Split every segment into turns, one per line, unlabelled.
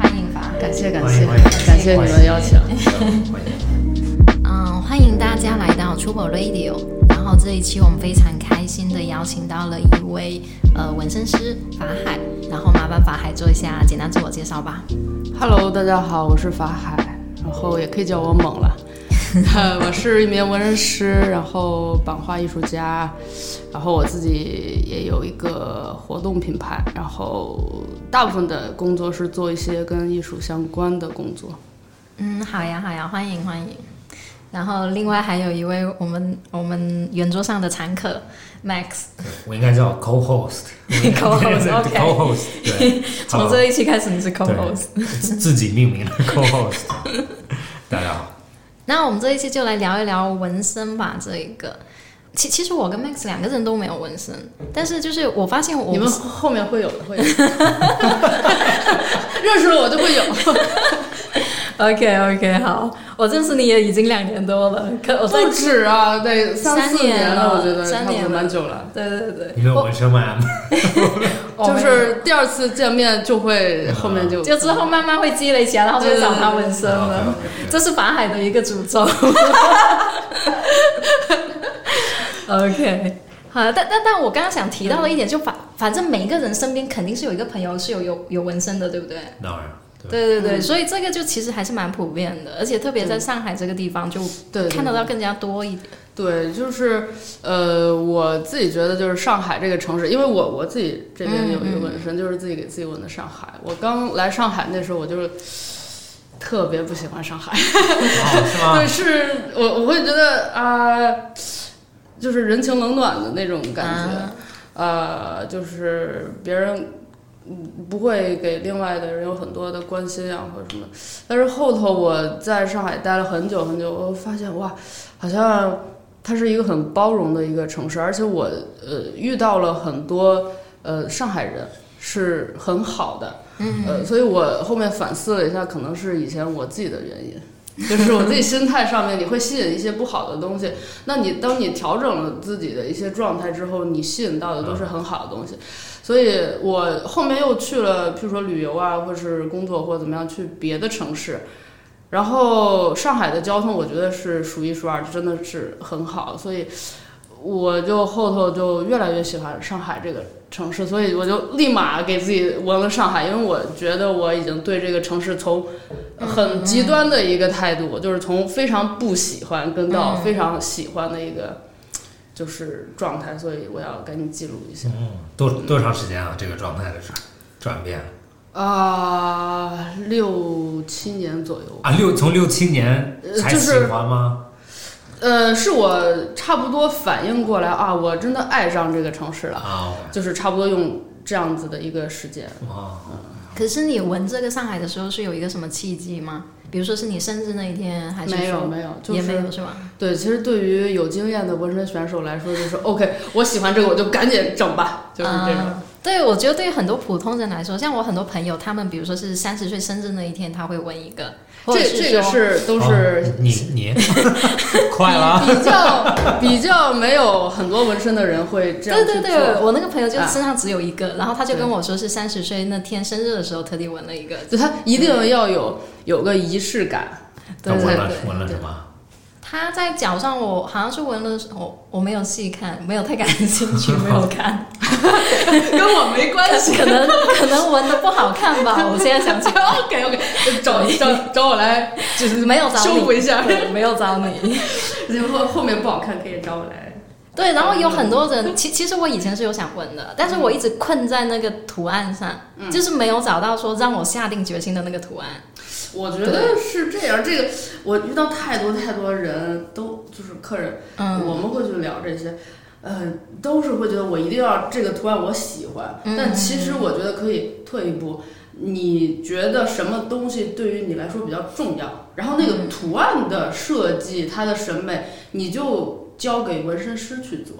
欢迎吧，
感谢感
欢
谢
迎欢迎
感谢你们的邀请，
嗯，欢迎大家来到 Trouble Radio。然后这一期我们非常开心的邀请到了一位呃纹身师法海，然后麻烦法海做一下简单自我介绍吧。
Hello，大家好，我是法海，然后也可以叫我猛 了。呃我是一名纹身师，然后版画艺术家，然后我自己也有一个活动品牌，然后大部分的工作是做一些跟艺术相关的工作。
嗯，好呀好呀，欢迎欢迎。然后另外还有一位我们我们圆桌上的常客 Max，
我应该叫 co-host。
Co-host，OK
co-host，对，
从这一期开始你是 co-host。
对自己命名的 co-host。大家好，
那我们这一期就来聊一聊纹身吧，这一个。其其实我跟 Max 两个人都没有纹身，但是就是我发现我
你们
是
后面会有的， 会有的。认识了我就会有。
OK OK 好，我认识你也已经两年多了，可我在
不止啊，得三
三
四
年
年了，
了
我觉得
三
差不
年
多
了
蛮久了。
对对对，
你们有纹身吗？
就
我
是第二次见面就会后面就
们就之后慢慢会积累起来，然后就会找他纹身了。
OK，OK，OK
这是法海的一个诅咒。OK，好，但但但我刚刚想提到的一点，就反反正每一个人身边肯定是有一个朋友是有有有纹身的，对不对？
当然，对，
对对对，所以这个就其实还是蛮普遍的，而且特别在上海这个地方，就
对对
看得到更加多一点。
对，就是呃，我自己觉得就是上海这个城市，因为我我自己这边有一个纹身，就是自己给自己纹的上海。我刚来上海那时候，我就是特别不喜欢上海。
哦，是
对，
吗？
是我我会觉得啊、就是人情冷暖的那种感觉，
啊
呃，就是别人嗯不会给另外的人有很多的关心啊或者什么。但是后头我在上海待了很久很久，我发现哇，好像它是一个很包容的一个城市，而且我呃遇到了很多呃上海人是很好的，嗯，呃，所以我后面反思了一下，可能是以前我自己的原因。就是我自己心态上面，你会吸引一些不好的东西。那你当你调整了自己的一些状态之后，你吸引到的都是很好的东西。所以我后面又去了，譬如说旅游啊，或是工作或怎么样，去别的城市。然后上海的交通，我觉得是数一数二，真的是很好。所以我就后头就越来越喜欢上海这个城市，所以我就立马给自己纹了上海，因为我觉得我已经对这个城市从很极端的一个态度，就是从非常不喜欢跟到非常喜欢的一个就是状态，所以我要赶紧记录一下。
嗯，多多长时间啊？这个状态的转转变
啊，六七年左右，
啊，六从六七年才
呃就
喜
是
欢吗？
呃，是我差不多反应过来啊，我真的爱上这个城市了，
啊
就是差不多用这样子的一个时间。
，OK，哦，
可是你闻这个上海的时候，是有一个什么契机吗？比如说是你生日那一天，还是
没有
说
没有，就
也
是
没有是吧？
对，其实对于有经验的纹身选手来说，就是 OK，我喜欢这个我就赶紧整吧，就是这种。
嗯对，我觉得对于很多普通人来说，像我很多朋友，他们比如说是三十岁生日那一天，他会纹一个，或者
这这个
说
是都是
哦你你 快了啊，
比较 比较没有很多纹身的人会这样
对
去
对
做。
对，我那个朋友就是
啊
身上只有一个，然后他就跟我说是三十岁那天生日的时候特地纹了一个，
就他一定要有有个仪式 感。
那
对
纹
对
了
对。
纹了什么？
他在脚上，我好像是纹了，我我没有细看，没有太感兴趣，没有 看，
跟我没关系。
可能可能纹的不好看 吧。我现在想起来，
OK OK，找 找找我来
就是没有找
修复
你，
一下，
对，没有找你。
然后后面不好看可以找我来。
对，然后有很多人，其其实我以前是有想纹的，但是我一直困在那个图案上，就是没有找到说让我下定决心的那个图案。
我觉得是这样，这个我遇到太多太多人都就是客人，
嗯
我们会去聊这些，呃，嗯都是会觉得我一定要这个图案我喜欢，但其实我觉得可以退一步，你觉得什么东西对于你来说比较重要，然后那个图案的设计，它的审美，你就交给纹身师去做。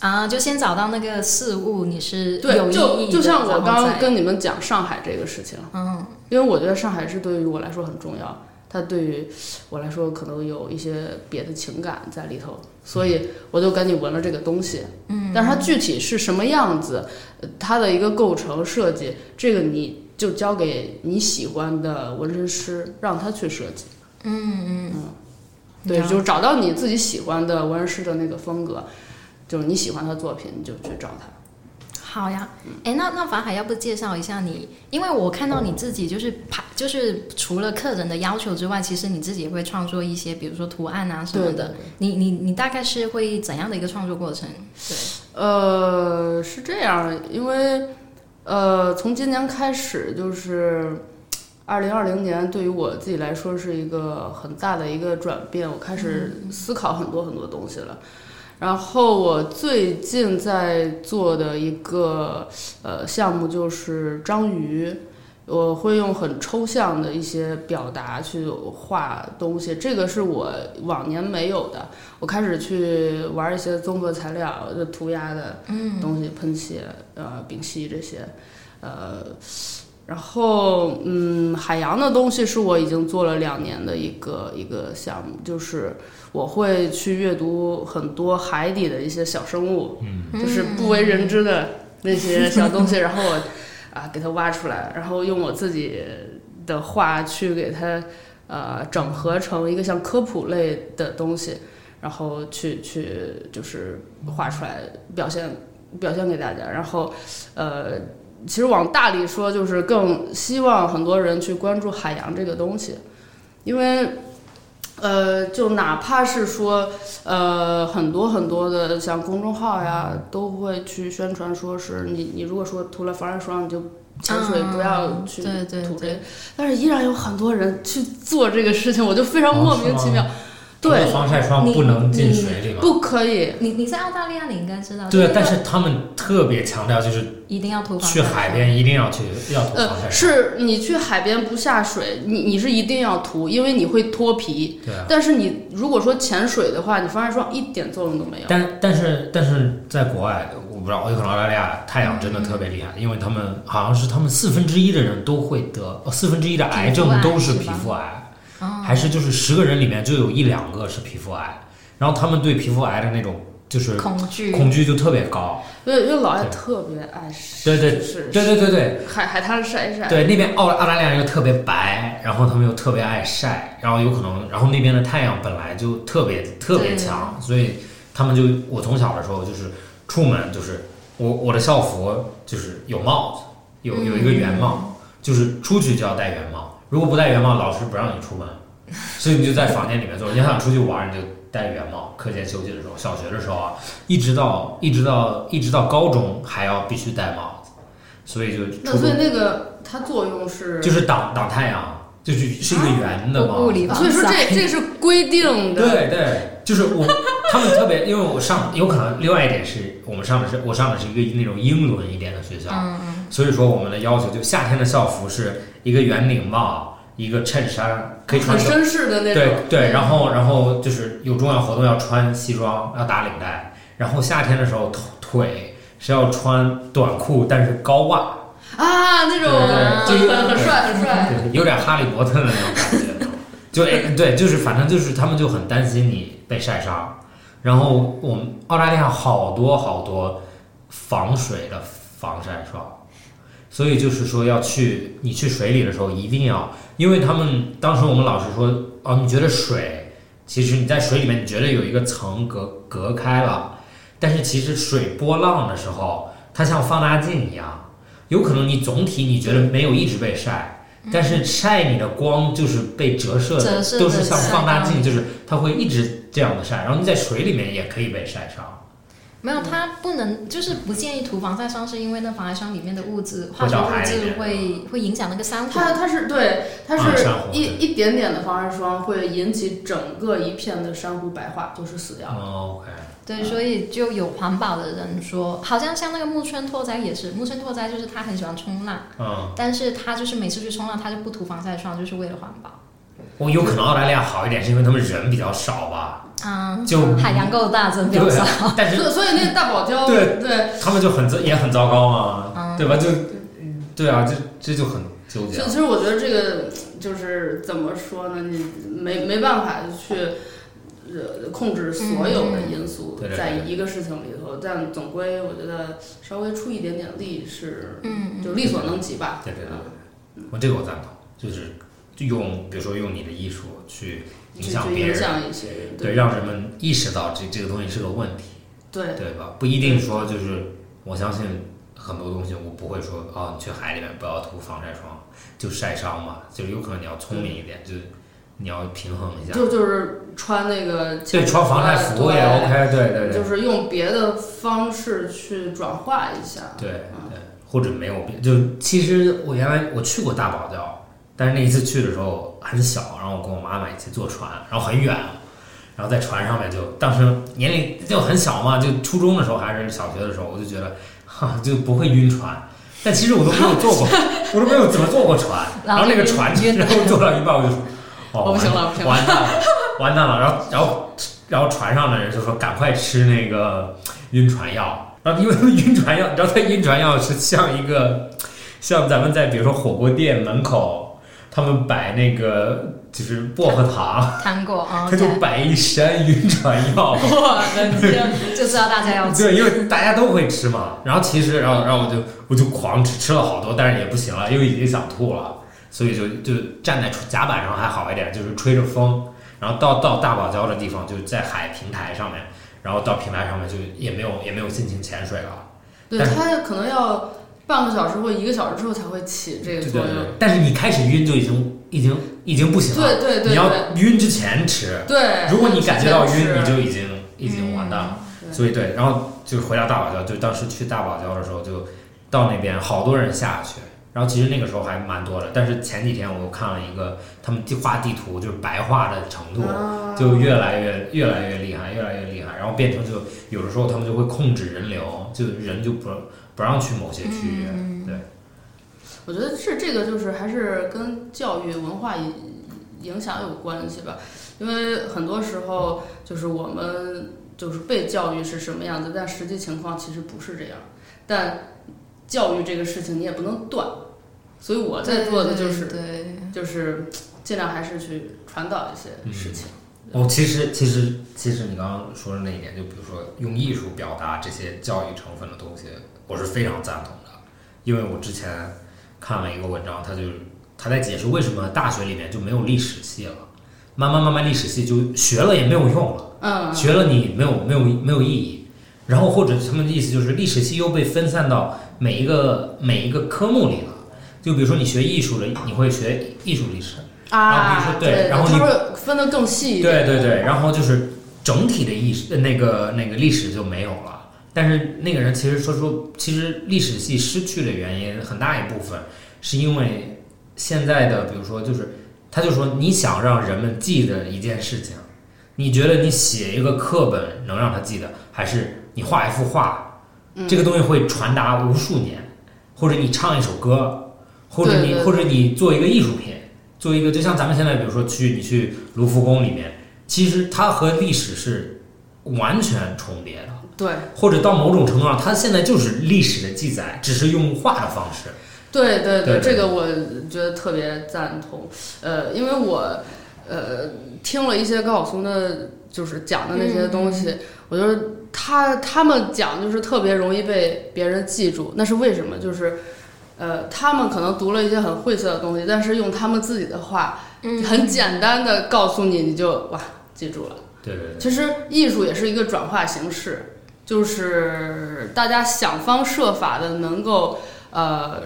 啊，就先找到那个事物你是有
对，
意
就
义的，
就像我
然后
刚
再
刚跟你们讲上海这个事情，
嗯
因为我觉得上海是对于我来说很重要，它对于我来说可能有一些别的情感在里头，所以我就赶紧纹了这个东西。嗯，但是它具体是什么样子，呃它的一个构成设计，这个你就交给你喜欢的纹身师，让他去设计。
嗯嗯，
对，
了
就找到你自己喜欢的纹身师的那个风格，就是你喜欢他的作品，你就去找他。
好呀，哎、那那法海要不介绍一下你？因为我看到你自己就是排，就是除了客人的要求之外，其实你自己也会创作一些，比如说图案啊什么
对对
的
对。
你你你大概是会怎样的一个创作过程？对，
呃，是这样，因为呃，从今年开始就是二零二零年，对于我自己来说是一个很大的一个转变，我开始思考很多很多东西了。然后我最近在做的一个呃项目就是章鱼，我会用很抽象的一些表达去画东西，这个是我往年没有的。我开始去玩一些综合材料，就涂鸦的东西，喷漆、呃丙烯这些，呃，然后嗯，海洋的东西是我已经做了两年的一个一个项目，就是我会去阅读很多海底的一些小生物，就是不为人知的那些小东西，然后我啊给它挖出来，然后用我自己的话去给它呃整合成一个像科普类的东西，然后去去就是画出来表现表现给大家，然后呃。其实往大里说，就是更希望很多人去关注海洋这个东西，因为，呃，就哪怕是说，呃，很多很多的像公众号呀，都会去宣传说是你你如果说涂了防晒霜，你就潜水不要
嗯
去涂这
对
个，
对对
但是依然有很多人去做这个事情，我就非常
哦
莫名其妙。对，
防晒霜不能进水里吗？
不可以，
你你在澳大利亚，你应该知道。
对啊
就，
但是他们特别强调，就是
一定要涂防
去
晒
海
霜。
边一定要去要涂防晒
呃，
霜。
是你去海边不下水，你你是一定要涂，因为你会脱皮。
对啊，
但是你如果说潜水的话，你防晒霜一点作用都没有。
但但是但是在国外，我不知道，有可能澳大利亚太阳真的
嗯
特别厉害，因为他们好像是他们四分之一的人都会得，哦四分之一的癌
皮肤
症
癌
都是
是
皮
吧
肤癌，
哦
还是就是十个人里面就有一两个是皮肤癌，然后他们对皮肤癌的那种就是
恐惧。
恐惧就特别高。
因为因为老外
对
特别爱晒，
对对
是
对对对对，
海海滩晒一晒。
对，那边澳澳大利亚人又特别白，然后他们又特别爱晒，然后有可能，然后那边的太阳本来就特别特别
对
强，所以他们就我从小的时候就是出门就是我我的校服就是有帽子，有有一个圆帽，就是出去就要戴圆帽，如果不戴圆帽，老师不让你出门，所以你就在房间里面坐，你想出去玩你就。戴圆帽，课间休息的时候，小学的时候啊，一直到一直到一直到高中还要必须戴帽子，所以就
那
出
所
门
以那个它作用是，
就是挡挡太阳，啊就是是一个
啊
圆的嘛。
物理防
所以说
晒
这这是规定的。
对对，就是我他们特别，因为我上有可能另外一点是我们上的是我上的是一个那种英伦一点的学校，
嗯
所以说我们的要求就夏天的校服是一个圆领帽，一个衬衫，可以穿
啊很
个
绅士的那种。嗯
对对，然后然后就是有重要活动要穿西装，要打领带，然后夏天的时候腿腿是要穿短裤，但是高袜。
啊，那种
对对对
很很帅很帅。
对， 有点哈利波特的那种感觉。就哎对，就是反正就是他们就很担心你被晒伤。然后我们澳大利亚好多好多防水的防晒霜，所以就是说要去你去水里的时候一定要，因为他们当时我们老师说哦，你觉得水其实你在水里面你觉得有一个层隔隔开了，但是其实水波浪的时候，它像放大镜一样，有可能你总体你觉得没有一直被晒，但是晒你的光就是被折射的，
嗯折射
都是
的
像放大镜，
晒啊
就是它会一直这样的晒。然后你在水里面也可以被晒伤，
没有，它不能就是不建议涂防晒霜，是因为那防晒霜里面的物质化
会
学
到
物
海里
质
面
会会影响那个珊瑚。
它它是对，它
啊
是
珊瑚
一一点点的防晒霜会引起整个一片的珊瑚白化，就是死掉。
哦，OK，
对，所以就有环保的人说，好像像那个木村拓哉也是，木村拓哉就是他很喜欢冲浪，
嗯，
但是他就是每次去冲浪，他就不涂防晒霜，就是为了环保。
我有可能澳大利亚好一点，是因为他们人比较少吧，
嗯，
就
海洋够大，真不要
对
少。，
但是
所以所以那大堡礁
对
对，
他们就很糟也很糟糕嘛，
嗯
对吧？就对啊，这这就很纠结
所以。其实我觉得这个就是怎么说呢，你没没办法去呃控制所有的因素
嗯对对对
在一个事情里头，但总归我觉得稍微出一点点力是
嗯，
就力所能及吧。
对对对对，我这个我赞同，就是就用比如说用你的艺术去影
去
响
去
别
影
人，
响一些人，
对，让人们意识到这这个东西是个问题，
对，
对吧？不一定说就是我相信很多东西，我不会说啊，你去海里面不要涂防晒霜，就晒伤嘛，就是有可能你要聪明一点，就是你要平衡一下。
就就是穿那个
对，穿防晒服也 OK，对对
对
对
就是用别的方式去转化一下。
对对，或者没有变。就其实我原来我去过大堡礁，但是那一次去的时候很小，然后我跟我妈妈一起坐船，然后很远，然后在船上面就当时年龄就很小嘛，就初中的时候还是小学的时候，我就觉得哈就不会晕船。但其实我都没有坐过，我都没有怎么坐过船。然后那个船，然后坐到一半，我就说：“哦，
我不行了，不行了。
完蛋了，完蛋了。然后，然后，然后船上的人就说赶快吃那个晕船药。然后因为他们晕船药，你知 道，他晕船药是像一个，像咱们在比如说火锅店门口，他们摆那个就是薄荷糖，
糖果
哦
啊，
他就摆一山晕船药。
我的
啊
天！
对就知道大家要
对，因为大家都会吃嘛。然后其实，然后，然后我就我就狂吃，吃了好多，但是也不行了，因为已经想吐了，所以就就站在甲板上还好一点，就是吹着风。然后到到大堡礁的地方，就在海平台上面，然后到平台上面就也没有也没有心情潜水了。
对
但是
它可能要半个小时或一个小时之后才会起这
对
个
对
作
对
用。。
但是你开始晕就已经已经已经不行了，
对对对
你要
对
晕之前吃。
对，
如果你感觉到晕，
是
你就已经已经完蛋了。
嗯
所以对，然后就回到大堡礁，就当时去大堡礁的时候，就到那边好多人下去。然后其实那个时候还蛮多的，但是前几天我看了一个他们地画地图，就是白化的程度
啊
就越来越越来越厉害，越来越厉害，然后变成就有的时候他们就会控制人流，就人就不不让去某些区域。对，
我觉得是这个，就是还是跟教育文化影影响有关系吧，因为很多时候就是我们就是被教育是什么样子，但实际情况其实不是这样。但教育这个事情你也不能断，所以我在做的就是
对，
就是尽量还是去传导一些事情。
哦，其实其实其实你刚刚说的那一点，就比如说用艺术表达这些教育成分的东西，我是非常赞同的，因为我之前看了一个文章，他就是他在解释为什么大学里面就没有历史系了，慢慢慢慢历史系就学了也没有用了，
嗯，
学了你没有没有没有意义，然后或者他们的意思就是历史系又被分散到每一个每一个科目里了，就比如说你学艺术的，你会学艺术历史，然后比如
啊，
说对然后
他
你
会分得更细一点。
对对对，然后就是整体的意识，呃那个那个历史就没有了。但是那个人其实说说，其实历史系失去的原因很大一部分是因为现在的，比如说就是，他就说你想让人们记得一件事情，你觉得你写一个课本能让他记得，还是你画一幅画，
嗯
这个东西会传达无数年，或者你唱一首歌，或者
对
你
对
或者你做一个艺术品，做一个就像咱们现在比如说去你去卢浮宫里面，其实它和历史是完全重叠的。
对
或者到某种程度上，它现在就是历史的记载，只是用画的方式。
对对
对对
这个我觉得特别赞同。呃，因为我呃听了一些高晓松的，就是讲的那些东西，我觉得他他们讲就是特别容易被别人记住，那是为什么？就是。呃，他们可能读了一些很晦涩的东西，但是用他们自己的话，很简单的告诉你，你就哇记住了。
对对对，
其实艺术也是一个转化形式，就是大家想方设法的能够呃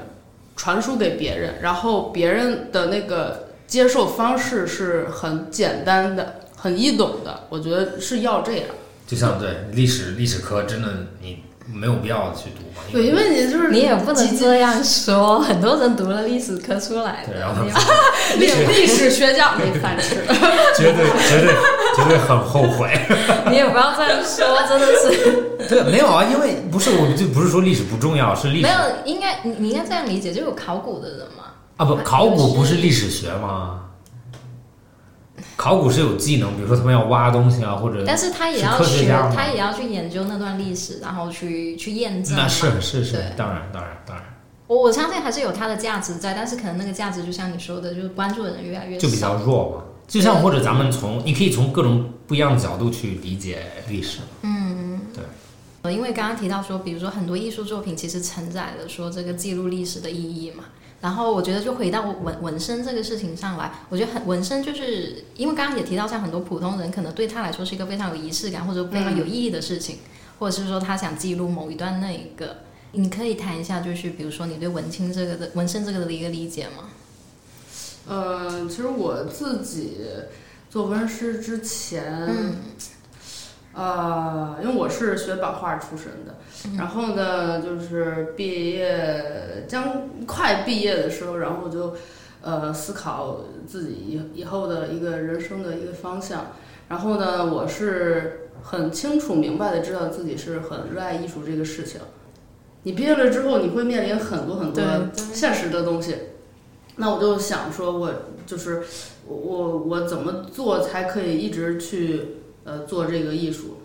传输给别人，然后别人的那个接受方式是很简单的、很易懂的，我觉得是要这样。
就像对历史历史课，真的你没有必要去读嘛。
对，因为你就是
你也不能
几
这样说，很多人读了历史科出来的
对，，啊然后他
你
们
要
历历史学家没饭吃。
绝 对绝对绝对很后悔。
你也不要这样说，真的 是
对，没有啊，因为不是我就不是说历史不重要， 是历史
没有，应该你你应该这样理解，就有考古的人嘛。
啊不，考古不是历史学吗？考古是有技能，比如说他们要挖东西啊，或者
但是他也要
是科学
学
家吗，
他也要去研究那段历史，然后去去验证嘛。
那是是是
对，
当然当然当然，
我我相信还是有它的价值在，但是可能那个价值就像你说的，就是关注的人越来越少。
就比较弱嘛。就像或者咱们从你可以从各种不一样的角度去理解历史，
呃，因为刚刚提到说，比如说很多艺术作品其实承载了说这个记录历史的意义嘛。然后我觉得就回到纹纹身这个事情上来，我觉得很纹身就是因为刚刚也提到，像很多普通人可能对他来说是一个非常有仪式感或者非常
嗯
有意义的事情，或者是说他想记录某一段那一个。你可以谈一下，就是比如说你对文青这个的纹身这个的一个理解吗？
呃，其实我自己做纹身师之前，呃，因为我是学版画出身的，然后呢，就是毕业将快毕业的时候，然后我就呃思考自己以以后的一个人生的一个方向，然后呢，我是很清楚明白的知道自己是很热爱艺术这个事情。你毕业了之后，你会面临很多很多现实的东西。那我就想说，我就是我我我怎么做才可以一直去呃做这个艺术？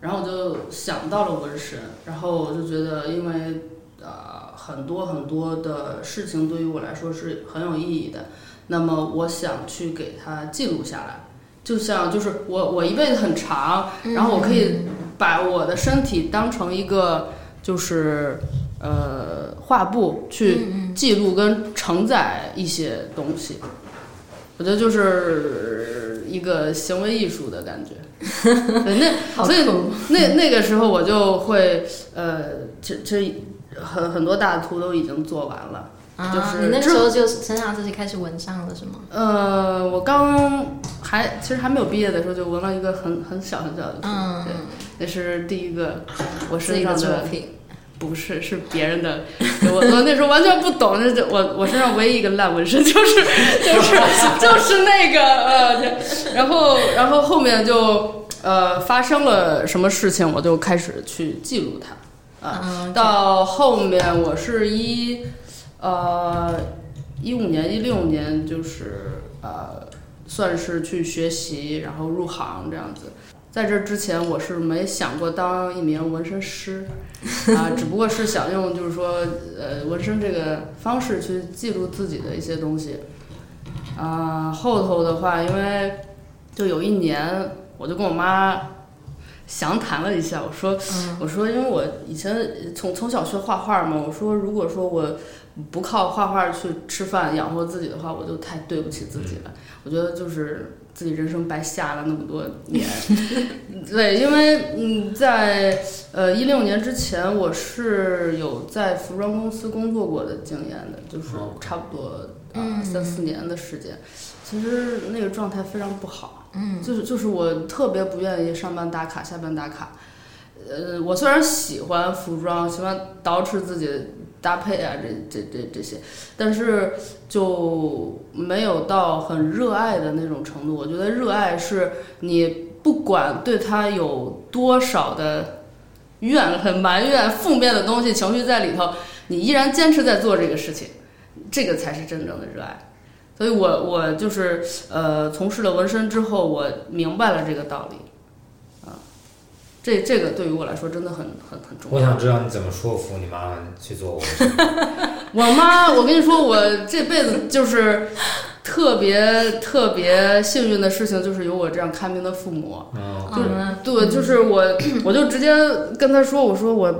然后我就想到了纹身，然后我就觉得，因为呃很多很多的事情对于我来说是很有意义的，那么我想去给它记录下来。就像就是我我一辈子很长，
嗯
然后我可以把我的身体当成一个就是呃画布去
嗯
记录跟承载一些东西。我觉得就是一个行为艺术的 感觉。对，那
好
所以
酷
那那个时候我就会呃，这这很很多大图都已经做完了。
啊，
就是
你那个
呃这
时候就身上自己开始纹上了是吗？
呃，我刚还其实还没有毕业的时候就纹了一个很很小很小的图，
嗯
对，那是第一个我
自
身
己
上
作
的
品，
不是，是别人的。我我那时候完全不懂，那就我我身上唯一一个烂纹身就是就是就是那个呃，然后然后后面就呃发生了什么事情，我就开始去记录它。啊、
嗯
到后面我是一呃一五年一六年就是呃算是去学习，然后入行这样子。在这之前，我是没想过当一名纹身师，啊，只不过是想用就是说，呃，纹身这个方式去记录自己的一些东西。啊，后头的话，因为就有一年，我就跟我妈详谈了一下，我说，我说，因为我以前从从小学画画嘛，我说如果说我不靠画画去吃饭养活自己的话，我就太对不起自己了。我觉得就是自己人生白瞎了那么多年。 对，因为嗯，在呃一六年之前，我是有在服装公司工作过的经验的，就是差不多啊三四年的时间。其实那个状态非常不好，嗯，就是就是我特别不愿意上班打卡，下班打卡。呃，我虽然喜欢服装，喜欢捯饬自己的搭配啊，这这这这些，但是就没有到很热爱的那种程度。我觉得热爱是你不管对它有多少的怨恨、埋怨、负面的东西、情绪在里头，你依然坚持在做这个事情，这个才是真正的热爱。所以我我就是呃，从事了纹身之后，我明白了这个道理，啊，这这个对于我来说真的很很很重要。
我想知道你怎么说服你妈妈去做我。
我妈，我跟你说，我这辈子就是特别特别幸运的事情，就是有我这样开明的父母。
嗯，
嗯啊
对，就是我，我就直接跟他说，我说我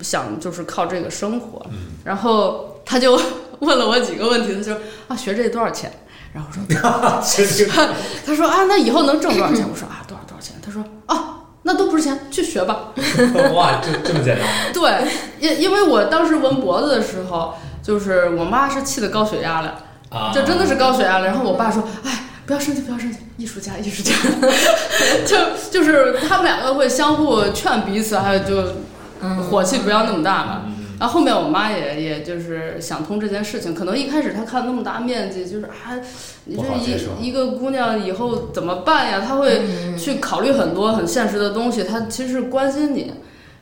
想就是靠这个生活，然后他就 问了我几个问题，他说啊，学这多少钱？然后我说
对
他说啊，那以后能挣多少钱？我说啊，多少多少钱？他说啊，那都不是钱，去学吧。
哇，这这么简单？
对，因因为我当时纹脖子的时候，就是我妈是气得高血压了。
啊，
就真的是高血压了。然后我爸说：“哎，不要生气，不要生气，艺术家，艺术家， 就就是他们两个会相互劝彼此，还有就
嗯，
火气不要那么大嘛。
嗯
然后后面我妈也也就是想通这件事情，可能一开始她看那么大面积，就是啊，你
不好接
这
受
一一个姑娘以后怎么办呀？她会去考虑很多很现实的东西，她其实是关心你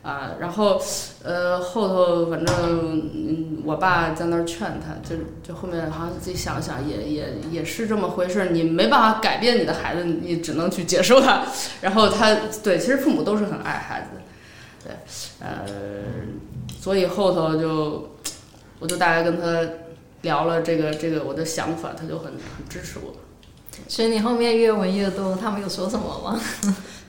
啊。然后呃后头反正嗯我爸在那儿劝她，就就后面好像自己想想也也也是这么回事儿，你没办法改变你的孩子，你只能去接受他。 然后他对，其实父母都是很爱孩子的，对，呃，所以后头就我就大概跟他聊了这个这个我的想法，他就很很支持我。
所以你后面越闻越多，他们有说什么吗？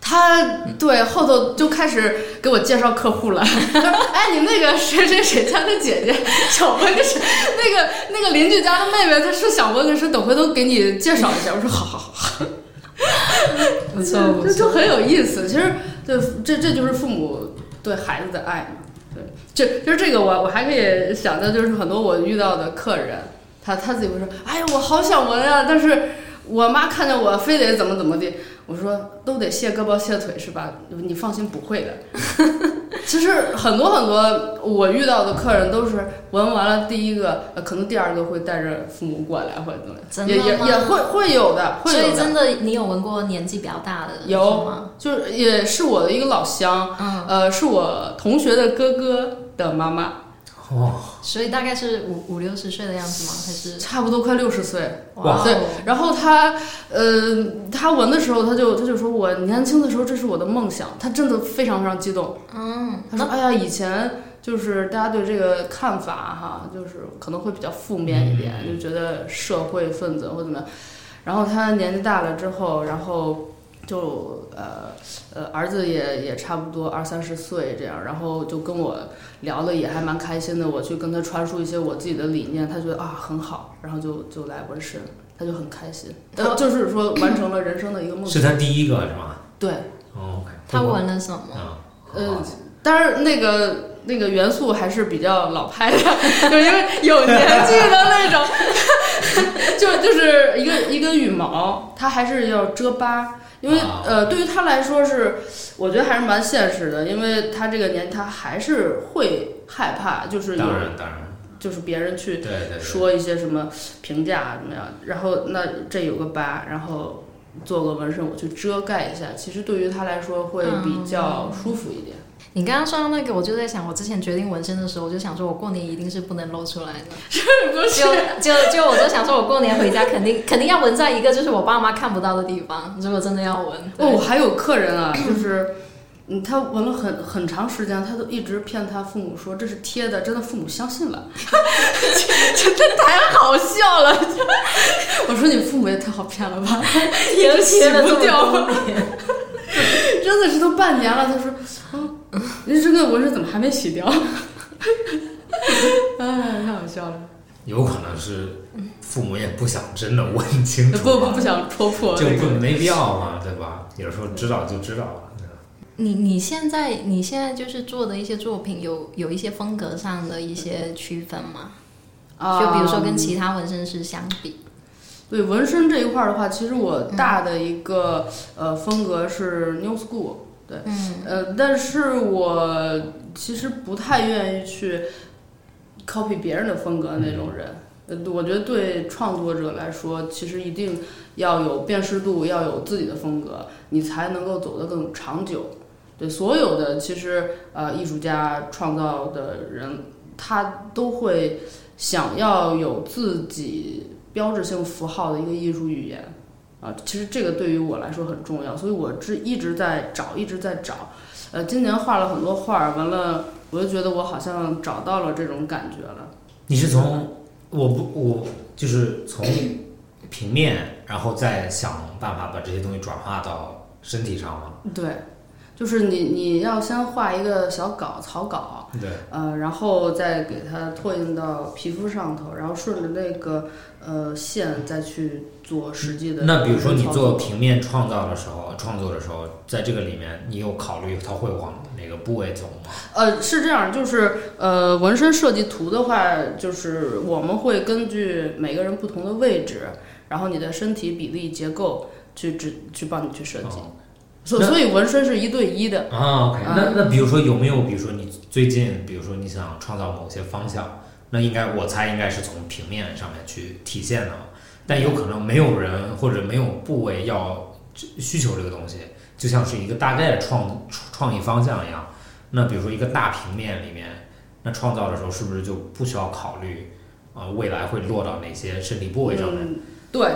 他对后头就开始给我介绍客户了， 他说哎，你那个谁谁谁家的姐姐小文是那个那个邻居家的妹妹，她是小文，说等回头给你介绍一下。我说好好好。
不错不
这
错，
就很有意思。其实，对，这这就是父母对孩子的爱嘛。对，这就是这个我我还可以想到，就是很多我遇到的客人，他他自己会说：“哎呀，我好想纹啊，但是我妈看见我非得怎么怎么地。”我说：“都得卸胳膊卸腿是吧？你放心，不会的。” 其实很多很多我遇到的客人都是纹完了第一个，呃可能第二个会带着父母过来或者怎
真
么样，
的
也也
吗
也会会有的，会
所
有
以
的。
真的你有闻过年纪比较大的
有
是吗？
就是也是我的一个老乡，
嗯，
呃，是我同学的哥哥的妈妈，
哇，
所以大概是五五六十岁的样子吗？还是
差不多快六十岁。
哇
对
哦
然后他，呃，他纹的时候，他就他就说我年轻的时候这是我的梦想，他真的非常非常激动。
嗯，
他说，哎呀，以前就是大家对这个看法哈，就是可能会比较负面一点，就觉得社会分子或怎么样。然后他年纪大了之后，然后就呃呃儿子也也差不多二三十岁这样，然后就跟我聊的也还蛮开心的。我去跟他传输一些我自己的理念，他觉得啊很好，然后就就来纹身，他就很开心。呃，就是说完成了人生的一个梦
是
想。
他第一个是吗？
对，
哦，OK，
他闻了什么？
啊，
呃，当然那个那个元素还是比较老派的， 就是因为有年纪的那种， 就就是一个一根羽毛，它还是要遮疤。因为
啊
呃，对于他来说是，我觉得还是蛮现实的，因为他这个年他还是会害怕，就是有
当然当然，
就是别人去
对对对，
呃说一些什么评价啊怎么样，然后那这有个疤，然后做个纹身我去遮盖一下，其实对于他来说会比较舒服一点。
你刚刚说到那个，我就在想，我之前决定纹身的时候，我就想说，我过年一定是不能露出来的。
不 是
就就就我就想说，我过年回家肯定肯定要纹在一个就是我爸妈看不到的地方。如果真的要纹，对
哦，我还有客人啊，就是，嗯，他纹了很很长时间，他都一直骗他父母说这是贴的，真的父母相信了，真的太好笑了。我说你父母也太好骗了吧，
也
洗
贴了这
不
么
掉，
多 年，
真的是都半年了。他说，嗯，你这个纹身怎么还没洗 掉？哎，太好笑了！
有可能是父母也不想真的问清楚，
不不不，想戳破
就
这
不
个，
没必要嘛，对吧？有时候知道就知道了。对吧
你你现在你现在就是做的一些作品有有一些风格上的一些区分吗？
啊
就比如说跟其他纹身师相比，
对纹身这一块儿的话，其实我大的一个、呃风格是 new school，对，
嗯
呃，但是我其实不太愿意去 copy 别人的风格那种人。呃，我觉得对创作者来说，其实一定要有辨识度，要有自己的风格，你才能够走得更长久。对所有的其实呃艺术家创造的人，他都会想要有自己标志性符号的一个艺术语言啊。其实这个对于我来说很重要，所以我这一直在找，一直在找。呃，今年画了很多画儿，完了我就觉得我好像找到了这种感觉了。
你是从我不我就是从平面，然后再想办法把这些东西转化到身体上吗？
对，就是你你要先画一个小稿草稿，
对，
呃，然后再给它拓印到皮肤上头，然后顺着那个呃线再去做实际的。
那比如说你做，平面创造的时候，创作的时候，在这个里面，你有考虑它会往哪个部位走吗？
呃，是这样，就是呃，纹身设计图的话，就是我们会根据每个人不同的位置，然后你的身体比例结构去指去帮你去设计。
哦
所
那
所以纹身是一对一的，
啊，OK，那
嗯
那比如说有没有，比如说你最近，比如说你想创造某些方向，那应该我猜应该是从平面上面去体现的嘛，但有可能没有人或者没有部位要需求这个东西，就像是一个大概的创创意方向一样。那比如说一个大平面里面，那创造的时候是不是就不需要考虑啊、呃未来会落到哪些身体部位上面？
嗯，对，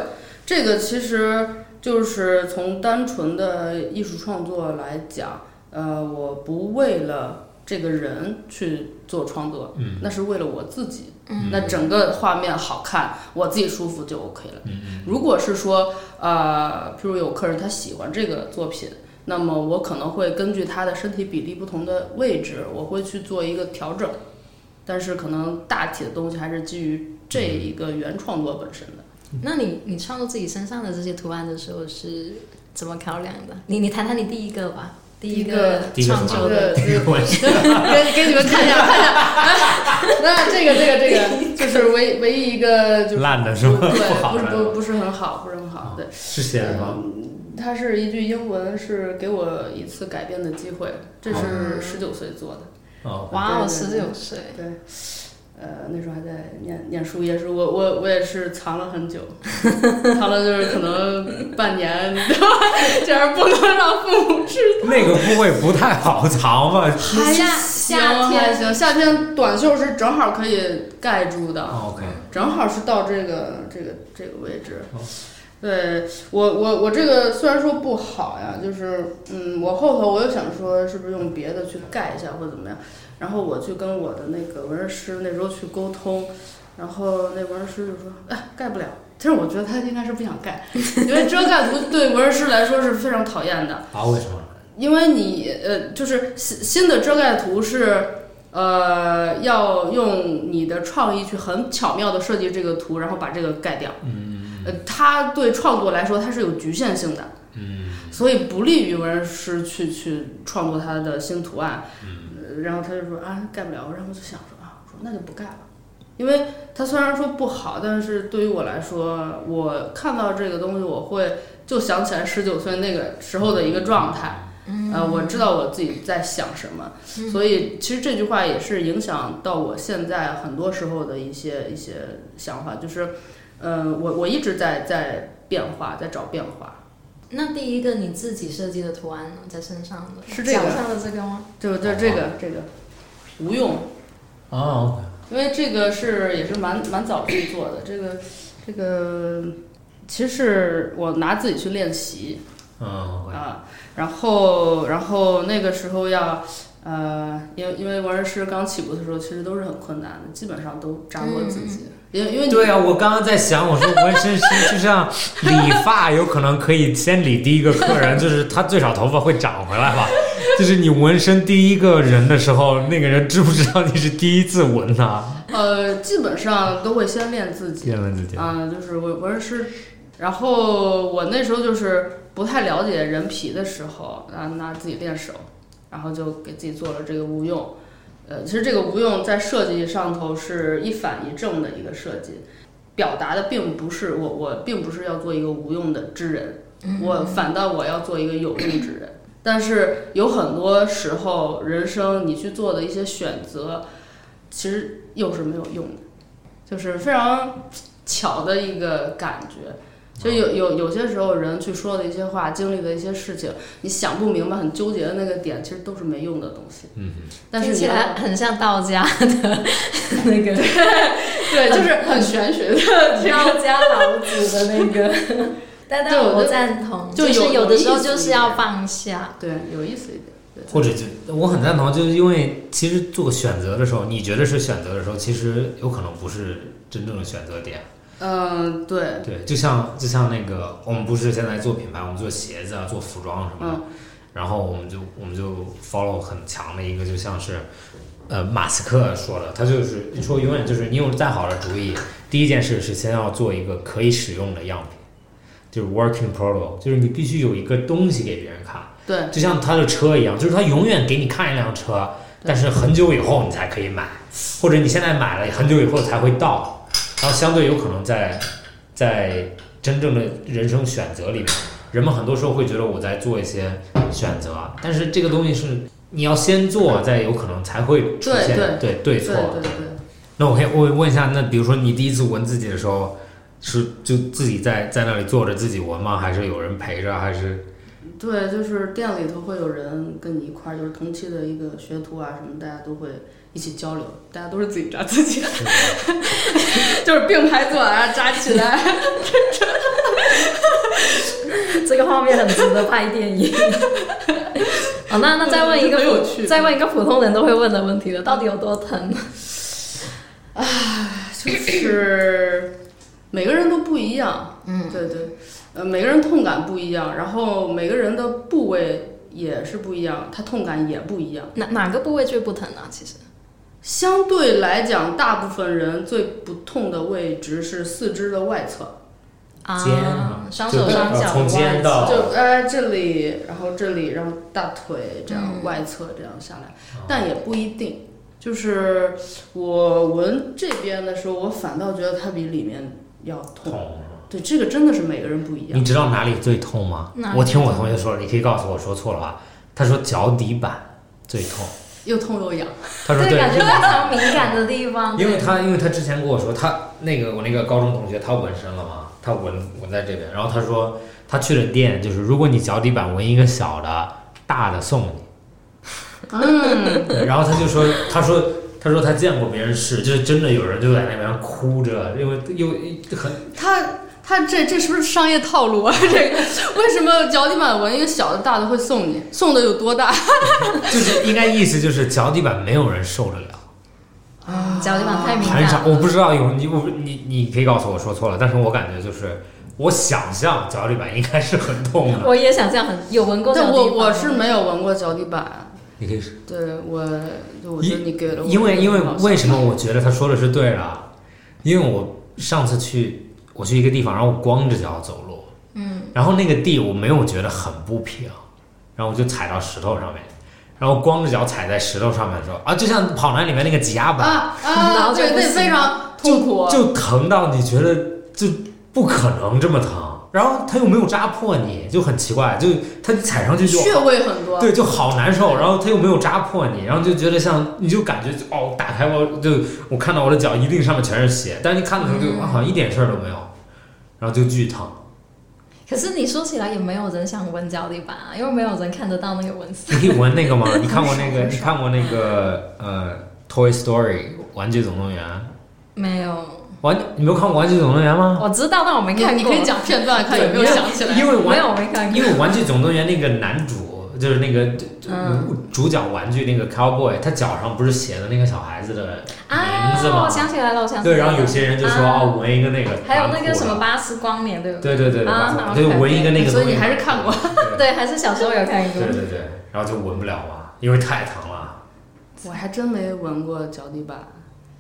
这个其实就是从单纯的艺术创作来讲，呃，我不为了这个人去做创作，
嗯，
那是为了我自己，
嗯
那整个画面好看，我自己舒服就 OK 了。
嗯嗯
如果是说，呃，譬如有客人他喜欢这个作品，那么我可能会根据他的身体比例不同的位置，我会去做一个调整，但是可能大体的东西还是基于这
嗯
一个原创作本身的。
那你你创作自己身上的这些图案的时候是怎么考量的？你你谈谈你第一个吧，第一个
第一个
创
什
作
么
的，
这个我是
给给你们看一下，看一下。啊那这个这个这 个，就是唯唯一一个就是
烂的是吗？不
对，
好
不是
的
不不是很好，不是很好。对，
是写的
嗯
吗？
它是一句英文，是给我一次改变的机会。这是
哦
十九岁做的。
哦，
哇哦，
对
十
对对
九岁，
对，呃，那时候还在念念书，也是我我我也是藏了很 久，藏了就是可能半年， 这样不能让父母知
那个部位不太好藏吧？
道。
夏夏
行还
天
行，夏天短袖是正好可以盖住的，
哦 OK，
正好是到这个这个这个位置
哦。
对我我我这个虽然说不好呀，就是嗯，我后头我又想说是不是用别的去盖一下或者怎么样，然后我去跟我的那个纹身师那时候去沟通，然后那纹身师就说哎盖不了，其实我觉得他应该是不想盖，因为遮盖图对纹身师来说是非常讨厌的。
啊，为什么？
因为你呃，就是新新的遮盖图是呃，要用你的创意去很巧妙的设计这个图，然后把这个盖掉。嗯，呃，它对创作来说它是有局限性的。嗯，所以不利于纹身师去去创作他的新图案。嗯，然后他就说啊，盖不了。然后我就想说啊，我说那就不盖了。因为它虽然说不好，但是对于我来说，我看到这个东西，我会就想起来十九岁那个时候的一个状态。呃，我知道我自己在想什么，所以其实这句话也是影响到我现在很多时候的一些一些想法，就是，呃，我我一直在在变化，在找变化，
那第一个你自己设计的图案呢，在身上的
是这个
脚上的这个吗？
就就这个这个无用，
哦
因为这个是也是蛮蛮早去做的，这个这个其实是我拿自己去练习，
，OK，嗯，OK，
啊，然后然后那个时候要，呃，因为因为纹身师刚起步的时候，其实都是很困难的，基本上都扎过自己，因为因为你
对啊，我刚刚在想，我说纹身师就像理发，有可能可以先理第一个客人，就是他最少头发会长回来吧。就是你纹身第一个人的时候，那个人知不知道你是第一次纹他？
呃，基本上都会先练自己，
见了自己，
啊、就是纹纹身师。然后我那时候就是不太了解人皮的时候，啊，拿自己练手，然后就给自己做了这个无用。呃，其实这个无用在设计上头是一反一正的一个设计，表达的并不是我我并不是要做一个无用的之人，我反倒我要做一个有用之人。但是有很多时候，人生你去做的一些选择，其实又是没有用的，就是非常巧的一个感觉。就有有有些时候，人去说的一些话，经历的一些事情，你想不明白、很纠结的那个点，其实都是没用的东西。
嗯，
但是
听
你
起
要
来很像道家的 那个，
对，就是很玄学 的这个。
道家老子的那个。 但但
对我
我
就
赞同，
就
就是
有
有的时候
有意思
就是要放下。
对，有意思一点。对，
或者就我很赞同，就是因为其实做选择的时候，你觉得是选择的时候，其实有可能不是真正的选择点。
嗯，对，
对，就像就像那个，我们不是现在做品牌，我们做鞋子啊，做服装什么的，
嗯
然后我们就我们就 follow 很强的一个，就像是，呃，马斯克说的，他就是说永远就是你有再好的主意，第一件事是先要做一个可以使用的样品，就是 working product，就是你必须有一个东西给别人看，
对，
就像他的车一样，就是他永远给你看一辆车，但是很久以后你才可以买，或者你现在买了很久以后才会到，然后相对有可能在在真正的人生选择里面，人们很多时候会觉得我在做一些选择，但是这个东西是你要先做，再有可能才会出现
对
对对
对
错。
对对，
那我可以问问一下，那比如说你第一次闻自己的时候，是就自己在在那里坐着自己闻吗？还是有人陪着？还是
对，就是店里头会有人跟你一块儿，就是同期的一个学徒啊什么，大家都会一起交流，大家都是自己扎自己， 就是并排坐，然后扎起来。
这个画面很值得拍电影。 好，那那再 问一个
很有趣
再问一个普通人都会问的问题了，到底有多疼？
就是每个人都不一样，
嗯，
对对，呃，每个人痛感不一样，然后每个人的部位也是不一样，它痛感也不一样。
哪哪个部位最不疼啊？其实
相对来讲，大部分人最不痛的位置是四肢的外侧，
肩啊
啊，双
就
手双脚
从肩到
就哎这里，然后这里，然后大腿这样、
嗯
外侧这样下来，
哦
但也不一定。就是我闻这边的时候，我反倒觉得它比里面要痛。
痛？
对，这个真的是每个人不一样
你。知道哪里最痛吗
哪？里
我听我同学说，你可以告诉我说错了吧？他说脚底板最 痛，
又痛又痒。
他说
对，感觉
因为
非常敏感的地方。
因为他因为他之前跟我说，他那个我那个高中同学他纹身了嘛，他纹纹在这边，然后他说他去了店，就是如果你脚底板纹一个小的，大的送你。
嗯，
对然后他就说，他说他说他见过别人试，就是真的有人就在那边哭着，因为又很
他他这这是不是商业套路啊？ 这个为什么脚底板纹一个小的大的会送你？送的有多大？
就是应该意思就是脚底板没有人受得了。啊
嗯脚底板太敏
很
感
少，
了，
我不知道有你，我你你可以告诉我说错了，但是我感觉就是我想象脚底板应该是很痛 的。
我也想这样，很有闻过这
但
种
我
地
我
方
是
吗
没有纹过脚底板，
你可以，
对我，就我觉得你给了我，
因为因为为什么我觉得他说的是对的？因为我上次去我去一个地方，然后我光着脚走路，嗯，然后那个地我没有觉得很不平，然后我就踩到石头上面，然后光着脚踩在石头上面的时候啊，就像跑男里面那个挤压板，
啊
然
啊，
后就
对
不
对，
行
非常痛苦，啊
就疼到你觉得就不可能这么疼，然后它又没有扎破你，就很奇怪，就它踩上去就
穴位很多，
对就好难受，然后它又没有扎破你，然后就觉得像你就感觉哦，打开我就我看到我的脚一定上面全是血，但是你看的时候
嗯
就、啊好像一点事儿都没有，然后就巨疼。
可是你说起来也没有人想闻脚底板啊，因为没有人看得到那个纹丝。
你可以闻那个吗？你看过那个？你看过那个呃《Toy Story》玩具总动员？
没有，
玩你没有看过《玩具总动员》吗？
我知道，但我没
你
看
你
过。
可以讲片段看有没有
对
想起来。
因为玩
没有，我没看过。
因为《玩具总动员》那个男主就是那个
嗯
主角玩具那个 cowboy，他脚上不是写的那个小孩子的名字
啊，
吗
我？想起来了，我想起来
对，
了。
然后有些人就说
啊
哦，纹一个那个，
还有那个什
蛮
么
酷
巴斯光年，对不
的，
对？
对对对对，
啊
蛮
好
酷的就
看
纹一个那个东
所
西，
以你还是看过，
对
对，还是小时候有看过
对。对对，然后就纹不了嘛，因为太疼了，
我还真没纹过脚底板，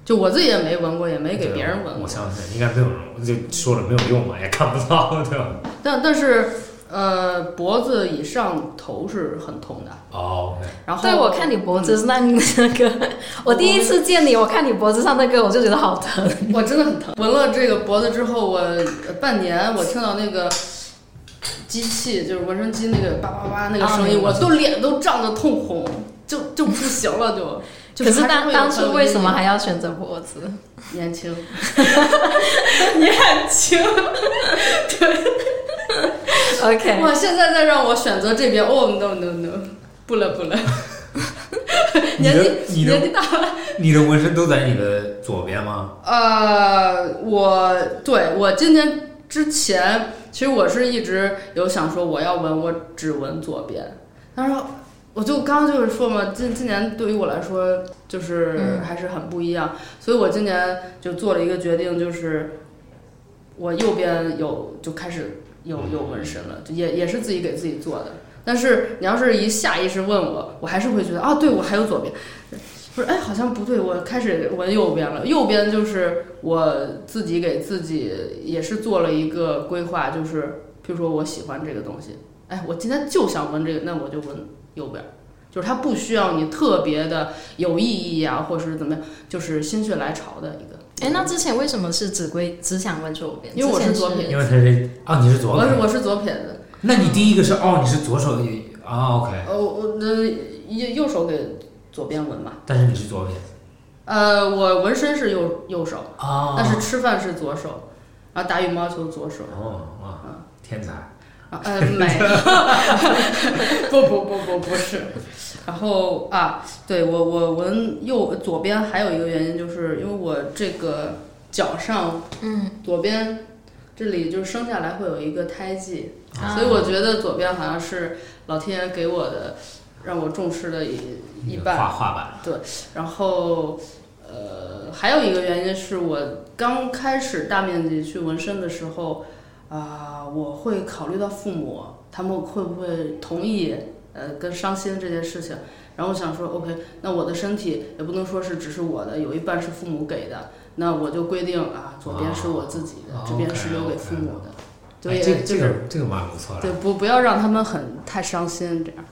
就我自己也没纹过，也没给别人
对
纹
我
过。
相信应该没有人，就说了没有用嘛，也看不到，对吧？
但但是，呃，脖子以上头是很痛的。
哦，OK，
然后
对，我看你脖子上那个，我第一次见你，我看你脖子上那个，我就觉得好疼。
嗯我真的很疼。纹了这个脖子之后，我呃半年我听到那个机器，就是纹身机那个叭叭叭那个
啊
声音，
那个
我都脸都胀得通红，就就不行了就。就
可是
还
当
会有
当初为什么
很
还要选择脖子？
多年轻？
年轻。对。OK。
哇，现在再让我选择这边，哦 no no no，不了不了，
你的
年纪
你的
年纪大了。
你的纹身都在你的左边吗？
呃，我对我今天之前，其实我是一直有想说我要纹，我只纹左边。但是我就刚刚就是说嘛，今今年对于我来说就是
嗯
还是很不一样，所以我今年就做了一个决定，就是我右边有就开始有有纹身了，就也也是自己给自己做的。但是你要是一下意识问我，我还是会觉得啊，对我还有左边，不是哎，好像不对，我开始纹右边了。右边就是我自己给自己也是做了一个规划，就是譬如说我喜欢这个东西，哎，我今天就想纹这个，那我就纹右边。就是它不需要你特别的有意义啊，或者是怎么样，就是心血来潮的一个。
哎，那之前为什么是只归只想问左边？
因为我
之
是
前
左撇
因为他是啊，你是左
我是
手，
我是左撇子，
那你第一个是哦，你是左手啊，OK，
呃，我呃右右手给左边纹嘛，
但是你是左撇子
呃，我纹身是右右手，
啊
但是吃饭是左手，然后打羽毛球左手，
哦哇，天才，
啊呃，没， 不不不不不是。然后啊，对我我纹右左边还有一个原因，就是因为我这个脚上
嗯，
左边这里就是生下来会有一个胎记，
啊
所以我觉得左边好像是老天爷给我的，让我重视的一一半。
画画板
然后呃，还有一个原因是我刚开始大面积去纹身的时候啊、我会考虑到父母他们会不会同意呃跟伤心这件事情。然后我想说，OK，那我的身体也不能说是只是我的，有一半是父母给的，那我就规定啊，左边是我自己的，
哦
这边是留给父母的，对，也
哎、这
就
这
是
个这个蛮不错
对
的，
不不要让他们很太伤心这样。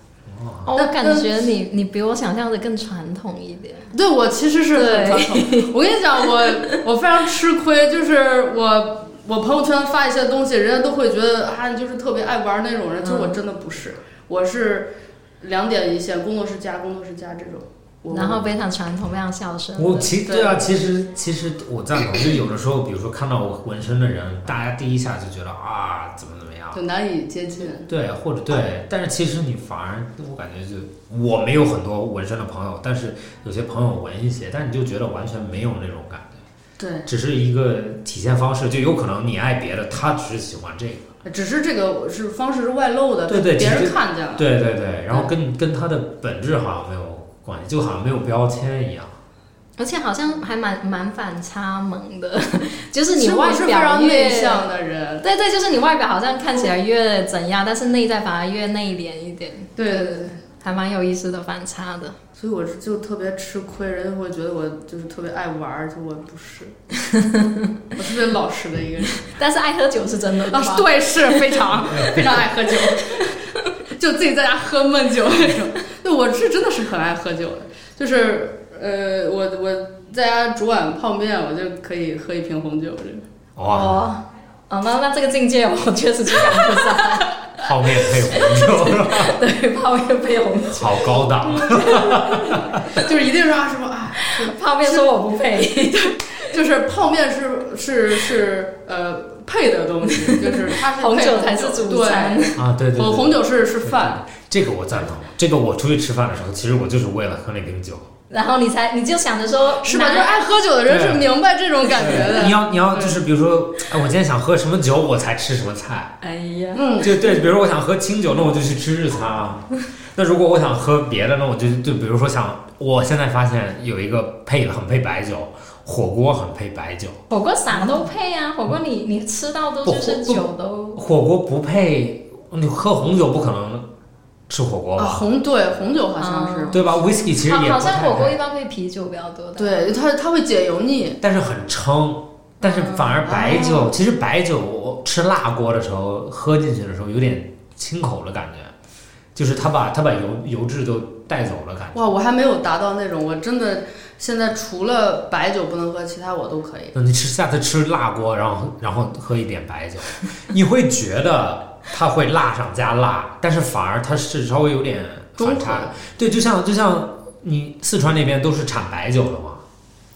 哦，我感觉你你比我想象的更传统一点。
对我其实是很传统。我跟你讲，我我非常吃亏，就是我我朋友圈发一些东西，人家都会觉得啊，你就是特别爱玩那种人。其实
嗯
我真的不是，我是两点一线，工作是家，工作是家这种。我
然后非常传统，非常孝顺。
我其
对
对啊，其实其实我赞同，就有的时候，比如说看到我纹身的人，大家第一下就觉得啊，怎么怎么样，
就难以接近。
对，或者对，但是其实你反而，我感觉就我没有很多纹身的朋友，但是有些朋友纹一些，但你就觉得完全没有那种感觉，
对，
只是一个体现方式，就有可能你爱别的，他只是喜欢这个，
呃只是这个我是方式是外露的，
对对
别
其
人
实
看见了。
对对对，然后跟跟他的本质好像没有关系，就好像没有标签一样，
而且好像还蛮蛮反差萌 的，就是
其
你
实我
外
是非
表
常内
越
向的人。
对对，就是你外表好像看起来越怎样，但是内在反而越内敛一点，
对对对。
还蛮有意思的反差的。
所以我是就特别吃亏，人家会觉得我就是特别爱玩儿，就我不 是，我特别老实的一个人。
但是爱喝酒是真的吧
啊， 对，是非常
嗯
非常爱喝酒，就自己在家喝闷酒那种。对，我是真的是很爱喝酒的，就是呃，我我在家煮碗泡面，我就可以喝一瓶红酒这个。
哇，
哦，哦，那那这个境界我确实追赶不 上，
泡面配红酒，
对，泡面被红，
好高档，
就是一定是啊什么啊，
泡面说我不配，
就是泡面是是是呃配的东西，就是它是
红
配
酒才是主餐。
啊，对对
对，红
对。
哦红酒是是饭。
这个我赞同，这个我出去吃饭的时候，其实我就是为了喝那瓶酒。
然后你才你就想着说，
是吧？
拿
就是爱喝酒的人是明白这种感觉
你
的。
要你要就是比如说，哎，我今天想喝什么酒，我才吃什么菜。
哎呀，
嗯，
就对，比如说我想喝清酒，那我就去吃日餐啊。那如果我想喝别的，那我就就比如说想，我现在发现有一个配很配白酒，火锅很配白酒，
火锅啥都配啊，火锅你你吃到都就是
不不
酒都
火锅不配，你喝红酒不可能吃火锅
啊，
吧？
红对红酒好像
哦
是，
对吧？Whisky 其实
好
也
好
不
像
太
火锅
配，
一般配啤酒比较多的。，
对它它会解油腻。
但是很撑。但
哦
是反而白酒，其实白酒我吃辣锅的时候喝进去的时候有点清口的感觉，就是它把它把油油脂都带走了感觉。
哇，我还没有达到那种，我真的现在除了白酒不能喝，其他我都可以。
那你吃下次吃辣锅，然后然后喝一点白酒，你会觉得它会辣上加辣，但是反而它是稍微有点反差的。对，就像就像你四川那边都是产白酒的嘛，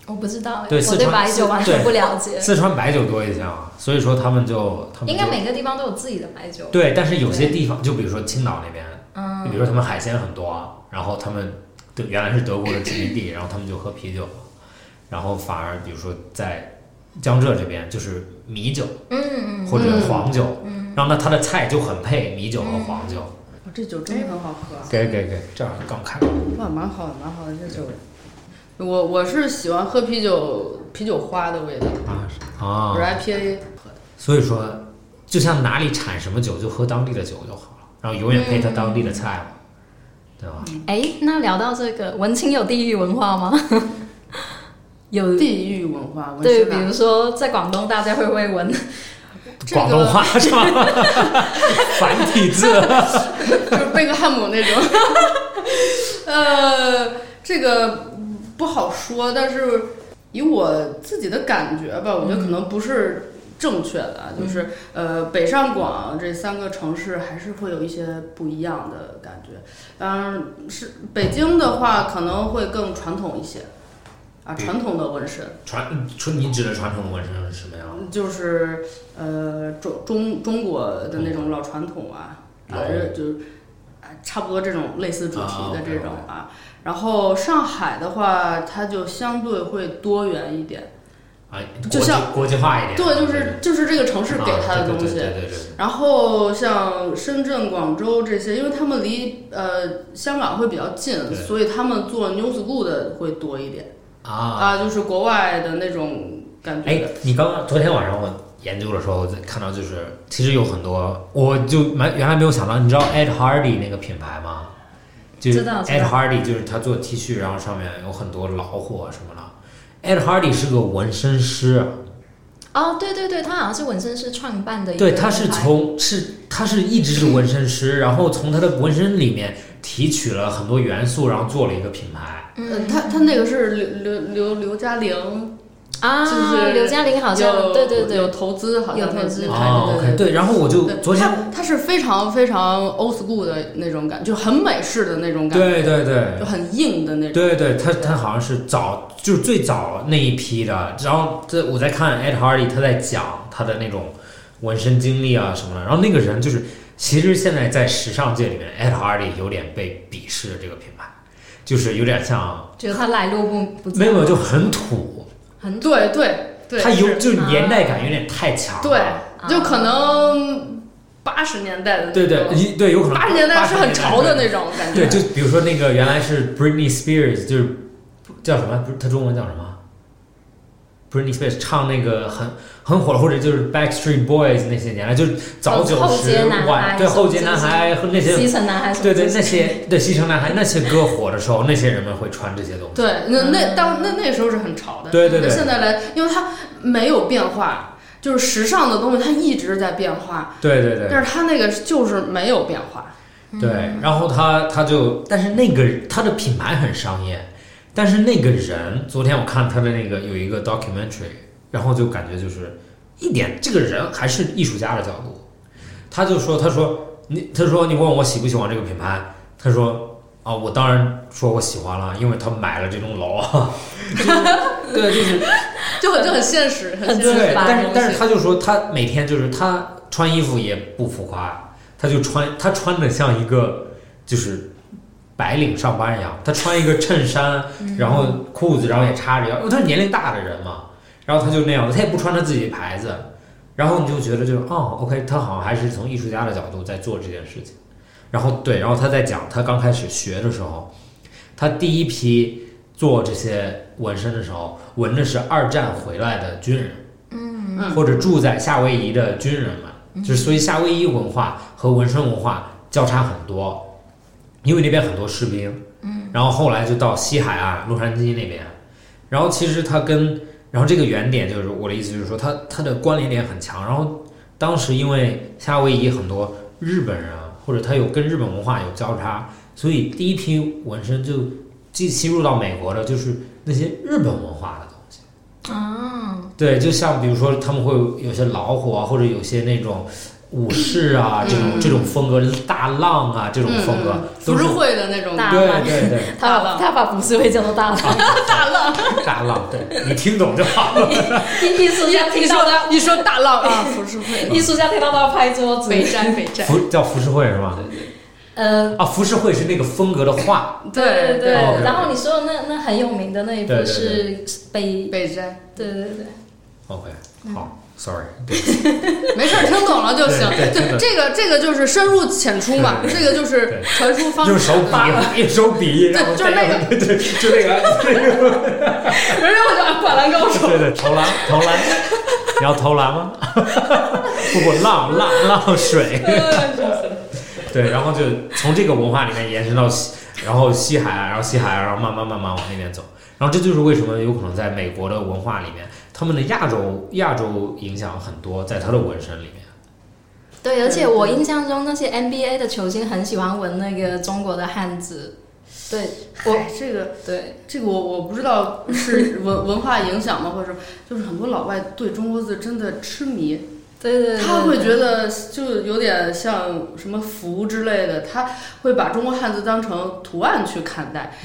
我不知道，
对
我
四
对
川
白酒完全不了解。
四川白酒多一些啊，所以说他们就他们
应
就
该每个地方都有自己的白酒。
对，但是有些地方就比如说青岛那边，
嗯，
比如说他们海鲜很多，然后他们对原来是德国的殖民地，然后他们就喝啤酒，然后反而比如说在江浙这边就是米酒。
嗯嗯，
或者黄酒，然后呢，它的菜就很配米酒和黄酒。
嗯
哇这酒真的很好喝啊，
给给给，这儿刚看，
哇，蛮好的，蛮好的这酒。我我是喜欢喝啤酒，啤酒花的味道，我
嗯
啊
是，IPA。
所以说，就像哪里产什么酒，就喝当地的酒就好了，然后永远配它当地的菜嘛，对吧？
嗯
哎，那聊到这个，文青有地域文化吗？ 有，
地域文化，我
对，
是
比
吧
如说在广东，大家会不会闻？
这
广东话是吧？ 繁体字，
就是贝克汉姆那种。呃，这个不好说，但是以我自己的感觉吧，我觉得可能不是正确的啊，就是呃，北上广这三个城市还是会有一些不一样的感觉。当然是北京的话，可能会更传统一些啊，传统的纹身
传传你指的传统纹身是什么呀？
就是呃中中中国的那种老传统啊，
嗯
啊
哦
就是啊差不多这种类似主题的
啊
这种啊。然后上海的话，它就相对会多元一点，
啊，
就
国际
像
国际化一点，
对，就是就是这个城市
啊
给它的
对
东
对
西
对。对对对
然后像深圳、广州这些，因为他们离呃香港会比较近，
对
所以他们做 new school 的会多一点
啊。
啊，就是国外的那种感觉
哎
的。，
你刚刚昨天晚上我研究的时候，我在看到就是其实有很多，我就蛮原来没有想到，你知道 Ed Hardy 那个品牌吗？就是
知道知
Ed
道
Hardy 就是他做 T 恤，然后上面有很多老虎啊什么的。Ed Hardy 是个纹身师，
哦，对对对，他好像是纹身师创办的一个
对，
品牌，
他是从是他是一直是纹身 师，然后从他的纹身里面提取了很多元素，然后做了一个品牌。
嗯，
嗯
他他那个是刘刘刘刘嘉玲，
啊，
就是
刘嘉玲好像
有
对对对
有，投资，好像
有投资
那
对
那牌
哦
子
OK，
对
对，然后我就
对，
昨天，
他他是非常非常 old school 的那种感觉，就很美式的那种感觉，
对对对，
就很硬的那种。
对对，他他好像是早就是最早那一批的，然后这我在看 Ed Hardy 他在讲他的那种纹身经历啊什么的，然后那个人就是其实现在在时尚界里面，Ed Hardy 有点被鄙视这个品牌，就是有点像
觉得他来路不不
没
正
有没有就很土，
很土
对对对，
他有
是
就是年代感有点太强
对
了，，
就可能八十年代的那
对对
种
一对有可能
八十年代是很潮的
80年代
那种感
对，
觉，
就比如说那个原来是 Britney Spears，就是叫什么？不是，她中文叫什么？Britney Spears 唱那个很很火的，或者就是 Backstreet Boys 那些年来，就是早
后
九
后街
十
男
晚
孩
对
什么
后街
这
男
些
孩和那些
西城男孩什么
对对那
之类的
些对西城男孩那些歌火的时候，那些人们会穿这些东西。
对，那那当那那时候是很潮的，
对对对
那现在来，因为它没有变化，就是时尚的东西它一直在变化，
对对对
但是它那个就是没有变化，
对，然后他他就，但是那个他的品牌很商业，但是那个人，昨天我看他的那个有一个 documentary，然后就感觉就是一点，这个人还是艺术家的角度，他就说，他说你，他说你问我喜不喜欢这个品牌，他说啊，我当然说我喜欢了，因为他买了这栋楼啊，就对，就是
就很就很现实，很现
自
实。
对，
发
但是
东
但是
西
他就说他每天就是他穿衣服也不浮夸，他就穿他穿的像一个就是白领上班一样，他穿一个衬衫，然后裤子，然后也叉着腰，因为他是年龄大的人嘛，然后他就那样，他也不穿他自己的牌子，然后你就觉得就是哦，OK，他好像还是从艺术家的角度在做这件事情，然后对，然后他在讲他刚开始学的时候，他第一批做这些纹身的时候，纹的是二战回来的军人。
嗯
或者住在夏威夷的军人们，就是所以夏威夷文化和纹身文化交叉很多，因为那边很多士兵，嗯，然后后来就到西海岸洛杉矶那边，然后其实它跟然后这个原点就是我的意思就是说它它的关联点很强，然后当时因为夏威夷很多日本人啊或者他有跟日本文化有交叉，所以第一批纹身就既吸入到美国的就是那些日本文化的东西。
哦
啊，
对，就像比如说他们会有些老虎啊，或者有些那种武士啊，这种、这种风格，大浪啊这种风格，
嗯，
都
浮
是
世绘的那种
大
对
浪
对对，
他把他把不是会叫做大
啊
佬，
大浪，
大浪，对你听懂就好了。
艺术家
一
听到他
说一说大 浪啊，浮世绘，
艺术家听到都要拍桌子，
北斋北斋，
浮叫浮世绘是吗？
呃。
啊，浮世绘是那个风格的画，
对对
哦
然后你说的那那很有名的那一部
对对
是北，
北斋，
对对 对，
OK，好，sorry，
嗯没事儿，听懂了就行。
对对听懂
这个这个就是深入浅出嘛，
对对
这个就是
对
传输方式。
用手比，用手比，然 后
对就是那个
再用 对对，就那个，对
没事，我就按灌篮高手。
对对，投篮，投篮，你要投篮吗？ 不不，浪浪浪水。对，然后就从这个文化里面延伸到西，然后西海岸，然后西海岸，然后慢慢慢慢往那边走。然后这就是为什么有可能在美国的文化里面，他们的亚洲亚洲影响很多，在他的纹身里面。
对，而且我印象中那些 NBA 的球星很喜欢纹那个中国的汉字，对我
我这个
对
这个我我不知道是文文化影响吗，或者什么，就是很多老外对中国字真的痴迷，
对对对，
他会
对
觉得就有点像什么福之类的，他会把中国汉字当成图案去看待，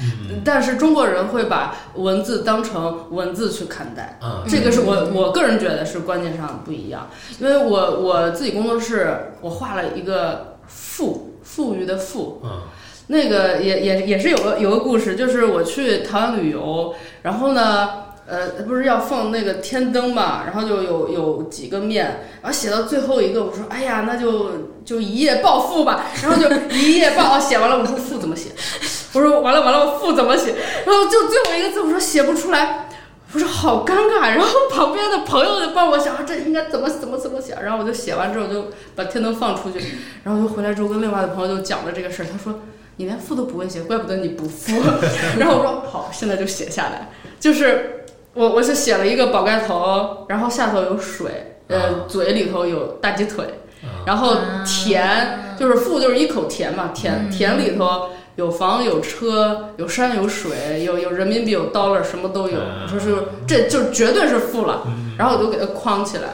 但是中国人会把文字当成文字去看待。
嗯，
这个是我我个人觉得是观念上不一样，因为我我自己工作室我画了一个富富裕的富，
嗯
那个也也也是有个有个故事，就是我去台湾旅游，然后呢，呃，不是要放那个天灯嘛，然后就有有几个面，然后写到最后一个，我说哎呀，那就就一夜暴富吧，然后就一夜暴哦写完了，我说富怎么写？ 我说完了完了，富怎么写？然后就最后一个字，我说写不出来。我说好尴尬，然后旁边的朋友就帮我想，啊这应该怎么怎么怎么写，然后我就写完之后就把天灯放出去，然后就回来之后跟另外的朋友就讲了这个事儿，他说你连负都不会写，怪不得你不负。 然后我说好，现在就写下来。就是我，我就写了一个宝盖头，然后下头有水，呃，嘴里头有大鸡腿，
嗯
然后
啊
田就是富就是一口田嘛，
嗯
田田里头有房有车有山有水有有人民币有 dollar 什么都有，
嗯
就是这就绝对是富了。
嗯，
然后我就给它框起来，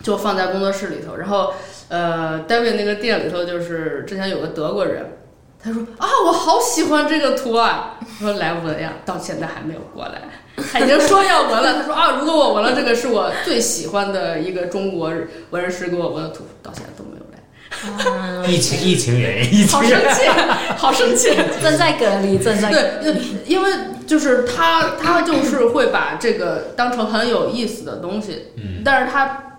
就放在工作室里头。然后，呃，单位那个店里头就是之前有个德国人，他说啊，我好喜欢这个图案，我说来纹呀，到现在还没有过来，他已经说要纹了。他说啊，如果我纹了这个是我最喜欢的一个中国纹身师给我纹的图，到现在都没有来，
啊
疫情疫情原因，疫 情
好生 气，好生气。
正在隔离，正在
对，呃因因为就是他，他就是会把这个当成很有意思的东西，
嗯
但是他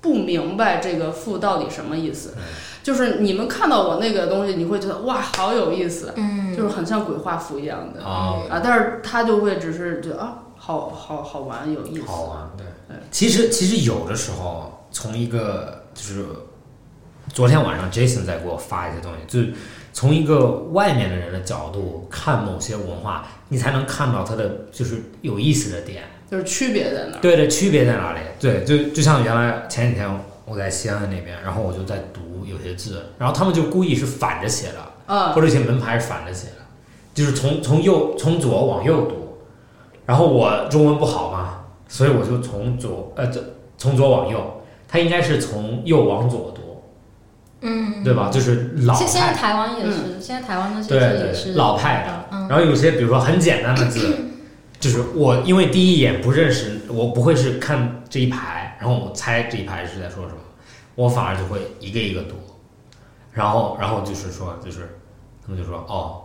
不明白这个富到底什么意思
嗯。
就是你们看到我那个东西，你会觉得哇，好有意思，
嗯，
就是很像鬼画符一样的
哦
啊。但是他就会只是觉得啊，好好好玩，有意思。
好玩，对
嗯。
其实其实有的时候，从一个就是昨天晚上 Jason 在给我发一些东西，就是从一个外面的人的角度看某些文化，你才能看到它的就是有意思的点。
就是区别在哪儿？
对的，区别在哪里？对，就就像原来前几天我在西安那边，然后我就在读有些字，然后他们就故意是反着写的，
嗯
或者有些门牌是反着写的，就是从从右从左往右读。然后我中文不好嘛，所以我就从左呃这从左往右，他应该是从右往左读，
嗯，
对吧？就是老
现现在
派，
台湾也
嗯
是，现在台湾那些
对
字也
对
是
老派的。
嗯，
然后有些比如说很简单的字，就是我因为第一眼不认识，我不会是看这一排，然后我猜这一排是在说什么，我反而就会一个一个读，然后然后就是说就是他们就说哦，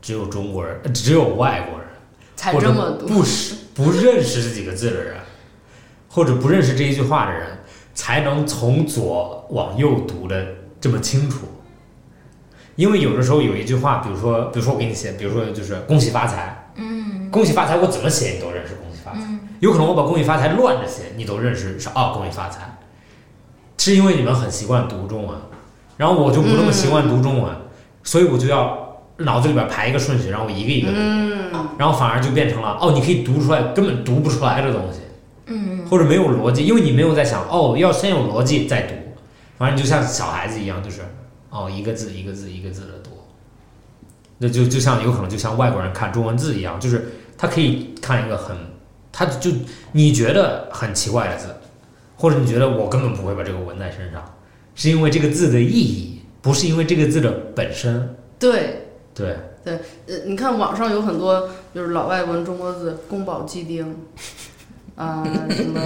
只有中国人，呃只有外国人
才
或者
这么多。
不识不认识这几个字的人，或者不认识这一句话的人，才能从左往右读的这么清楚。因为有的时候有一句话，比如说，比如说我给你写，比如说就是“恭喜发财”，嗯，“恭喜发财”，我怎么写你都认识“恭喜发财”，有可能我把“恭喜发财”乱着写，你都认识是哦“恭喜发财”，是因为你们很习惯读中文，然后我就不那么习惯读中文，所以我就要脑子里边排一个顺序，然后我一个一个读。
嗯，
然后反而就变成了哦，你可以读出来根本读不出来的东西，嗯，或者没有逻辑，因为你没有在想哦，要先有逻辑再读，反正就像小孩子一样，就是哦，一个字一个字一个字的读，那就就像有可能就像外国人看中文字一样，就是他可以看一个很，他就你觉得很奇怪的字，或者你觉得我根本不会把这个纹在身上，是因为这个字的意义，不是因为这个字的本身，
对。
对，
呃，你看网上有很多就是老外文中国字，宫保鸡丁，啊、什么，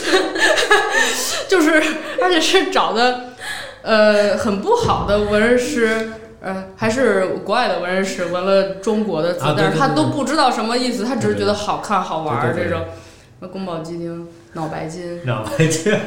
就是而且是找的，呃，很不好的文人师。呃，还是国外的文人师纹了中国的字，
啊对
但是
对
他
对
都不知道什么意思，他只是觉得好看好玩儿
对
这
对对
种。那宫保鸡丁、脑白金，
然后就
就这种。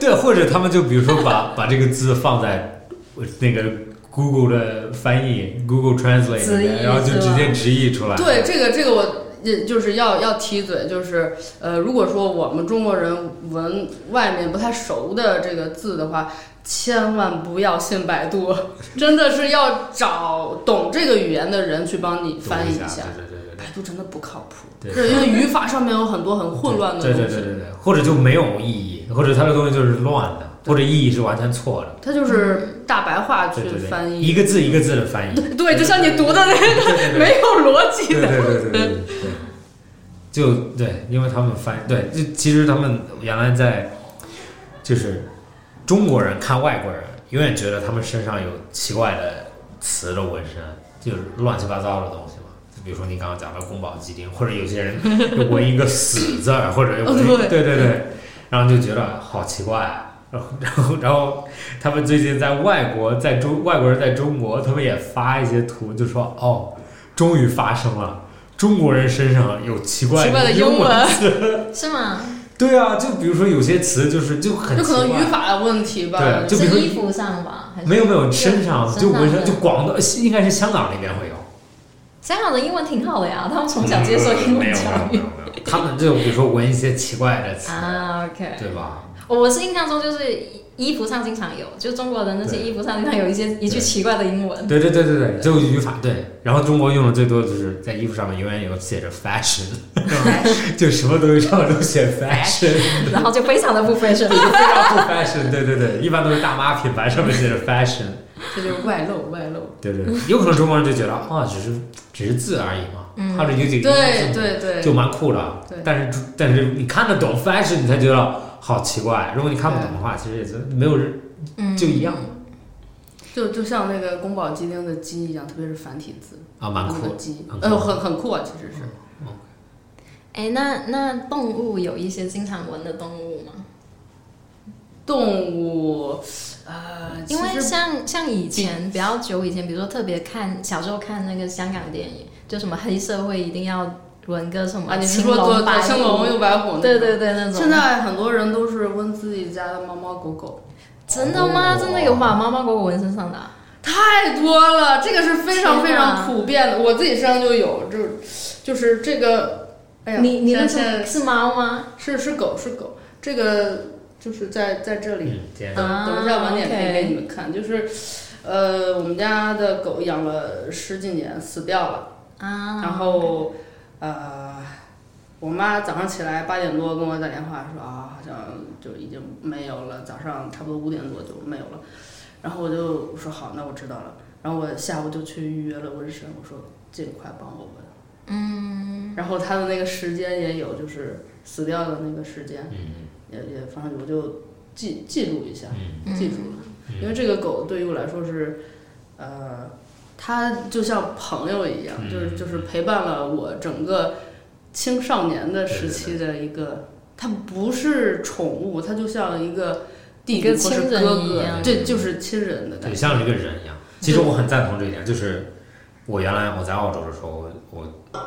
对，或者他们就比如说把把这个字放在我那个 Google 的翻译 Google Translate 里
直
面，
译
然后就是直
吧
接直译出来。
对，这个这个我也就是要要提嘴，就是呃，如果说我们中国人闻外面不太熟的这个字的话，千万不要信百度，真的是要找懂这个语言的人去帮你
读
翻译
一
一下。
对对对
百度真的不靠谱，
对
是因为语法上面有很多很混乱的
对
东西，
对对对对，或者就没有意义，或者它的东西就是乱的，或者意义是完全错的。
它就是大白话去
对对
翻
对，一
译。
个字一个字的翻译，对
对，就像你读的那个
对对
没有逻辑
对
的。
对 对对对，对，就对，因为他们翻对，就其实他们原来在就是中国人看外国人，永远觉得他们身上有奇怪的词的纹身，就是乱七八糟的东西嘛。就比如说你刚刚讲的宫保鸡丁，或者有些人就纹一个死字儿，或者纹一
哦对
对对对，然后就觉得好奇怪啊。然后，然后，然后，他们最近在外国，在中外国人在中国，他们也发一些图，就说哦，终于发生了，中国人身上有奇怪
奇怪的
英
英文
是吗？
对啊，就比如说有些词就是就很
就
奇
可能语
怪，
法的问题吧。
对就是比如
衣服上吧？还是
没有没有身上
身
就纹
上
身，
的
就广东应该是香港那边会有。嗯
香港的英文挺好的呀，他们从小接受英
没
文
有没有
教
啊
没
育
有没 有，他们就比如说纹一些奇怪的词，
啊。OK，
对吧？
我是印象中就是衣服上经常有，就中国的那些
对
衣服上经常有一些一句
对
奇怪的英文。
对对对对对，就语法对。然后中国用的最多的就是在衣服上面永远有写 着 fashion，就什么东西上面都写 fashion，
然后就非常的不 fashion
就非常不 fashion。对对对，一般都是大妈品牌上面写着 fashion。
这就是外露，外露。
对对，对有可能中国人就觉得啊，只是只是字而已嘛，或者有几个
嗯对
英文字母
对对，
就蛮酷的
对。
但是但是你看得懂 fashion，你才觉得好奇怪。如果你看不懂的话，其实也就没有人
嗯，
就一样
就就像那个宫保鸡丁的鸡一样，特别是繁体字，
啊，蛮
那
酷嗯
个。鸡
很，酷
呃，很很酷啊，其实是。
哎，那那动物有一些经常闻的动物吗？
动物，呃，其
因为
实
像像以前比较久以前，比如说特别看小时候看那个香港电影，就什么黑社会一定要纹个什么
啊，你是
青
说
龙
对
白
对青龙
虎，
又白虎？
对。对对，那嗯种。
现在很多人都是问自己家的猫猫狗狗，
真的吗？
哦
真的有把猫猫狗狗纹身上的啊、
太多了，这个是非常非
天哪
常普遍的，我自己身上就有，就就是这个，哎呀，
你你那
现在
是
现在
是猫吗？
是是狗是狗，这个就是在在这里
嗯，天哪，
啊
等等一下晚点可以给
OK
你们看，就是，呃，我们家的狗养了十几年，死掉了，
啊，
然后，呃，我妈早上起来八点多跟我打电话说啊，好像就已经没有了，早上差不多五点多就没有了，然后我就说好，那我知道了，然后我下午就去预约了纹身，我说尽快帮我纹，嗯，然后他的那个时间也有，就是死掉的那个时间，
嗯
也也反正我就记记录一下。
嗯
记住了，
嗯
因为这个狗对于我来说是，呃，它就像朋友一样，
嗯
就是就是陪伴了我整个青少年的时期的一个，它不是宠物，它就像一个弟
一
弟
个
或是
亲人
哥
一
哥
样，
嗯
这就是亲人的感
对，
觉。
像一个人一样。其实我很赞同这一点，就是我原来我在澳洲的时候，我我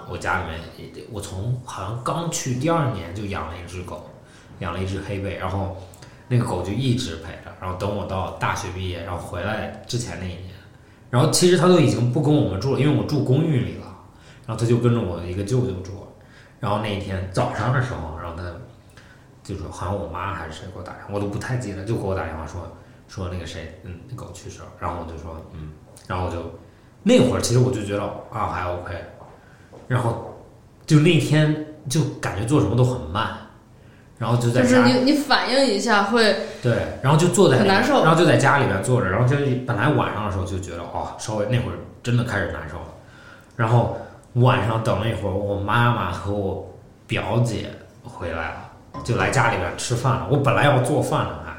我家里面也，我从好像刚去第二年就养了一只狗，养了一只黑背，然后那个狗就一直陪着，然后等我到大学毕业，然后回来之前那一年，然后其实它都已经不跟我们住了，因为我住公寓里了，然后它就跟着我一个舅舅住了，然后那一天早上的时候，然后它就是好像我妈还是谁给我打电话，我都不太记得，就给我打电话说说那个谁，嗯，那狗去世了，然后我就说嗯，然后我就那会儿其实我就觉得啊还 OK，然后就那天就感觉做什么都很慢，然后就在
就
家
是你，你反应一下会
对，然后就坐在
很难受
然后就在家里面坐着，然后就是本来晚上的时候就觉得哦，稍微那会儿真的开始难受了，然后晚上等了一会儿，我妈妈和我表姐回来了，就来家里边吃饭了。我本来要做饭了还，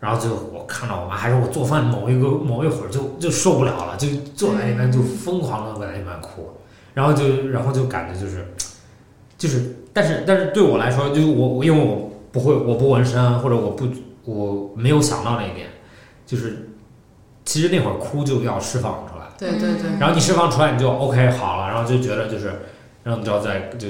然后就我看到我妈还说我做饭某一个某一会儿就就受不了了，就坐在那边就疯狂的在那边哭，然后就然后就感觉就是就是，但是但是对我来说，就是我我因为我不会我不纹身啊或者我不我没有想到那一点，就是其实那会儿哭就要释放出来。
对对对，
然后你释放出来，你就 OK 好了，然后就觉得就是，然后你知道在就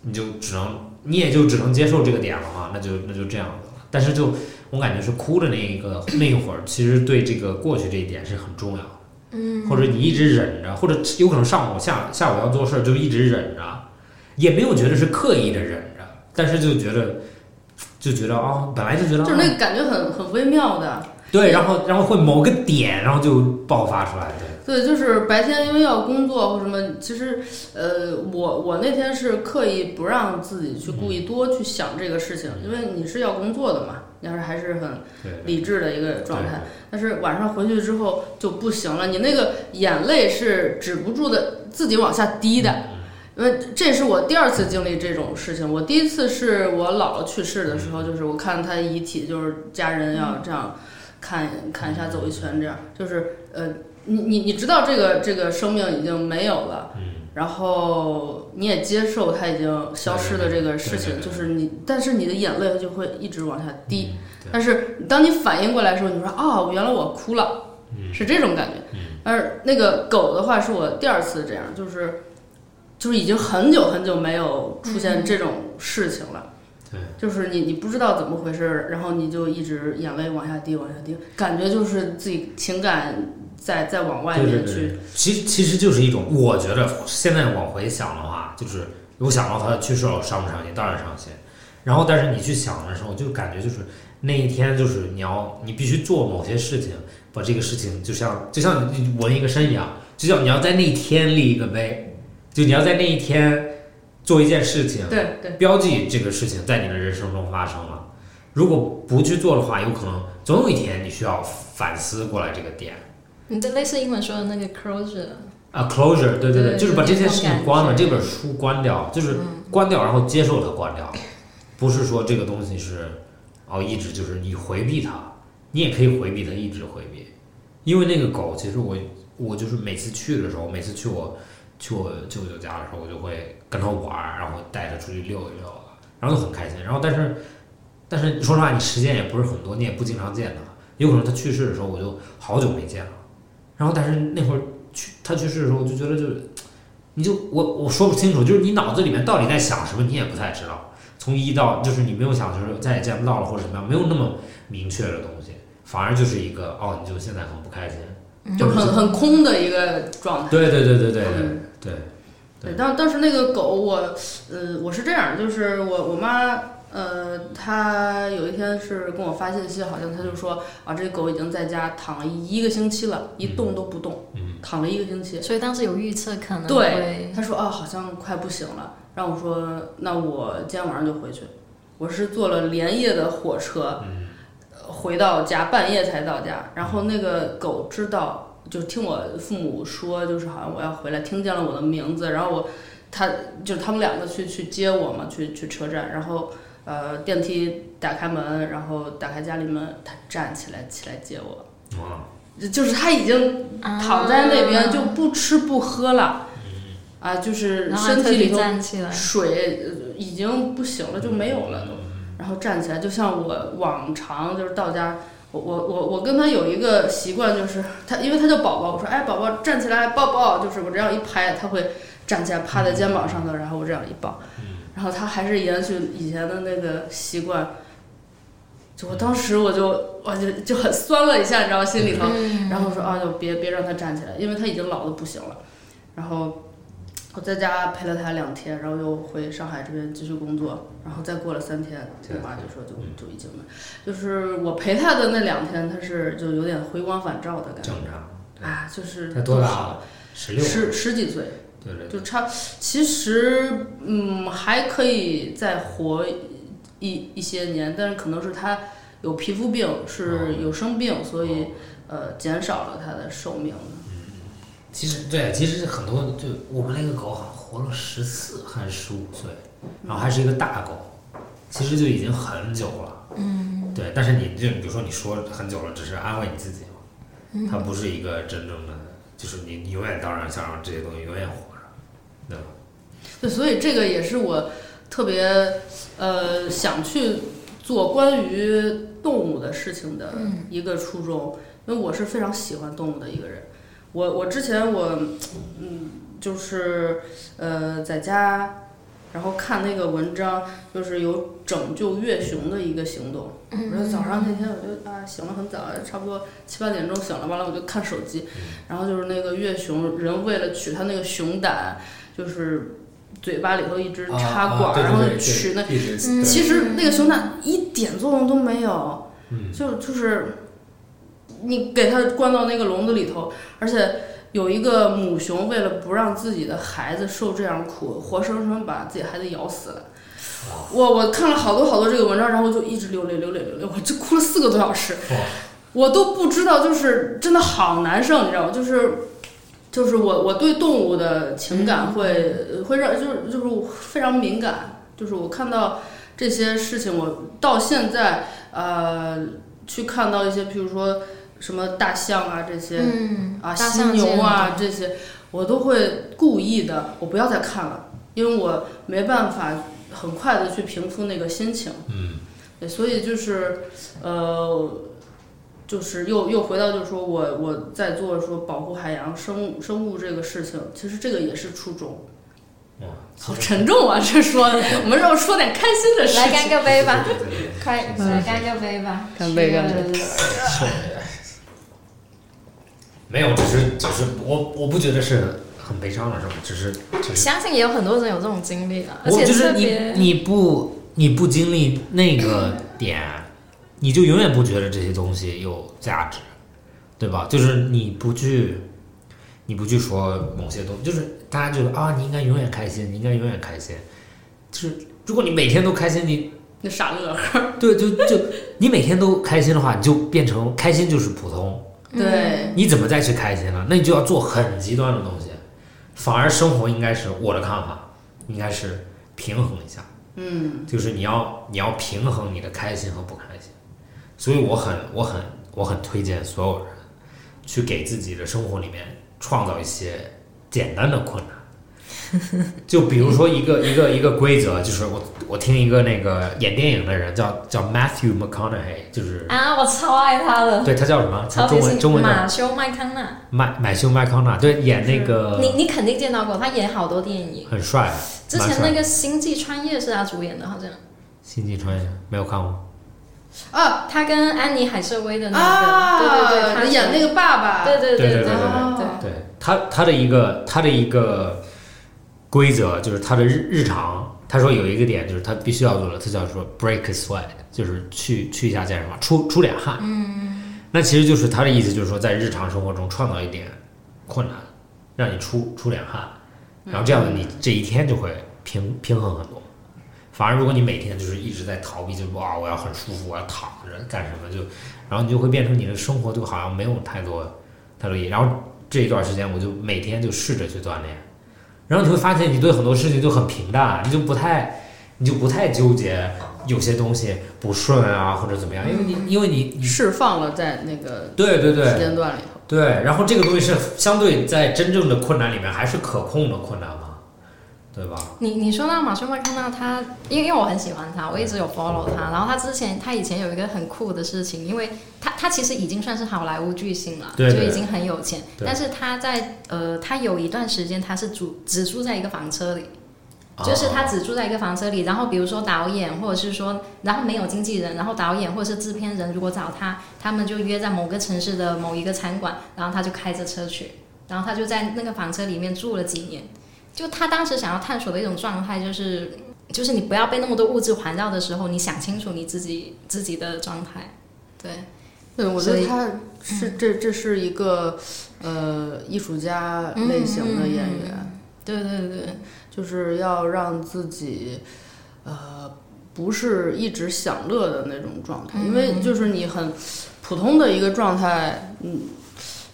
你就只能你也就只能接受这个点了嘛，那就那就这样子了。但是就我感觉是哭的那一个那一会儿，其实对这个过去这一点是很重要的。嗯，或者你一直忍着，或者有可能上午下下午要做事儿就一直忍着，也没有觉得是刻意的忍着，但是就觉得就觉得啊、本来
嗯
就觉得
就是
啊
那个感觉很很微妙的。
对，然后然后会某个点，然后就爆发出来，对，
对，就是白天因为要工作或什么，其实呃，我我那天是刻意不让自己去故意多去想这个事情，因为你是要工作的嘛。要是还是很
对对
理智的一个状
对
态。但是晚上回去之后就不行了，你那个眼泪是止不住的，自己往下滴的。因为这是我第二次经历这种事情，我第一次是我姥姥去世的时候，就是我看她遗体，就是家人要这样看看一下走一圈，这样就是呃，你你你知道这个这个生命已经没有了，
嗯，
然后你也接受它已经消失的这个事
对对对
情，
对
就是你，但是你的眼泪就会一直往下滴，
嗯，
但是当你反应过来的时候，你说啊，原来我哭了，
嗯
是这种感觉
嗯。
而那个狗的话，是我第二次这样，就是就是已经很久很久没有出现这种事情了。
对
就是你你不知道怎么回事，然后你就一直眼泪往下滴，往下滴，感觉就是自己情感在在往外
对对
面
对
去
对，其实其实就是一种，我觉得现在往回想的话，就是我想到他去世了，我伤不伤心？当然伤心。然后，但是你去想的时候，就感觉就是那一天，就是你要你必须做某些事情，把这个事情就像就像你纹一个身一样，就像你要在那一天立一个碑，就你要在那一天做一件事情，
对对
标记这个事情在你的人生中发生了。如果不去做的话，有可能总有一天你需要反思过来这个点。
你嗯这类似英文说的那个 closure，
啊，closure，对对，
对
就是把这件事
有那
情
种
关了，
感
这
觉嗯
本书关掉，就是关掉，然后接受它关掉，不是说这个东西是哦一直就是你回避它，你也可以回避它，一直回避，因为那个狗，其实我我就是每次去的时候，每次去我去我舅舅家的时候，我就会跟它玩儿，然后带它出去溜一溜，啊然后就很开心，然后但是但是说实话，你时间也不是很多，你也不经常见它，有可能它去世的时候，我就好久没见了，然后但是那会儿。去他去世的时候，我就觉得就是，你就我我说不清楚，就是你脑子里面到底在想什么，你也不太知道。从一到就是你没有想，就是再也见不到了或者怎么样，没有那么明确的东西，反而就是一个哦，你就现在很不开心，
就很很空的一个状态。
对对对对对
嗯
对对
对，但但是那个狗我，呃，我是这样，就是我我妈，呃，她有一天是跟我发信息，好像她就说啊，这狗已经在家躺了一个星期了，一动都不动，
嗯
躺了一个星期。
所以当时有预测可能
对
会，
她说啊，好像快不行了。让我说，那我今天晚上就回去。我是坐了连夜的火车，
嗯
呃回到家，半夜才到家。然后那个狗知道，就听我父母说，就是好像我要回来，听见了我的名字，然后我，他就是他们两个去去接我嘛，去去车站，然后呃电梯打开门，然后打开家里门，他站起来起来接我，
啊，
就就是他已经
啊
躺在那边就不吃不喝了，啊，就是
然后还
身
特
体
地
里头
站起来，
水呃已经不行了，就没有了都。然后站起来，就像我往常就是到家，我我我我跟他有一个习惯，就是他因为他叫宝宝，我说哎宝宝站起来抱抱，就是我这样一拍，他会站起来趴在肩膀上头，然后我这样一抱，然后他还是延续以前的那个习惯。就我当时我就我就就很酸了一下，你知道心里头，
嗯
然后我说啊，就别别让他站起来，因为他已经老的不行了。然后我在家陪了他两天，然后又回上海这边继续工作，然后再过了三天，我
啊
妈就说就
嗯
就已经了。就是我陪他的那两天，他是就有点回光返照的感觉
正常。
啊，就是
他多大
好
了？啊十六，
十十几岁，
对对对，
就差，其实嗯还可以再活一一些年，但是可能是他有皮肤病，是有生病，所以呃减少了他的寿命。
其实对，其实很多就我们那个狗好像活了十四还是十五岁，然后还是一个大狗，其实就已经很久了。嗯，对，但是你就比如说你说很久了，只是安慰你自己嘛，它不是一个真正的，就是你你永远当然想让这些东西永远活着，对吧？
对，所以这个也是我特别呃想去做关于动物的事情的一个初衷，因为我是非常喜欢动物的一个人。我我之前我嗯就是呃在家，然后看那个文章，就是有拯救越熊的一个行动。我说早上那天我就啊醒了很早，差不多七八点钟醒了，完了我就看手机，
嗯
然后就是那个越熊人为了取它那个熊胆，就是嘴巴里头一直插管，
啊对
然后
对对
取那
对一直
嗯
对
其实那个熊胆一点作用都没有，
嗯
就就是你给它关到那个笼子里头，而且有一个母熊为了不让自己的孩子受这样苦，活生生把自己孩子咬死了。我我看了好多好多这个文章，然后就一直流泪流泪流泪，我就哭了四个多小时
哇，
我都不知道，就是真的好难受，你知道吗？就是就是我我对动物的情感会、会让就是就是我非常敏感，就是我看到这些事情，我到现在呃去看到一些，譬如说什么大象啊这些，
嗯
啊，
大
犀
象
牛啊这
见
些，我都会故意的，我不要再看了，因为我没办法很快的去平复那个心情。
嗯，
对，所以就是，呃，就是又又回到就是说我我在做说保护海洋生物生物这个事情，其实这个也是初衷。
哇，
好沉重啊，这说的，我们要说点开心的事
来干
情。
个杯吧，
对对对对
快来干个杯吧，
干杯干杯
Cheers！
没有，只是只是我我不觉得是很悲伤的什么，只是只是
相信也有很多人有这种经历啊，而
我
且
就是
特
你
别
你不你不经历那个点，你就永远不觉得这些东西有价值，对吧？就是你不去你不去说某些东西，就是大家觉得啊，你应该永远开心，你应该永远开心，就是如果你每天都开心，你
那傻乐呵，
对就就你每天都开心的话，你就变成开心就是普通。
嗯
对，
你怎么再去开心了？那你就要做很极端的东西。反而生活应该是我的看法，应该是平衡一下，
嗯，
就是你要你要平衡你的开心和不开心。所以我很我很我很推荐所有人去给自己的生活里面创造一些简单的困 难，就比如说一个一个一个规则，就是我我听一个那个演电影的人叫叫 Matthew McConaughey，就是
啊，我超爱他的，
对他叫什么？他
超
啊中
级
文中
星
文叫
马修麦康纳，
麦买修麦康纳，对，演那个
你你肯定见到过，他演好多电影，
很帅，
之前那个《星际穿越》是他主演的，好像
星际穿越没有看过，
啊
他跟安妮海瑟薇的那个，
啊，
对对对，他
演那
个，
个爸爸，
对对
对对
对
对
对
对
对
对他他的一个他的一个规则就是他的日日常，他说有一个点就是他必须要做的，他叫说 break a sweat，就是去去一下健身房，出出点汗。嗯，那其实就是他的意思，就是说在日常生活中创造一点困难，让你出出点汗，然后这样子你这一天就会平平衡很多。反而如果你每天就是一直在逃避，就哇我要很舒服，我要躺着干什么就，然后你就会变成你的生活就好像没有太多太多意义。然后这一段时间我就每天就试着去锻炼，然后你会发现你对很多事情就很平淡，你就不太你就不太纠结有些东西不顺啊或者怎么样，因为你因为你你
释放了在那个
对对
时
对
间段里头，
对，然后这个东西是相对在真正的困难里面还是可控的困难嘛，对吧？
你你说到马修麦康纳，他因为因为我很喜欢他，我一直有 follow 他。然后他之前他以前有一个很酷的事情，因为他他其实已经算是好莱坞巨星了，
对对
就已经很有钱。
对
但是他在呃，他有一段时间他是住只住在一个房车里，
哦
就是他只住在一个房车里，然后比如说导演或者是说，然后没有经纪人，然后导演或者是制片人如果找他，他们就约在某个城市的某一个餐馆，然后他就开着车去，然后他就在那个房车里面住了几年。就他当时想要探索的一种状态，就是就是你不要被那么多物质环绕的时候，你想清楚你自己自己的状态。对，
对，我觉
所
得
以嗯
他是这这是一个呃艺术家
嗯
类型的演员，
对对对，
就是要让自己呃不是一直享乐的那种状态，因为就是你很普通的一个状态，嗯，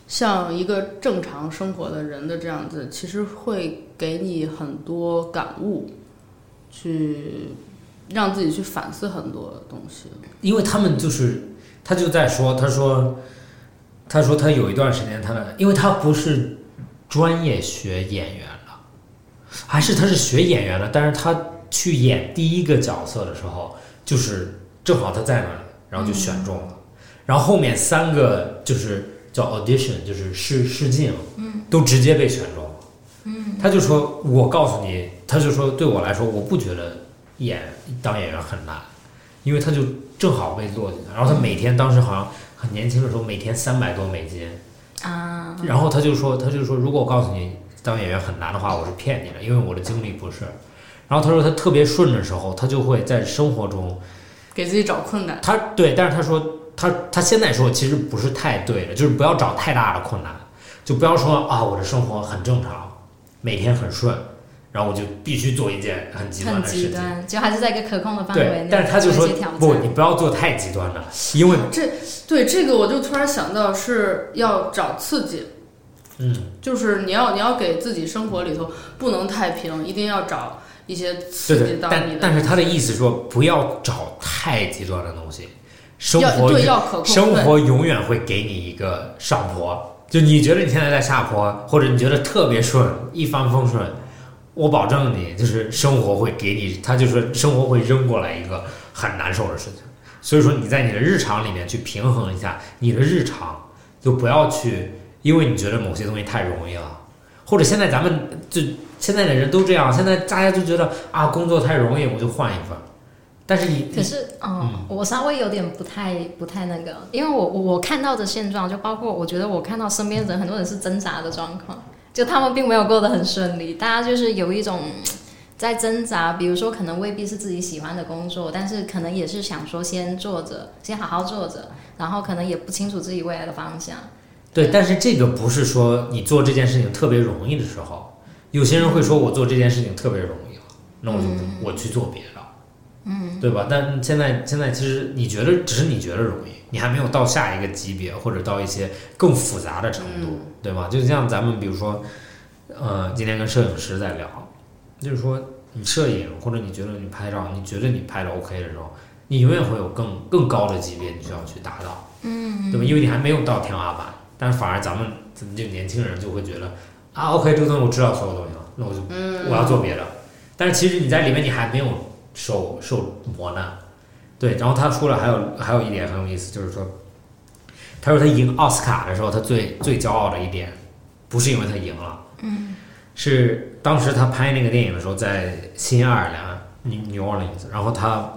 像一个正常生活的人的这样子，其实会给你很多感悟，去让自己去反思很多东西。
因为他们就是，他就在说，他说，他说他有一段时间他的，因为他不是专业学演员了，还是他是学演员的，但是他去演第一个角色的时候，就是正好他在那里，然后就选中了，然后后面三个就是叫 audition，就是试试镜，嗯，都直接被选中了，嗯，他就说，我告诉你，他就说对我来说，我不觉得演当演员很难。因为他就正好被落进去，然后他每天当时好像很年轻的时候，每天三百多美金，
啊，
然后他就说，他就说，如果我告诉你当演员很难的话，我是骗你的，因为我的经历不是。然后他说他特别顺的时候，他就会在生活中，
给自己找困
嗯
难，
他对，但是他说他他现在说其实不是太对的，就是不要找太大的困难，就不要说啊我的生活很正常，每天很顺，然后我就必须做一件很极端
很
的事
极
情。
端，就还是在一个可控的范围
对
内。，
但是他就说
有一些挑
不，
战
你不要做太极端了，因为
对这个，我就突然想到是要找刺激，
嗯，
就是你要你要给自己生活里头不能太平，一定要找一些
对
刺激
对，
到
但
你的，
但是他的意思说不要找太极端的东西，生
要
活
对要可控。
生活永远会给你一个上坡，就你觉得你现在在下坡，或者你觉得特别顺，一帆风顺，我保证你，就是生活会给你，他就是生活会扔过来一个很难受的事情。所以说你在你的日常里面去平衡一下你的日常，就不要去，因为你觉得某些东西太容易了，或者现在咱们就现在的人都这样，现在大家就觉得啊工作太容易，我就换一份儿。但是你
可是，嗯，我稍微有点不太不太那个，因为我我我看到的现状，就包括我觉得我看到身边人很多人是挣扎的状况，就他们并没有过得很顺利，大家就是有一种嗯在挣扎，比如说可能未必是自己喜欢的工作，但是可能也是想说先做着，先好好做着，然后可能也不清楚自己未来的方向。
对，但是这个不是说你做这件事情特别容易的时候，有些人会说我做这件事情特别容易了，那我就不、我去做别的，嗯，对吧？但现在现在其实你觉得只是你觉得容易，你还没有到下一个级别或者到一些更复杂的程度，对吧？就像咱们比如说，呃，今天跟摄影师在聊，就是说你摄影或者你觉得你拍照，你觉得你拍的 OK 的时候，你永远会有更更高的级别你需要去达到，嗯，对吧？因为你还没有到天花板，但是反而咱们咱们这年轻人就会觉得啊，OK，这个东西我知道所有东西了，那我就、我要做别的。但是其实你在里面你还没有受受磨难，对。然后他说了还有还有一点很有意思，就是说，他说他赢奥斯卡的时候，他最最骄傲的一点，不是因为他赢了，是当时他拍那个电影的时候，在新爱尔兰 New Orleans，然后他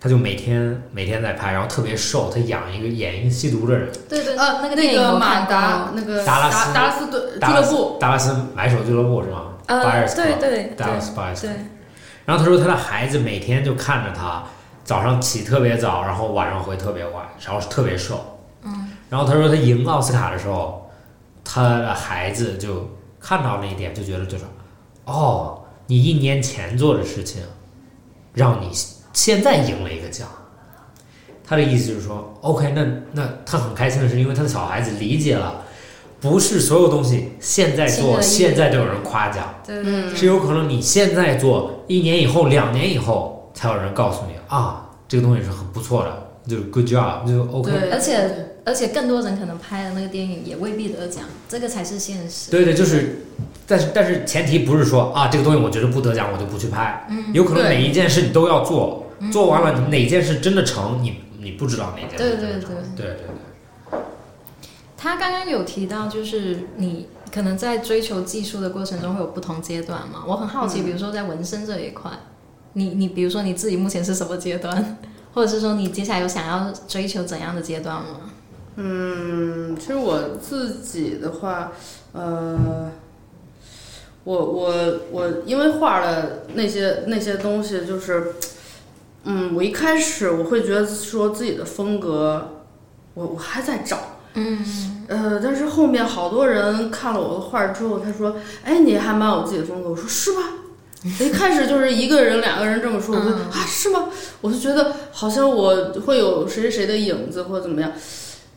他就每天每天在拍，然后特别瘦，他养一个演一个吸毒的人，
对对
呃，
那个
那
电影
个
我
马
看
达
过，
那个
达拉斯
达达拉斯顿俱
达拉
乐
斯
部，
达拉斯买手俱乐部是吗？
呃，
Buyers
对
Club
对对
Dallas Buyers Club
对，
然后他说他的孩子每天就看着他，早上起特别早，然后晚上回特别晚，然后特别瘦。嗯。然后他说他赢奥斯卡的时候，他的孩子就看到那一点，就觉得就是，哦，你一年前做的事情，让你现在赢了一个奖。他的意思就是说，OK，那那他很开心的是，因为他的小孩子理解了，不是所有东西现在
轻而
做，
易
现在就有人夸奖。
对对
嗯，
是有可能你现在做，一年以后、两年以后才有人告诉你啊，这个东西是很不错的，就是 good job，就 OK。
对，
而且而且更多人可能拍的那个电影也未必得奖，这个才是现实。
对对，就是，但是但是前提不是说啊，这个东西我觉得不得奖，我就不去拍。有可能
对
哪一件事你都要做，做完了你哪件事真的成，你你不知道哪件事
对
真的
对
成。
对。
对对对
他刚刚有提到，就是你可能在追求技术的过程中会有不同阶段嘛。我很好奇，比如说在纹身这一块，你你比如说你自己目前是什么阶段，或者是说你接下来有想要追求怎样的阶段吗？
嗯，其实我自己的话，呃，我我我因为画了那些那些东西，就是，嗯，我一开始我会觉得说自己的风格，我我还在找。嗯，呃，但是后面好多人看了我的画之后，他说：“哎，你还蛮有自己的风格。”我说：“是吧？”我一开始就是一个人、两个人这么说，我说、啊，是吗？我就觉得好像我会有谁谁谁的影子或者怎么样。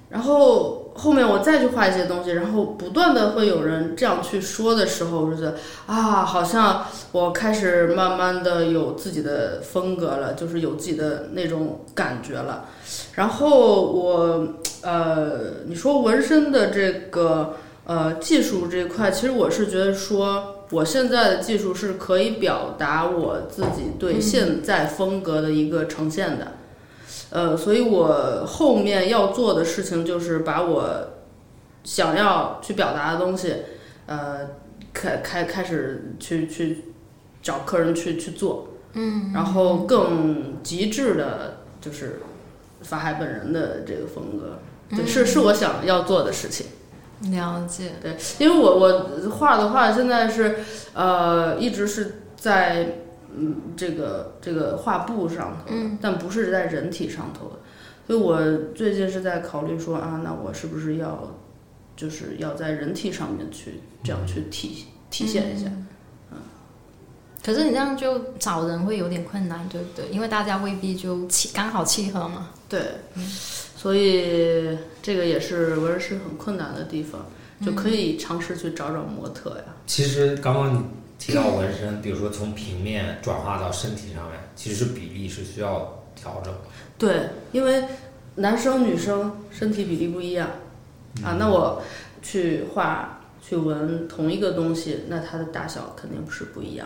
然后后面我再去画一些东西，然后不断的会有人这样去说的时候，我就觉得啊，好像我开始慢慢的有自己的风格了，就是有自己的那种感觉了。然后我呃，你说纹身的这个呃技术这一块，其实我是觉得说。我现在的技术是可以表达我自己对现在风格的一个呈现的，呃，所以我后面要做的事情就是把我想要去表达的东西，呃，开开开始去去找客人去去做，嗯，然后更极致的就是法海本人的这个风格，对，是是我想要做的事情。
了解，
对，因为我我画的话，现在是呃一直是在嗯这个这个画布上头的，但不是在人体上头的，所以我最近是在考虑说啊，那我是不是要就是要在人体上面去这样去体体现一下？
可是你这样就找人会有点困难，对不对？因为大家未必就契刚好契合嘛。
对，所以这个也是纹身师很困难的地方，就可以尝试去找找模特呀。
其实刚刚你提到纹身，比如说从平面转化到身体上面，其实比例是需要调整的。
对，因为男生女生身体比例不一样啊，那我去画去纹同一个东西，那它的大小肯定是不一样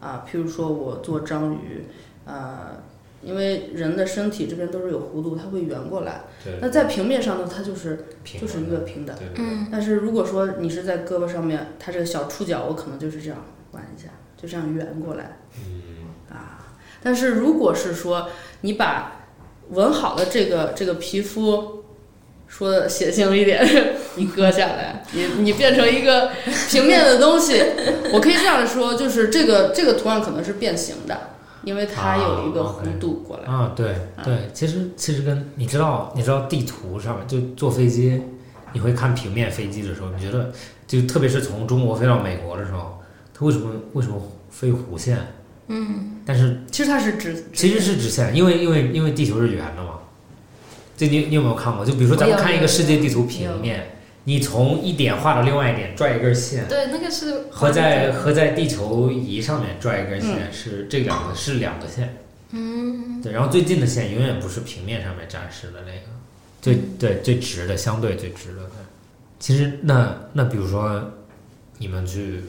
的啊。譬如说我做章鱼，啊，因为人的身体这边都是有弧度，它会圆过来。
对，
那在平面上呢，它就是
平
呃就是一
衡
个
的，
平的。
对对对，
嗯，
但是如果说你是在胳膊上面，它这个小触角，我可能就是这样弯一下，就这样圆过来。
嗯，
啊。但是如果是说你把纹好的这个这个皮肤，说的血腥一点， 你割下来，你你变成一个平面的东西，我可以这样说，就是这个这个图案可能是变形的，因为它有一个
啊，OK
弧度过来。
啊，对
嗯
对，其实其实跟你知道，你知道地图上面就坐飞机，你会看平面飞机的时候，你觉得就特别是从中国飞到美国的时候，它为什么为什么飞弧线？嗯，但是
其实它是直，
其实是直线，因为因为因为地球是圆的嘛。这你你有没有看过？就比如说咱们
我有
看一
有
个世界地图
有
平面，你从一点画到另外一点拽一根线，
对，那个是
和在和在地球仪上面拽一根
嗯
线是、这两个是两个线，嗯，对，然后最近的线永远不是平面上面展示的那个，最
嗯
对最直的相对最直的。对其实那那比如说你们去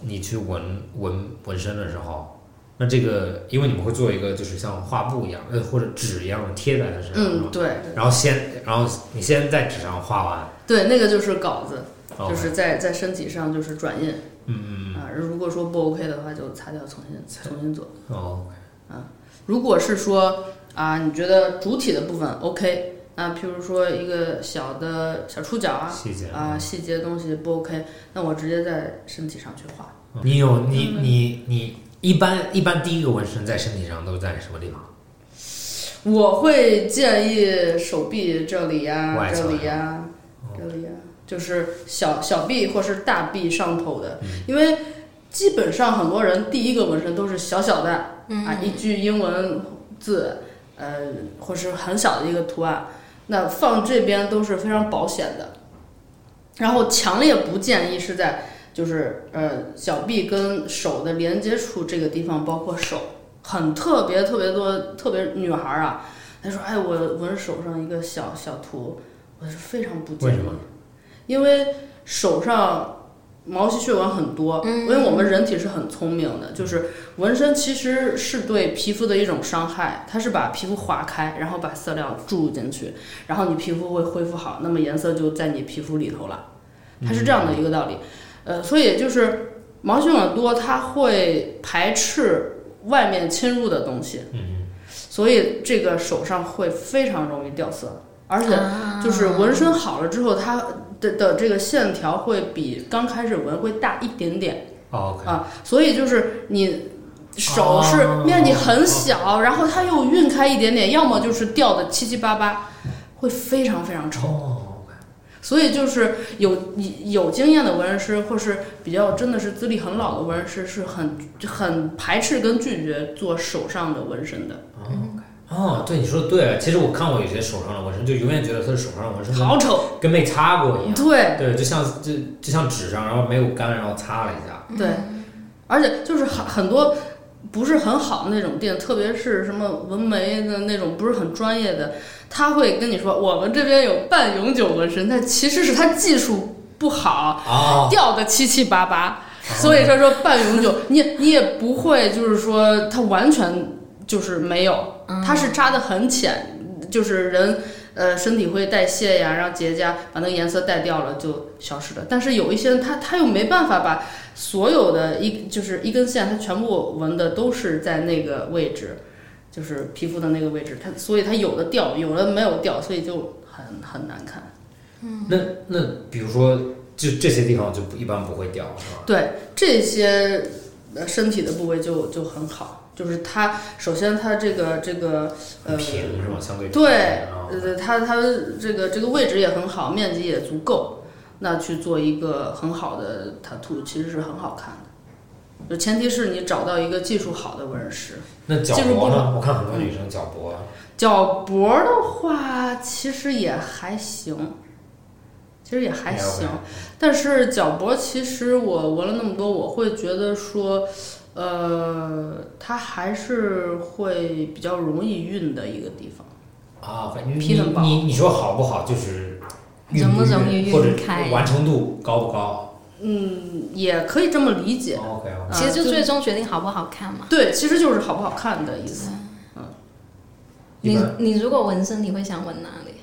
你去纹纹纹身的时候，那这个因为你们会做一个就是像画布一样呃或者纸一样的贴在它身上，是
嗯
吧，
对
然后先然后你先在纸上画完，
对，那个就是稿子，
然后
就是在在身体上就是转印
嗯嗯
啊。如果说不 OK 的话，就擦掉，重新重新做。
嗯哦
如果是说啊，你觉得主体的部分 OK，啊，譬如说一个小的小触角啊，
细节嗯
啊，细节的东西不 OK，那我直接在身体上去画。
你有你你你一般一般第一个纹身在身体上都在什么地方？
我会建议手臂这里呀、
外侧哦
这里呀、这里呀、就是小小臂或是大臂上头的，
嗯
因为基本上很多人第一个纹身都是小小的，
嗯
啊，一句英文字，呃，或是很小的一个图案，那放这边都是非常保险的。然后强烈不建议是在就是呃小臂跟手的连接处这个地方，包括手，很特别特别多，特别女孩儿啊，她说哎我纹手上一个小小图，我是非常不建
为
议
什么，
因为手上。毛细血管很多，因为我们人体是很聪明的，就是纹身其实是对皮肤的一种伤害，它是把皮肤划开，然后把色料注入进去，然后你皮肤会恢复好，那么颜色就在你皮肤里头了，它是这样的
嗯
一个道理。呃，所以就是毛细血管多，它会排斥外面侵入的东西，
嗯，
所以这个手上会非常容易掉色，而且就是纹身好了之后，它的的这个线条会比刚开始纹会大一点点。
哦，OK，
啊，所以就是你手是
哦
面积很小，然后它又晕开一点点，要么就是掉的七七八八，会非常非常丑。
哦，OK，
所以就是有有经验的纹身师，或是比较真的是资历很老的纹身师，是很很排斥跟拒绝做手上的纹身的，
哦，OK，哦，对，你说的对，其实我看过有些手上的纹身，就永远觉得他的手上的纹身跟
好丑。
跟没擦过一样，
对
对，就像就就像纸上，然后没有干，然后擦了一下，
对，而且就是很很多。不是很好的那种店，特别是什么纹眉的那种，不是很专业的，他会跟你说我们这边有半永久纹身，但其实是他技术不好，
哦，
掉的七七八八，所以他说半永久，你你也不会就是说他完全就是没有，他是扎的很浅，就是人呃身体会代谢呀，然后结痂把那个颜色带掉了就消失了。但是有一些人他他又没办法把所有的一就是一根线，他全部纹的都是在那个位置，就是皮肤的那个位置，他所以他有的掉，有的没有掉，所以就很很难看。
那那比如说就这些地方就不一般不会掉，是吧？
对这些呃身体的部位就就很好，就是它首先它这个这个呃
很平是吗？相对
对
哦
呃它它这个这个位置也很好，面积也足够，那去做一个很好的 tattoo 其实是很好看的。就前提是你找到一个技术好的纹身师。
那脚
技术不
脖呢？
好
我看很多女生脚脖，
脚脖儿的话，其实也还行，其实也还行。但是脚脖，其实我纹了那么多，我会觉得说，呃，它还是会比较容易晕的一个地方。
啊，反正
劈
你
得薄
你你说好不好，就是
容不容易
晕
晕
或者
开
完成度高不高
嗯，也可以这么理解。
？OK，
啊
其实就
就
最终决定好不好看嘛。
对，其实就是好不好看的意思。
一
你
般
你如果纹身，你会想纹哪里？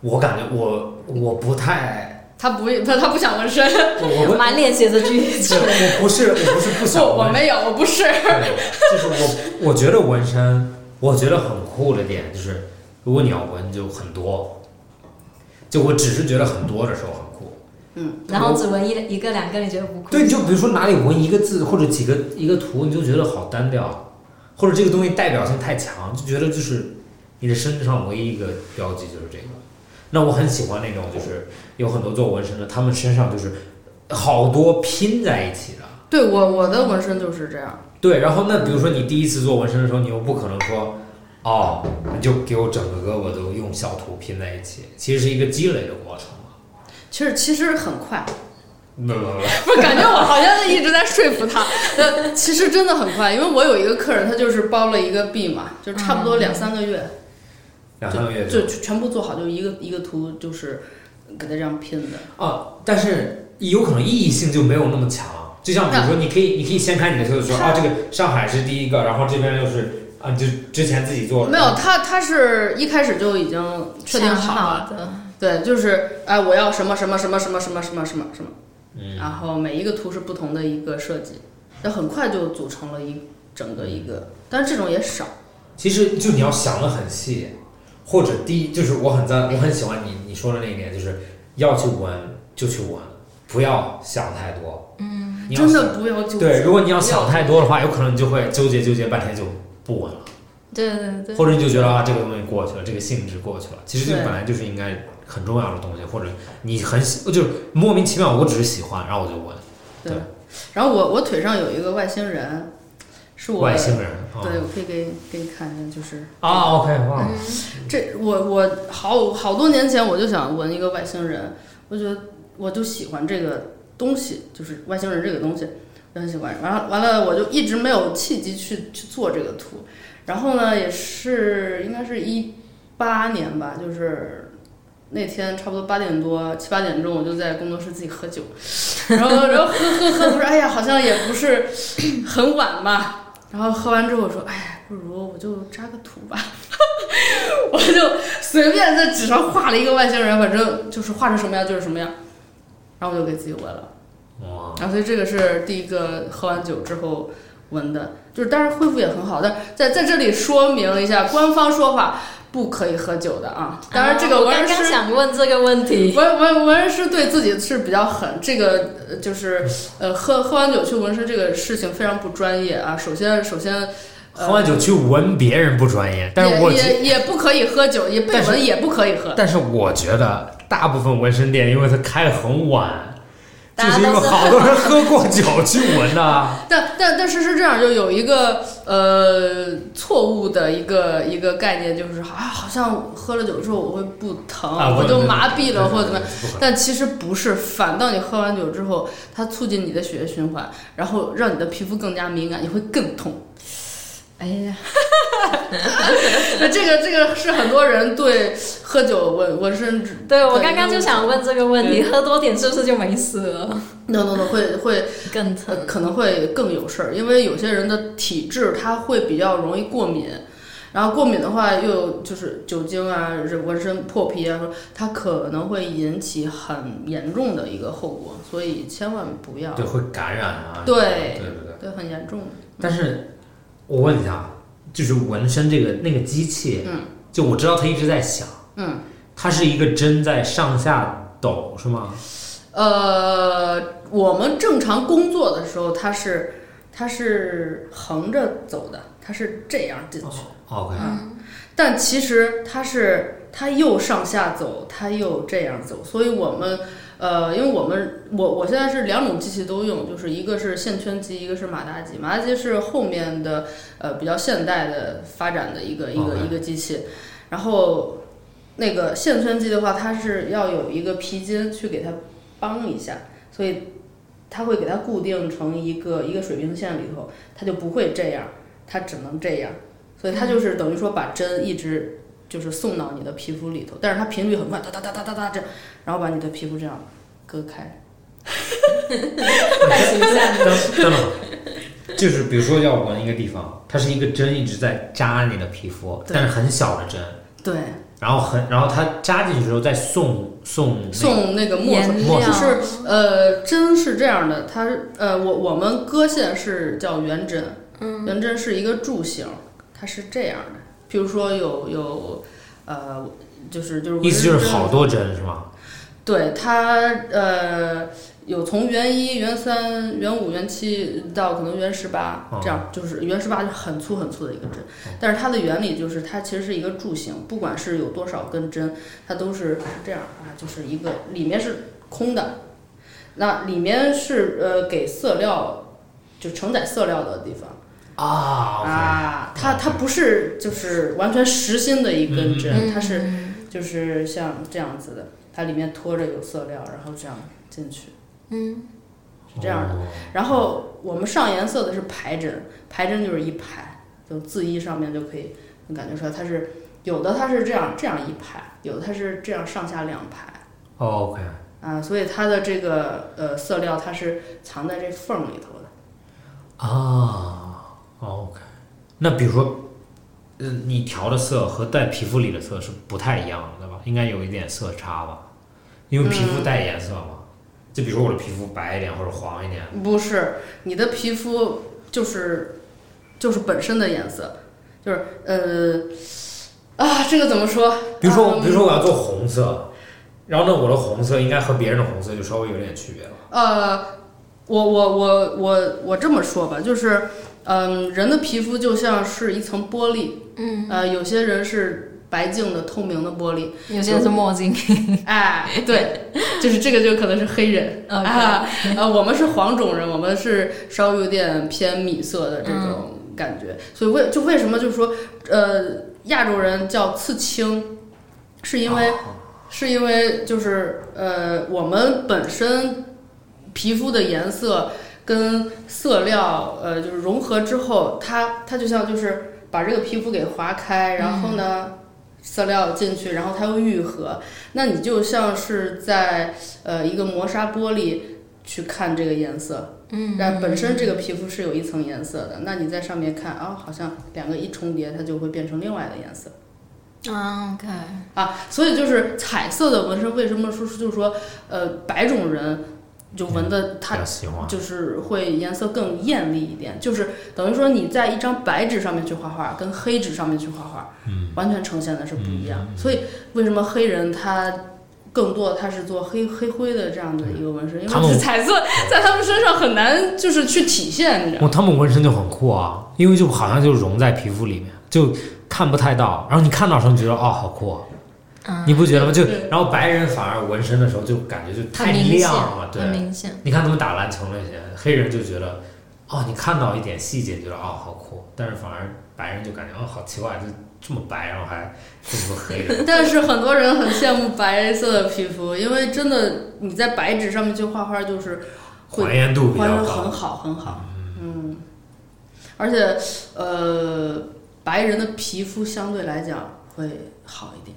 我感觉我我不太，
他不，他他不想纹身，
我我不
满脸写着句
是我不是我不是不想
我我
纹
没有，我不是。
对，就是我，我觉得纹身，我觉得很酷的点就是，如果你要纹就很多，就我只是觉得很多的时候很酷。
然后只纹一一个两个，你觉得不酷？
对，就比如说哪里纹一个字或者几个一个图，你就觉得好单调，啊或者这个东西代表性太强，就觉得就是你的身上唯一一个标记就是这个。那我很喜欢那种就是有很多做纹身的，他们身上就是好多拼在一起的。
对我我的纹身就是这样。
对，然后那比如说你第一次做纹身的时候，你又不可能说，哦，你就给我整个胳膊都用小图拼在一起，其实是一个积累的过程嘛。
其实其实很快，
不不不，
不是，感觉我好像一直在说服他。呃，其实真的很快，因为我有一个客人，他就是包了一个币嘛，就是差不多两三个月，
嗯两三个月
就就全部做好，就一个一个图，就是给他这样拼的。
啊，但是有可能意义性就没有那么强。就像比如说，你可以你可以先看你的车子说啊，这个上海是第一个，然后这边就是啊，就之前自己做的
没有，他他是一开始就已经确定
想
好了，
好的，
对，就是哎，我要什么什么什么什么什么什么什么什么，
嗯
然后每一个图是不同的一个设计，就很快就组成了一整个一
嗯
个，但是这种也少。
其实就你要想的很细，或者第一就是我很赞，我很喜欢你你说的那一点，就是要去闻就去闻，不要想太多。嗯，你要
真的不要纠结。
对，如果你要想太多的话，有可能你就会纠结纠结半天就不闻了，
对对对，
或者你就觉得啊这个东西过去了，这个性质过去了，其实这个
对
本来就是应该很重要的东西，或者你很喜就是莫名其妙，我只是喜欢，然后我就闻。
对
对
然后我我腿上有一个外星人，是我
外星人啊
对，我嗯可以给你给你看一下，就是
啊，OK，哇，
这我我好好多年前我就想纹一个外星人，我觉得我就喜欢这个东西，就是外星人这个东西，我很喜欢。完了完了，我就一直没有契机去去做这个图。然后呢，也是应该是一八年吧，就是那天差不多八点多七八点钟，我就在工作室自己喝酒， 然后然后喝喝喝，我说哎呀，好像也不是 很晚吧。然后喝完之后，我说哎呀，不如我就扎个图吧。 我就随便在纸上画了一个外星人，反正就是画成什么样就是什么样，然后我就给自己纹了。
哇，
然后所以这个是第一个喝完酒之后纹的，就是当然恢复也很好，但在在这里说明一下，官方说法不可以喝酒的啊。当然这
啊
个
我
纹
刚
身
刚
师。
想问这个问题，
纹纹纹身师对自己是比较狠，这个呃就是呃喝喝完酒去纹身这个事情非常不专业啊。首先首先，呃
喝完酒去闻别人不专业，但是我
也
觉
也也不可以喝酒，也被
但是
纹也不可以喝。
但是我觉得大部分纹身店，因为它开得很晚，就
大家
是因为
都是
好多人喝过酒去纹 的、啊。
但但但是是这样，就有一个呃错误的一个一个概念，就是啊，好像喝了酒之后我会不疼，
啊
我哦就麻痹了或者怎么样。
样。
但其实不是，反倒你喝完酒之后，它促进你的血液循环，然后让你的皮肤更加敏感，你会更痛。
哎呀，
那 这个这个是很多人对喝酒纹纹身之
对我刚刚就想问这个问题，喝多点是不是就没事了？
，no no no 会会
更
呃，
疼。
可能会更有事儿，因为有些人的体质他会比较容易过敏，然后过敏的话又有就是酒精啊、纹身破皮啊，它可能会引起很严重的一个后果，所以千万不要，
对，会感染啊。
对
对对
对，
对。
很严重。
但是，我问一下，啊就是纹身这个那个机器，嗯，就我知道它一直在响，
嗯，
它是一个针在上下抖是吗？
嗯呃，我们正常工作的时候，它是它是横着走的，它是这样进去。
哦 OK，
但其实它是它又上下走，它又这样走，所以我们呃，因为我们我我现在是两种机器都用，就是一个是线圈机，一个是马达机。马达机是后面的呃比较现代的发展的一个一个
OK
一个机器，然后那个线圈机的话，它是要有一个皮筋去给它帮一下，所以它会给它固定成一个一个水平线里头，它就不会这样，它只能这样，所以它
嗯
就是等于说把针一直就是送到你的皮肤里头，但是它频率很快，哒哒哒哒哒哒这，然后把你的皮肤这样割开。
太形象了。
真的，就是比如说要纹一个地方，它是一个针一直在扎你的皮肤，
对
但是很小的针，
对，
然后很，然后它扎进去之后再送送那个
送那个墨水，
墨
就
料
是呃，针是这样的，它是呃，我我们割线是叫圆针，
嗯，
圆针是一个柱形，它是这样的。比如说有有呃，就是就是
意思就
纹
是
身
好多针是吗？
对它呃有从元一、元三、元五、元七到可能元十八
哦
这样，就是元十八是很粗很粗的一个针，但是它的原理就是它其实是一个柱形，不管是有多少根针，它都是是这样啊，就是一个里面是空的，那里面是呃给色料就承载色料的地方。
啊
啊，它它不是就是完全实心的一根针，
嗯
它是就是像这样子的，它里面拖着有色料，然后这样进去。
嗯，
，OK，
这样的
哦
然后我们上颜色的是排针，排针就是一排，就字义上面就可以感觉出来，它是有的它是这样这样一排，有的它是这样上下两排。
哦，OK，
啊，所以它的这个呃色料它是藏在这缝里头的。
啊，OK，那比如说，呃，你调的色和在皮肤里的色是不太一样的，对吧？应该有一点色差吧，因为皮
嗯
肤带颜色嘛。就比如说我的皮肤白一点或者黄一
嗯
点，
不是，你的皮肤就是就是本身的颜色，就是呃啊，这个怎么说？
比如说我，
嗯
比如说我要做红色，然后呢，我的红色应该和别人的红色就稍微有点区别了。
呃，我我我我我这么说吧，就是嗯、人的皮肤就像是一层玻璃，
嗯，
呃，有些人是白净的、透明的玻 璃，
有些人是墨镜，
哎，对，就是这个就可能是黑人
OK
啊，呃，我们是黄种人，我们是稍微有点偏米色的这种感觉，所以为就为什么就是说，呃，亚洲人叫刺青，是因为、是因为就是呃，我们本身皮肤的颜色跟色料呃就是融合之后，它它就像就是把这个皮肤给划开，然后呢。色料进去，然后它又愈合，那你就像是在呃一个磨砂玻璃去看这个颜色，
嗯
但本身这个皮肤是有一层颜色的，那你在上面看啊、好像两个一重叠，它就会变成另外的颜色。
啊，OK，
啊，所以就是彩色的纹身，为什么说是就是说，呃，白种人就纹
呃
的
比
它
较喜欢
就是会颜色更艳丽一点，就是等于说你在一张白纸上面去画画，跟黑纸上面去画画，
嗯，
完全呈现的是不一样。所以为什么黑人他更多他是做黑黑灰的这样的一个纹身，因
他
为
们
彩色在他们身上很难就是去体现，你知道吗？
哦，他们纹身就很酷啊，因为就好像就融在皮肤里面，就看不太到。然后你看到的时候，你觉得哦，好酷、啊。
啊，
你不觉得吗？就
对
然后白人反而纹身的时候就感觉就太
很明显
亮了，，对
很。明显，
你看他们打篮球那些黑人就觉得，哦，你看到一点细节觉得哦好酷，但是反而白人就感觉哦好奇怪，就这么白，然后还这么多黑人，
但是很多人很羡慕白色的皮肤，因为真的你在白纸上面去画画，就是会
还原度比
画的
较
很
高。
好很好，嗯，而且呃，白人的皮肤相对来讲会好一点，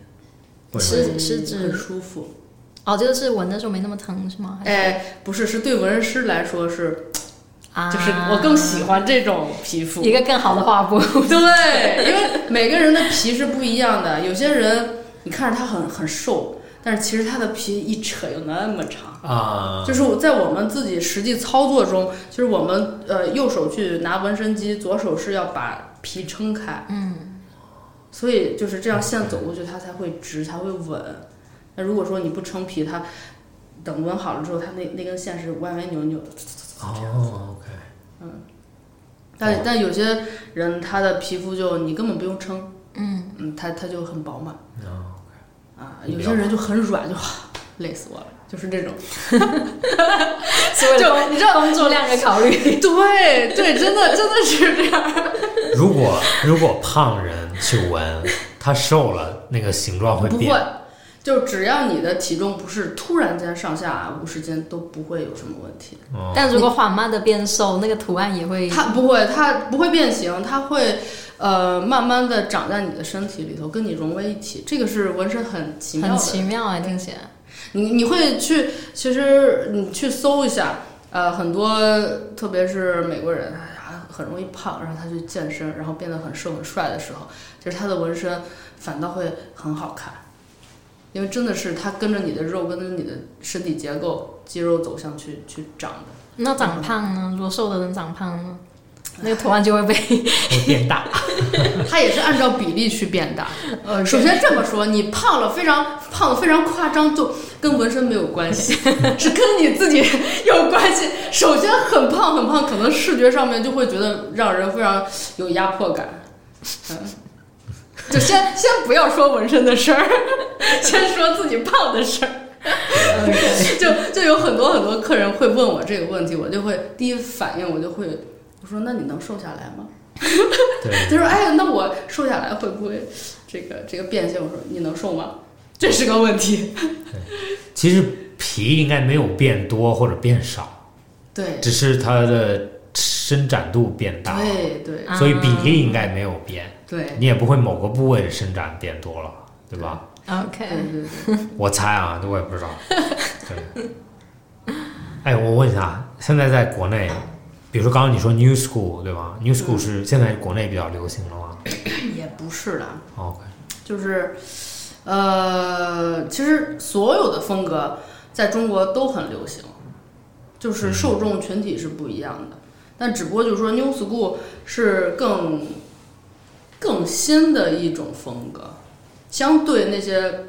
会
是
会
是指
会
啊
舒服。
哦，这个是闻的时候没那么疼是吗？还是，
哎，不是，是对纹身师来说是，
啊，
就是我更喜欢这种皮肤
一。个更好的画 布，
对，因为每个人的皮是不一样的，有些人你看着他很很瘦，但是其实他的皮一扯有那么长。
啊，
就是我在我们自己实际操作中，就是我们呃右手去拿纹身机，左手是要把皮撑开，
嗯，
所以就是这样线走过去，它才会直，才会稳。那如果说你不撑皮，它等纹好了之后，它那那根线是歪歪扭扭的。
哦，OK，
但但有些人他的皮肤就你根本不用撑，嗯嗯，它它就很饱满
哦，
啊，
你
有
比
些
较
人就很软，就累死我了。就是这种。
是为了工
你知道
工作量而考虑。
哎对对，真的真的 是这样。
如果如果胖人去闻，他瘦了，那个形状会
不
变
会。，就只要你的体重不是突然间上下五十斤，都不会有什么问题。
嗯，
但如果缓慢的变瘦，那个图案也会
它不会，它不会变形，它会呃慢慢的长在你的身体里头，跟你融为一体。这个是纹身很奇妙
很
的。
奇妙哎，听起来。
你你会去，其实你去搜一下，呃，很多特别是美国人，啊，很容易胖，然后他去健身，然后变得很瘦很帅的时候，其实他的纹身反倒会很好看，因为真的是他跟着你的肉，跟着你的身体结构、肌肉走向去去长的。
那长胖呢？如果瘦的人长胖呢？那个图案就会被
会变 大。
它也是按照比例去变大。 呃，首先这么说，你胖了非常胖的非常夸张，就跟纹身没有关系，是跟你自己 有关系。首先很胖很胖，可能视觉上面就会觉得让人非常有压迫感。嗯，就先先不要说纹身的事儿，先说自己胖的事儿。就 就有很多很多客人会问我这个问题，我就会第一反应我就会我说那你能瘦下来吗？
对，
他说：“哎呀，那我瘦下来会不会这个这个变性？”我说：“你能瘦吗？这是个问题。
其实皮应该没有变多或者变少，”
对
只是它的伸展度变大了，
对啊对
所以比例应该没有变。
对
你也不会某个部位的伸展变多了，对吧？
对
OK。
对对，
我猜啊，我也不知 道。对。哎，我问一下，现在在国内，比如说刚刚你说 New School 对吧？New School 是现在国内比较流行了吗哦
也不是啦，
？OK，
就是呃，其实所有的风格在中国都很流行，就是受众群体是不一样的，但只不过就是说 New School 是更更新的一种风格，相对那些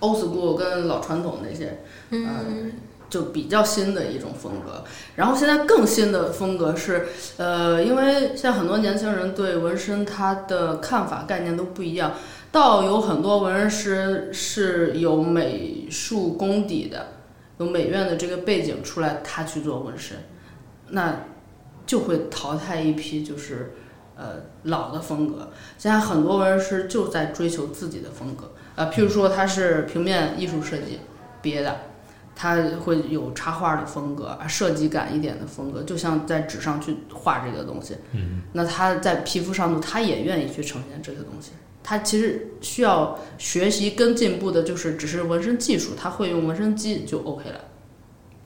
Old School 跟老传统那些。呃
嗯，
就比较新的一种风格。然后现在更新的风格是，呃，因为现在很多年轻人对纹身他的看法概念都不一样，到有很多纹身师是有美术功底的，有美院的这个背景出来，他去做纹身，那就会淘汰一批就是。呃，老的风格，现在很多纹身师就在追求自己的风格，呃，譬如说他是平面艺术设计毕业的，它会有插画的风格，啊设计感一点的风格，就像在纸上去画这个东西。
嗯，
那他在皮肤上头，他也愿意去呈现这个东西。他其实需要学习跟进步的，就是只是纹身技术，他会用纹身机就 OK 了。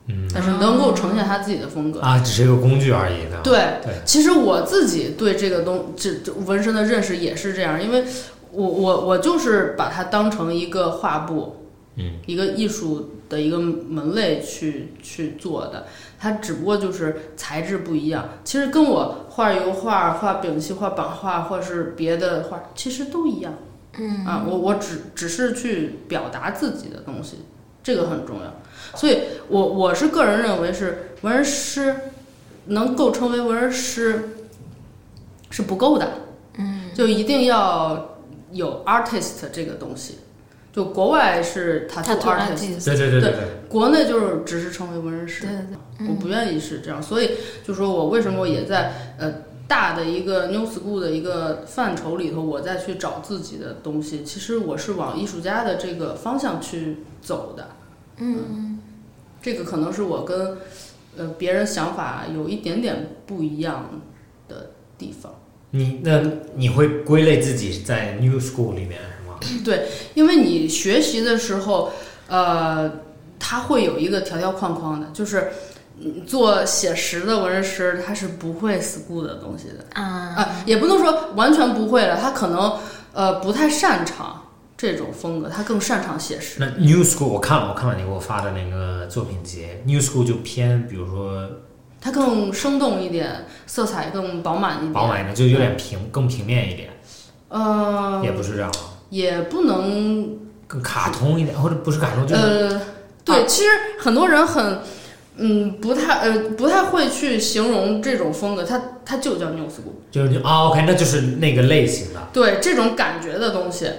嗯，
但是能够呈现他自己的风格。
啊，只是一个工具而已呢。
对，
对
其实我自己对这个东这这纹身的认识也是这样，因为我我我就是把它当成一个画布，
嗯，
一个艺术的一个门类去去做的，它只不过就是材质不一样。其实跟我画油画、画丙烯、画版画，或是别的画，其实都一样。嗯啊，我我只只是去表达自己的东西，这个很重要。所以我我是个人认为是纹身师能够成为纹身师是不够的，嗯，就一定要有 artist 这个东西。就国外是 tattoo
他突然
artist，
记
对对对对对，
国内就是只是成为纹身
对
师。
对嗯对，
我不愿意是这样，所以就说我为什么我也在呃大的一个 new school 的一个范畴里头，我再去找自己的东西。其实我是往艺术家的这个方向去走的，
嗯，
这个可能是我跟呃别人想法有一点点不一样的地方。
你那你会归类自己在 New School 里面是吗？
因为你学习的时候，呃，它会有一个条条框框的，就是嗯做写实的纹身师，他是不会 school 的东西的。
啊，
啊，也不能说完全不会了，他可能呃不太擅长这种风格，他更擅长写实。
那 New School 我看了，我看了你给我发的那个作品集，New School 就偏比如说
他更生动一点，色彩更饱满一点。
饱满一点，就有点平，更平面一点，
呃，
也不是这样吗，
也不能
更卡通一点，或者不是卡通，就是
呃，
啊
对，其实很多人很嗯不太呃不太会去形容这种风格，它它
哦
就叫 new school。
就是你啊，OK，那就是那个类型的。
对这种感觉的东西。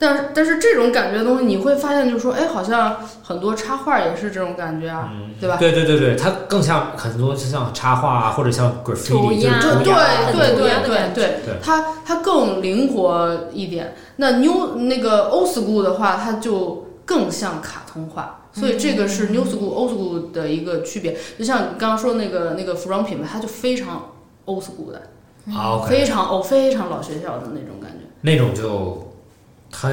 但是但是这种感觉的东西，你会发现，就是说，哎，好像很多插画也是这种感觉啊，
嗯
对吧？
对对对对，它更像很多就像插画啊，或者像 graffiti，
涂
就是
鸦
就
涂
对
鸦
很
对
不一样的
对
感
对
对
对，它它更灵活一点。那 new 那个 old school 的话，它就更像卡通化，所以这个是 new school old school 的一个区别。就像你刚刚说那个那个服装品牌，它就非常 old school 的，
啊，OK，
非常 old 非常老学校的那种感觉，
那种就它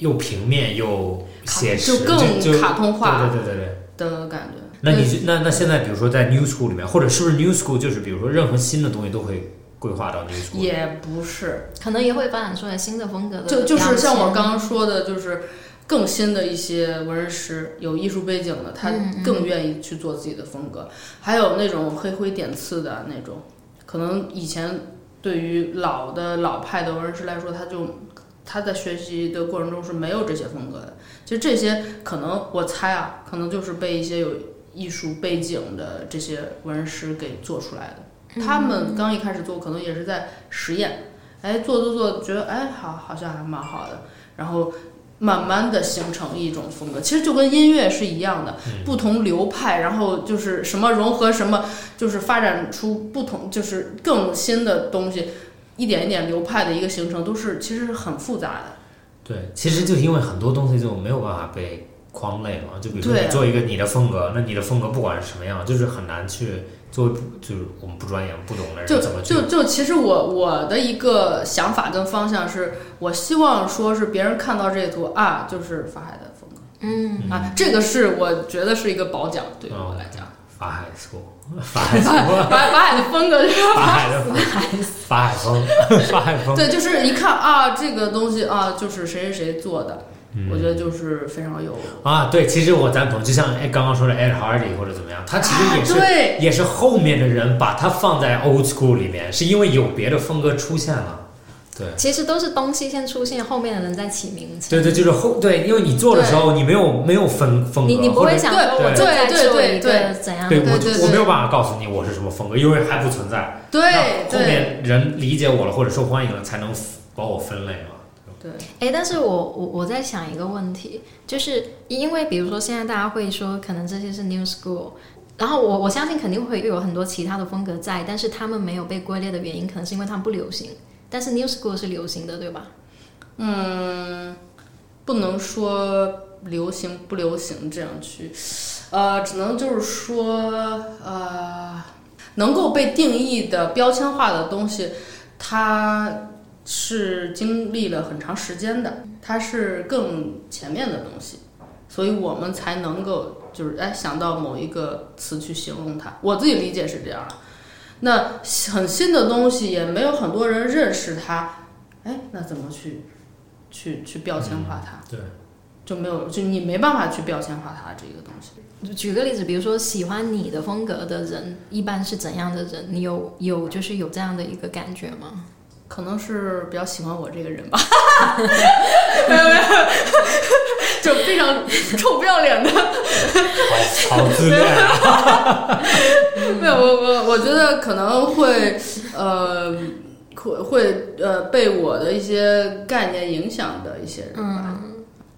又平面又写实，
就更
就
卡通化嗯
对对对对对。
的感觉。
那你就那那现在比如说在 New School 里面，或者是不是 New School 就是比如说任何新的东西都会规划到 New
对
School？
也不是，
可能也会发展出来新的风格的
就就是像我刚
标
刚说的，就是更新的一些文人诗，有艺术背景的，他
嗯
更愿意去做自己的风格。还有那种黑灰点刺的那种，可能以前对于老的老派的文人诗来说，他就他在学习的过程中是没有这些风格的。其实这些可能我猜啊，可能就是被一些有艺术背景的这些文人诗给做出来的。他
嗯
们刚一开始做，可能也是在实验，哎，做做做，觉得哎好，好像还蛮好的，然后慢慢的形成一种风格。其实就跟音乐是一样的，
嗯
不同流派，然后就是什么融合什么，就是发展出不同，就是更新的东西，一点一点流派的一个形成，都是其实是很复杂的。
对，其实就因为很多东西就没有办法被框类嘛，就比如说
对
你做一个你的风格，那你的风格不管是什么样，就是很难去作为就是我们不专业不懂的
就
人哎怎么去
就就，其实我我的一个想法跟方向是，我希望说是别人看到这图啊，就是法海的风格。
嗯，
啊，这个是我觉得是一个褒奖，对于
哦
我来讲，
法海 错，法海错，
法法海的风格就是
法海的法海风， 法海风。
对，就是一看啊，这个东西啊，就是谁谁谁做的，
嗯
我觉得就是非常有
啊，对，其实我赞同，就像哎刚刚说的 Ed Hardy 或者怎么样，他其实也是、
啊对
也是后面的人把他放在 Old School 里面，是因为有别的风格出现了。对，
其实都是东西先出现，后面的人在起名字。
对对，就是后对，因为你做的时候你没有没有分风格，
你你不
或
会
者
想
对
说我
对
正在
对
做
对
一个
对
怎样的
对
东
我
西
啊对对
我没有办法告诉你我是什么风格，因为还不存在。
对
那后
对
面人理解我了或者受欢迎了，才能把我分类嘛。
对，
哎，但是我我我在想一个问题，就是因为比如说现在大家会说，可能这些是 new school，然后我我相信肯定会有很多其他的风格在，但是他们没有被归类的原因，可能是因为他们不流行。但是 new school 是流行的，对吧？
嗯，不能说流行不流行这样去，呃，只能就是说呃，能够被定义的标签化的东西，它是经历了很长时间的，它是更前面的东西，所以我们才能够就是哎想到某一个词去形容它。我自己理解是这样啊。那很新的东西也没有很多人认识它，哎，那怎么去去去标签化它？
嗯对，
就没有就你没办法去标签化它这个东西。
就举个例子，比如说喜欢你的风格的人，一般是怎样的人？你有有就是有这样的一个感觉吗？
可能是比较喜欢我这个人吧，没有没 有，就非常臭不要脸的。
好好自恋啊！
没有我我我觉得可能会呃会会呃被我的一些概念影响的一些人吧，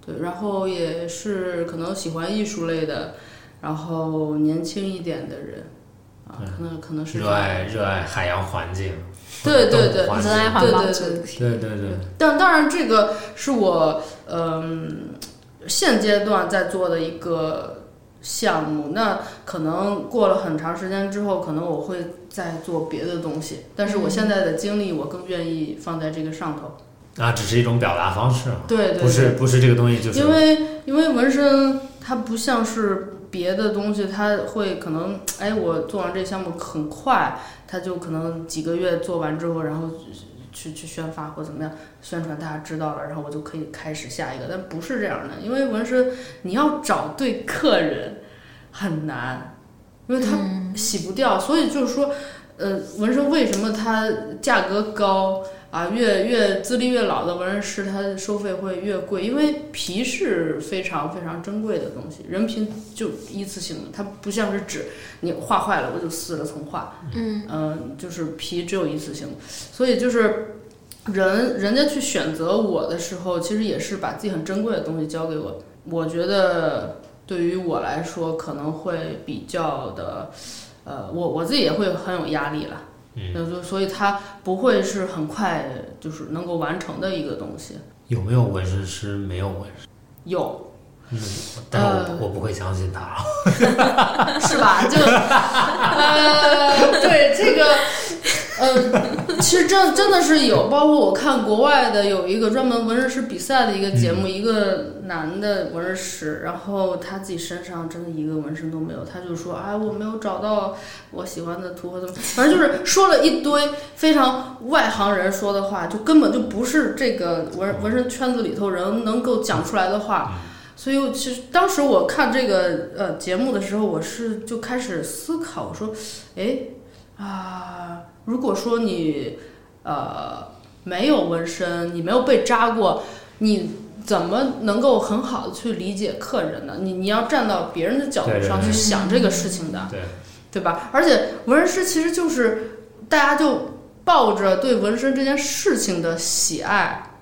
对，然后也是可能喜欢艺术类的，然后年轻一点的人啊，可能可能是这
热
样
爱热爱海洋环境，
对对对
环
热
境
爱环保
对对
主
对
题，
对对对。
但当然，这个是我嗯、现阶段在做的一个项目。那可能过了很长时间之后，可能我会再做别的东西。但是我现在的精力，我更愿意放在这个上头。
啊，只是一种表达方式嘛，啊
对对
不是不是这个东西就是
因为因为纹身它不像是别的东西，它会可能哎，我做完这项目很快，它就可能几个月做完之后，然后去去宣发或怎么样宣传，大家知道了，然后我就可以开始下一个。但不是这样的，因为纹身你要找对客人很难，因为它洗不掉，所以就是说。呃，纹身为什么它价格高？啊，越越资历越老的纹身师，他收费会越贵，因为皮是非常非常珍贵的东西，人皮就一次性的，它不像是纸，你画坏了我就撕了重画，嗯，呃，就是皮只有一次性的，所以就是人人家去选择我的时候，其实也是把自己很珍贵的东西交给我。我觉得对于我来说，可能会比较的，呃，我我自己也会很有压力啦。
嗯
那就所以它不会是很快就是能够完成的一个东西。
有没有纹身师？没有纹身，
有
嗯，但我
呃
不我不会相信他。啊
是吧？就，呃， 对这个，呃，其实真真的是有，包括我看国外的有一个专门纹身师比赛的一个节目，一个男的纹身师，然后他自己身上真的一个纹身都没有，他就说，哎，我没有找到我喜欢的图或怎么，反正就是说了一堆非常外行人说的话，就根本就不是这个纹纹身圈子里头人能够讲出来的话。所以我其实当时我看这个呃节目的时候，我是就开始思考，我说，哎啊，如果说你呃没有纹身，你没有被扎过，你怎么能够很好的去理解客人呢？你你要站到别人的角
对
度
对
上去
对
想这个事情的，
对，
对吧？而且纹身师其实就是大家就抱着对纹身这件事情的喜爱，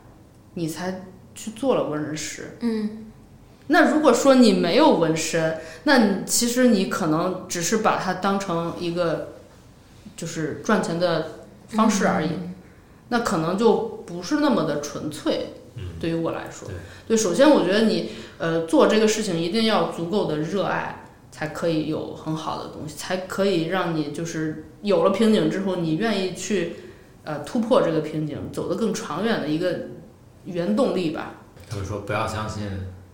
你才去做了纹身师。
嗯，
那如果说你没有纹身，那你其实你可能只是把它当成一个就是赚钱的方式而已，那可能就不是那么的纯粹。对于我来说，
嗯
对，
对
首先我觉得你呃做这个事情一定要足够的热爱，才可以有很好的东西，才可以让你就是有了瓶颈之后，你愿意去呃突破这个瓶颈，走得更长远的一个原动力吧。
他们说不要相信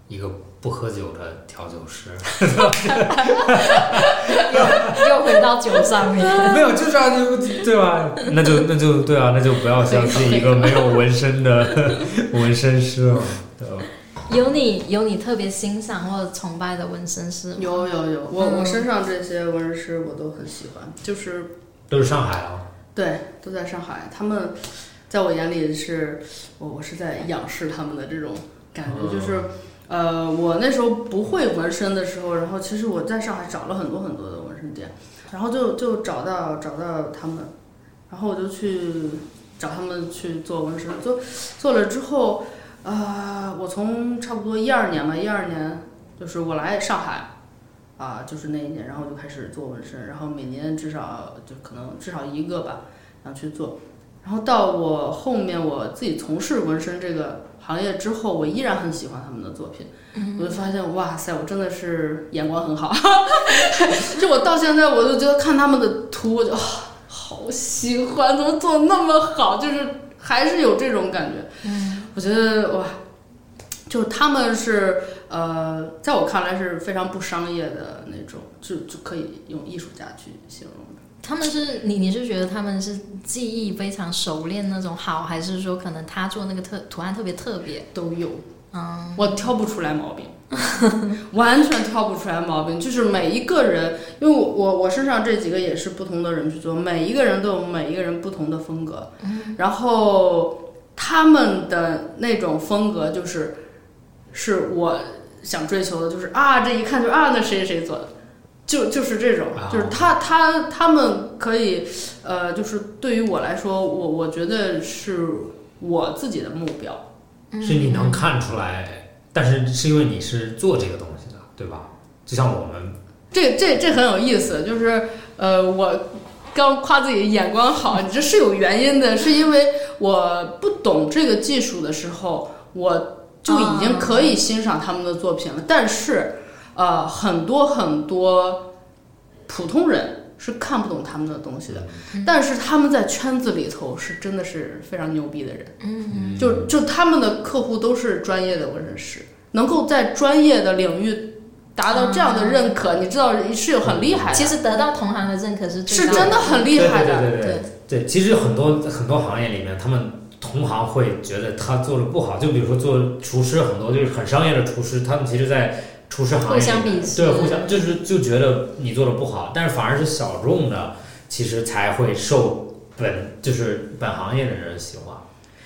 一个不喝酒的调酒师，
又回到酒上面。
没有，就是啊，就对吧？那就那就对啊，那就不要相信一个没有纹身 的纹身师了，对吧？
有你有你特别欣赏或者崇拜的纹身师吗？
嗯有有有，我我
嗯
身上这些纹身师我都很喜欢，就是
都是上海啊，
对，都在上海，他们在我眼里是，我我是在仰视他们的这种感觉，
嗯
就是呃，我那时候不会纹身的时候，然后其实我在上海找了很多很多的纹身店，然后就就找到找到他们，然后我就去找他们去做纹身，做做了之后，啊、我从差不多一二年吧，一二年就是我来上海，啊、就是那一年，然后我就开始做纹身，然后每年至少就可能至少一个吧，然后去做，然后到我后面我自己从事纹身这个行业之后，我依然很喜欢他们的作品，我就发现哇塞，我真的是眼光很好， 就我到现在我就觉得看他们的图，我就、啊好喜欢，怎么做得那么好，就是还是有这种感觉。我觉得哇，就是他们是呃，在我看来是非常不商业的那种，就就可以用艺术家去形容的。
他们是你你是觉得他们是技艺非常熟练那种好，还是说可能他做那个特图案特别特别？
都有，
嗯，
我挑不出来毛病， 完全挑不出来毛病。就是每一个人，因为我我我身上这几个也是不同的人去做，每一个人都有每一个人不同的风格，然后他们的那种风格就是是我想追求的，就是啊，这一看就啊，那谁谁谁做的。就就是这种
啊，
就是他他他们可以，呃，就是对于我来说，我我觉得是我自己的目标，嗯
是你能看出来，但是是因为你是做这个东西的，对吧？就像我们，
这这这很有意思，就是呃，我刚夸自己眼光好，你这是有原因的，是因为我不懂这个技术的时候，我就已经可以欣赏他们的作品了。但是，呃，很多很多普通人是看不懂他们的东西的，但是他们在圈子里头是真的是非常牛逼的人。
嗯，
就就他们的客户都是专业的纹身师，能够在专业的领域达到这样的认可，你知道是有很厉害的，
其实得到同行的认可是最
是
大
真的很厉害的。
对对对对对，其实很多很多行业里面，他们同行会觉得他做的不好，就比如说做厨师，很多就是很商业的厨师，他们其实，在厨师行业
互
里
相鄙视，
对互相就是就觉得你做的不好，但是反而是小众的，其实才会受本就是本行业的人喜欢。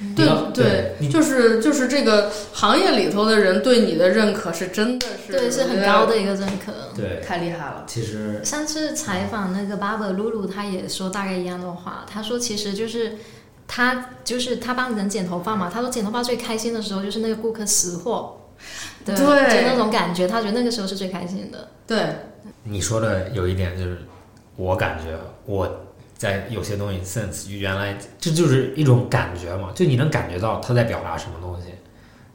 嗯对
你对，你
就是就是这个行业里头的人对你的认可是真的是
对是很
啊
高，的一个认可。
对，
太厉害了。
其实
上次采访那个巴巴露露，她也说大概一样的话。她说，其实就是他就是他帮人剪头发嘛，他说剪头发最开心的时候就是那个顾客识货，对，
对
就那种感觉，他觉得那个时候是最开心的。
对，
你说的有一点就是，我感觉我在有些东西 sense 原来这就是一种感觉嘛，就你能感觉到他在表达什么东西。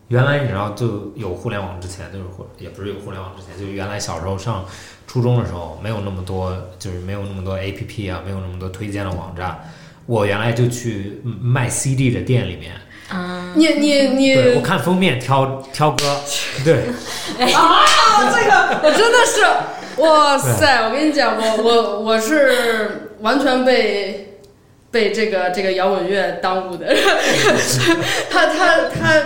原来你知道，就有互联网之前，就是互也不是有互联网之前，就原来小时候上初中的时候，没有那么多，就是没有那么多 A P P 啊，没有那么多推荐的网站。我原来就去嗯卖 C D 的店里面，
嗯，
你你你，
对我看封面挑挑歌，对，
啊，这个我真的 是，哇塞！我跟你讲，我我我是完全被被这个这个摇滚乐耽 误的。他他他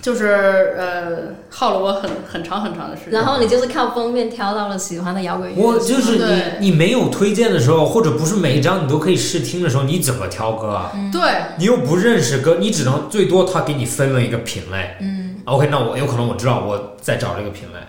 就是呃，耗了我很很长很长的时间。
然后你就是靠封面挑到了喜欢的摇滚乐。
我就是
对
你，你没有推荐的时候，或者不是每一张你都可以试听的时候，你怎么挑歌
嗯
啊？
对
你又不认识歌，你只能最多他给你分了一个品类。嗯，OK，那我有可能我知道我在找这个品类，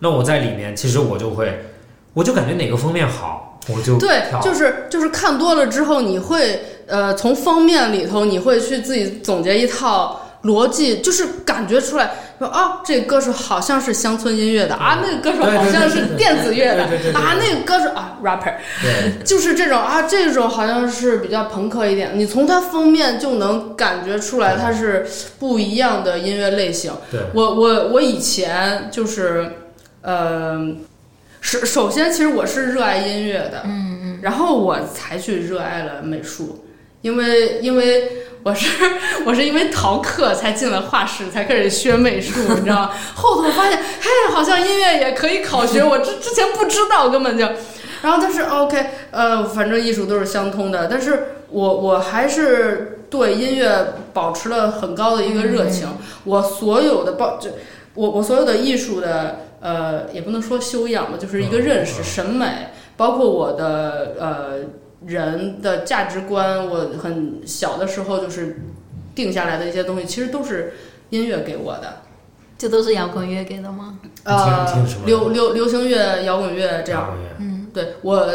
那我在里面其实我就会，我就感觉哪个封面好，我就挑
对，就是就是看多了之后，你会呃从封面里头，你会去自己总结一套。逻辑就是感觉出来，说啊，这个歌手好像是乡村音乐的啊，那个歌手
对对
好
对
像
对
是
对
电子乐的
对对对对
啊，那个歌手啊，rapper，
对
就是这种啊，这种好像是比较朋克一点，你从它封面就能感觉出来它是不一样的音乐类型。
对
我我我以前就是，呃，首首先其实我是热爱音乐的，嗯嗯，然后我才去热爱了美术，因为因为。我是我是因为逃课才进了画室，才开始学美术，你知道吗？后头发现，嘿，好像音乐也可以考学，我之之前不知道，根本就。然后但是 OK，呃，反正艺术都是相通的，但是我我还是对音乐保持了很高的一个热
嗯
情。我所有的包，就我我所有的艺术的呃，也不能说修养吧，就是一个
嗯
认识、
嗯
审美，包括我的呃人的价值观，我很小的时候就是定下来的一些东西，其实都是音乐给我的。
这都是摇滚乐给的吗？
呃
听听什，么嗯
流流流行乐、摇滚乐这样。对我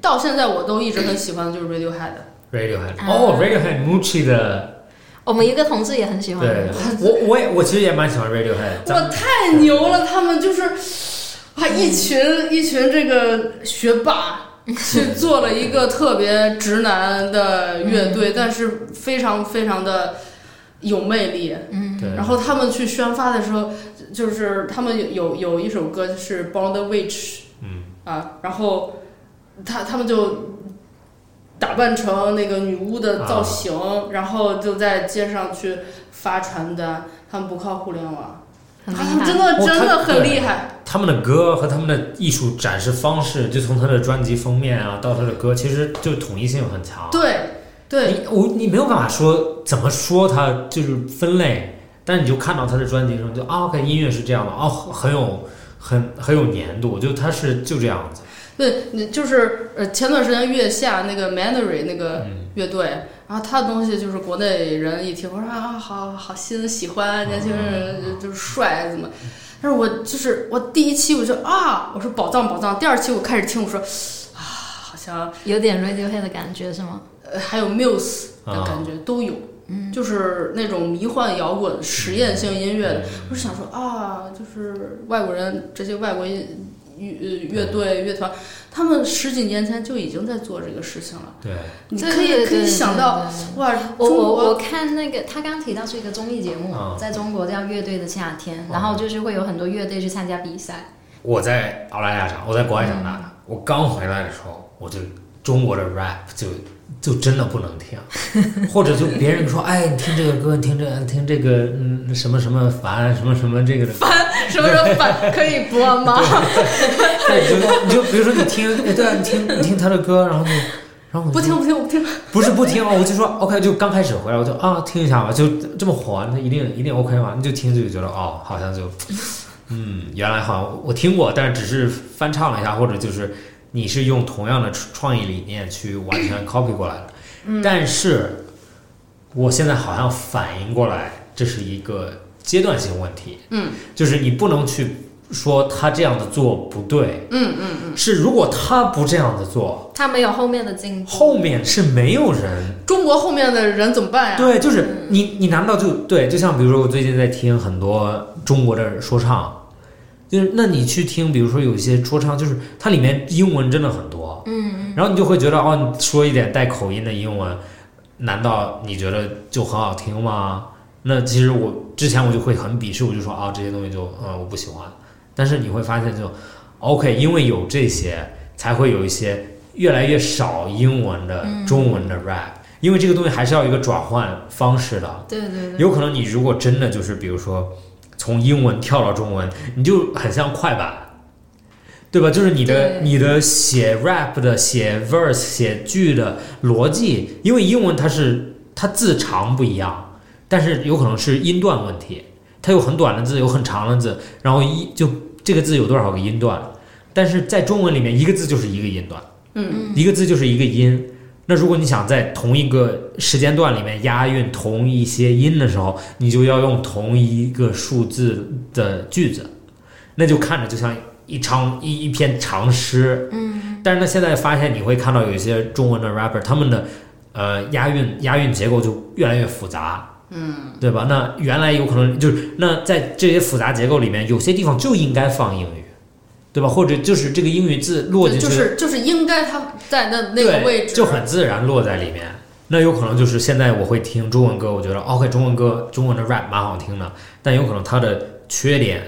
到现在我都一直很喜欢的就是 Radiohead。
Radiohead，
啊
哦，Radiohead
嗯
Mucci 的，
我们一个同事也很喜欢。
对我我也我其实也蛮喜欢 Radiohead，
我太牛了，他们就是哇，一群一群这个学霸去做了一个特别直男的乐队，但是非常非常的有魅力。
对，
嗯然后他们去宣发的时候，就是他们有有有一首歌是《Born the Witch》，
嗯
啊，然后他他们就打扮成那个女巫的
啊
造型，然后就在街上去发传单。他们不靠互联网，
很厉
他们
害
啊真。的
哦
真的
他
很厉害。
他们的歌和他们的艺术展示方式，就从他的专辑封面啊到他的歌，其实就统一性很强。
对对
你我你没有办法说怎么说它就是分类，但你就看到他的专辑的时候，你就啊，OK，音乐是这样的，哦，很有很很有粘度，就它是就这样子。
对，你就是呃，前段时间月下那个 Mandarin 那个乐队。然后他的东西就是国内人一听，我说啊，好好新，喜欢年轻人就是帅啊怎么？但是我就是我第一期我就啊，我说宝藏宝藏，第二期我开始听我说啊，好像
有点 Radiohead 的感觉是吗？
呃还有 Muse
啊
的感觉都有，
嗯
就是那种迷幻摇滚、实验性音乐的。
嗯
我是想说啊，就是外国人这些外国音乐呃乐队乐团，他们十几年前就已经在做这个事情了。
对，
你
对
可以
对
可以
对
想
对
到
对
哇，
我
中
我
国
我看那个，他刚提到是一个综艺节目，
嗯
在中国叫《乐队的夏天》，然后就是会有很多乐队去参加比赛。
我在澳大利亚长，我在国外长大的，我刚回来的时候，我就中国的 rap 就就真的不能 听，或者就别人说，哎，你听这个歌，你听这听这个，嗯，什么什么烦，什么什么这个的，
什么时候反可以播吗？
对，你就你就比如说你听，哎对啊，你听你听他的歌，然后就然后我就
不听不听不听，
不是不听哦，我就说 OK，就刚开始回来我就啊听一下吧，就这么火，那一定一定 OK 嘛？你就听就觉得哦，好像就，嗯，原来好像我听过，但是只是翻唱了一下，或者就是你是用同样的创意理念去完全 copy 过来的，
嗯
但是我现在好像反应过来，这是一个阶段性问题，
嗯，
就是你不能去说他这样的做不对，
嗯嗯嗯，
是如果他不这样的做，
他没有后面的进步。
后面是没有人。
中国后面的人怎么办呀？
对，就是你，你难道就对？就像比如说，我最近在听很多中国的说唱，就是那你去听，比如说有一些说唱，就是它里面英文真的很多，
嗯，
然后你就会觉得哦，你说一点带口音的英文，难道你觉得就很好听吗？那其实我之前我就会很鄙视，我就说啊、这些东西就嗯我不喜欢。但是你会发现就 OK，因为有这些，才会有一些越来越少英文的、中文的 rap，因为这个东西还是要有一个转换方式的。
对对对，
有可能你如果真的就是比如说从英文跳到中文，你就很像快板，对吧？就是你的
对
你的写 rap 的、写 verse、写句的逻辑，因为英文它是它字长不一样，但是有可能是音段问题，它有很短的字，有很长的字，然后一就这个字有多少个音段，但是在中文里面一个字就是一个音段。
嗯，
一个字就是一个音。那如果你想在同一个时间段里面押韵同一些音的时候，你就要用同一个数字的句子，那就看着就像一长一一篇长诗。嗯，但是呢，现在发现你会看到有一些中文的 rapper，他们的呃押韵押韵结构就越来越复杂。嗯，对吧？那原来有可能就是那在这些复杂结构里面，有些地方就应该放英语，对吧？或者就是这个英语字落进去
就
的
是就是应该他在那那
对，
个位置
就很自然落在里面。那有可能就是现在我会听中文歌，我觉得哦 OK，中文歌中文的 rap 蛮好听的，但有可能它的缺点，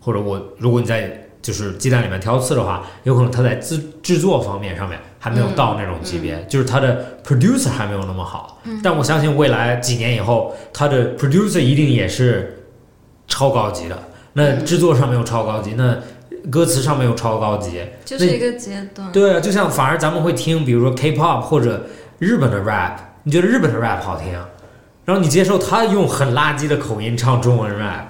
或者我如果你在就是鸡蛋里面挑刺的话，有可能它在制制作方面上面还没有
嗯
到那种级别，就是它的 producer 还没有那么好。
嗯
但我相信未来几年以后，它的 producer 一定也是超高级的。那
嗯
制作上面又超高级，那歌词上面又超高级，
就是一个阶段。
对啊，就像反而咱们会听，比如说 K-pop 或者日本的 rap，你觉得日本的 rap 好听，然后你接受他用很垃圾的口音唱中文 rap，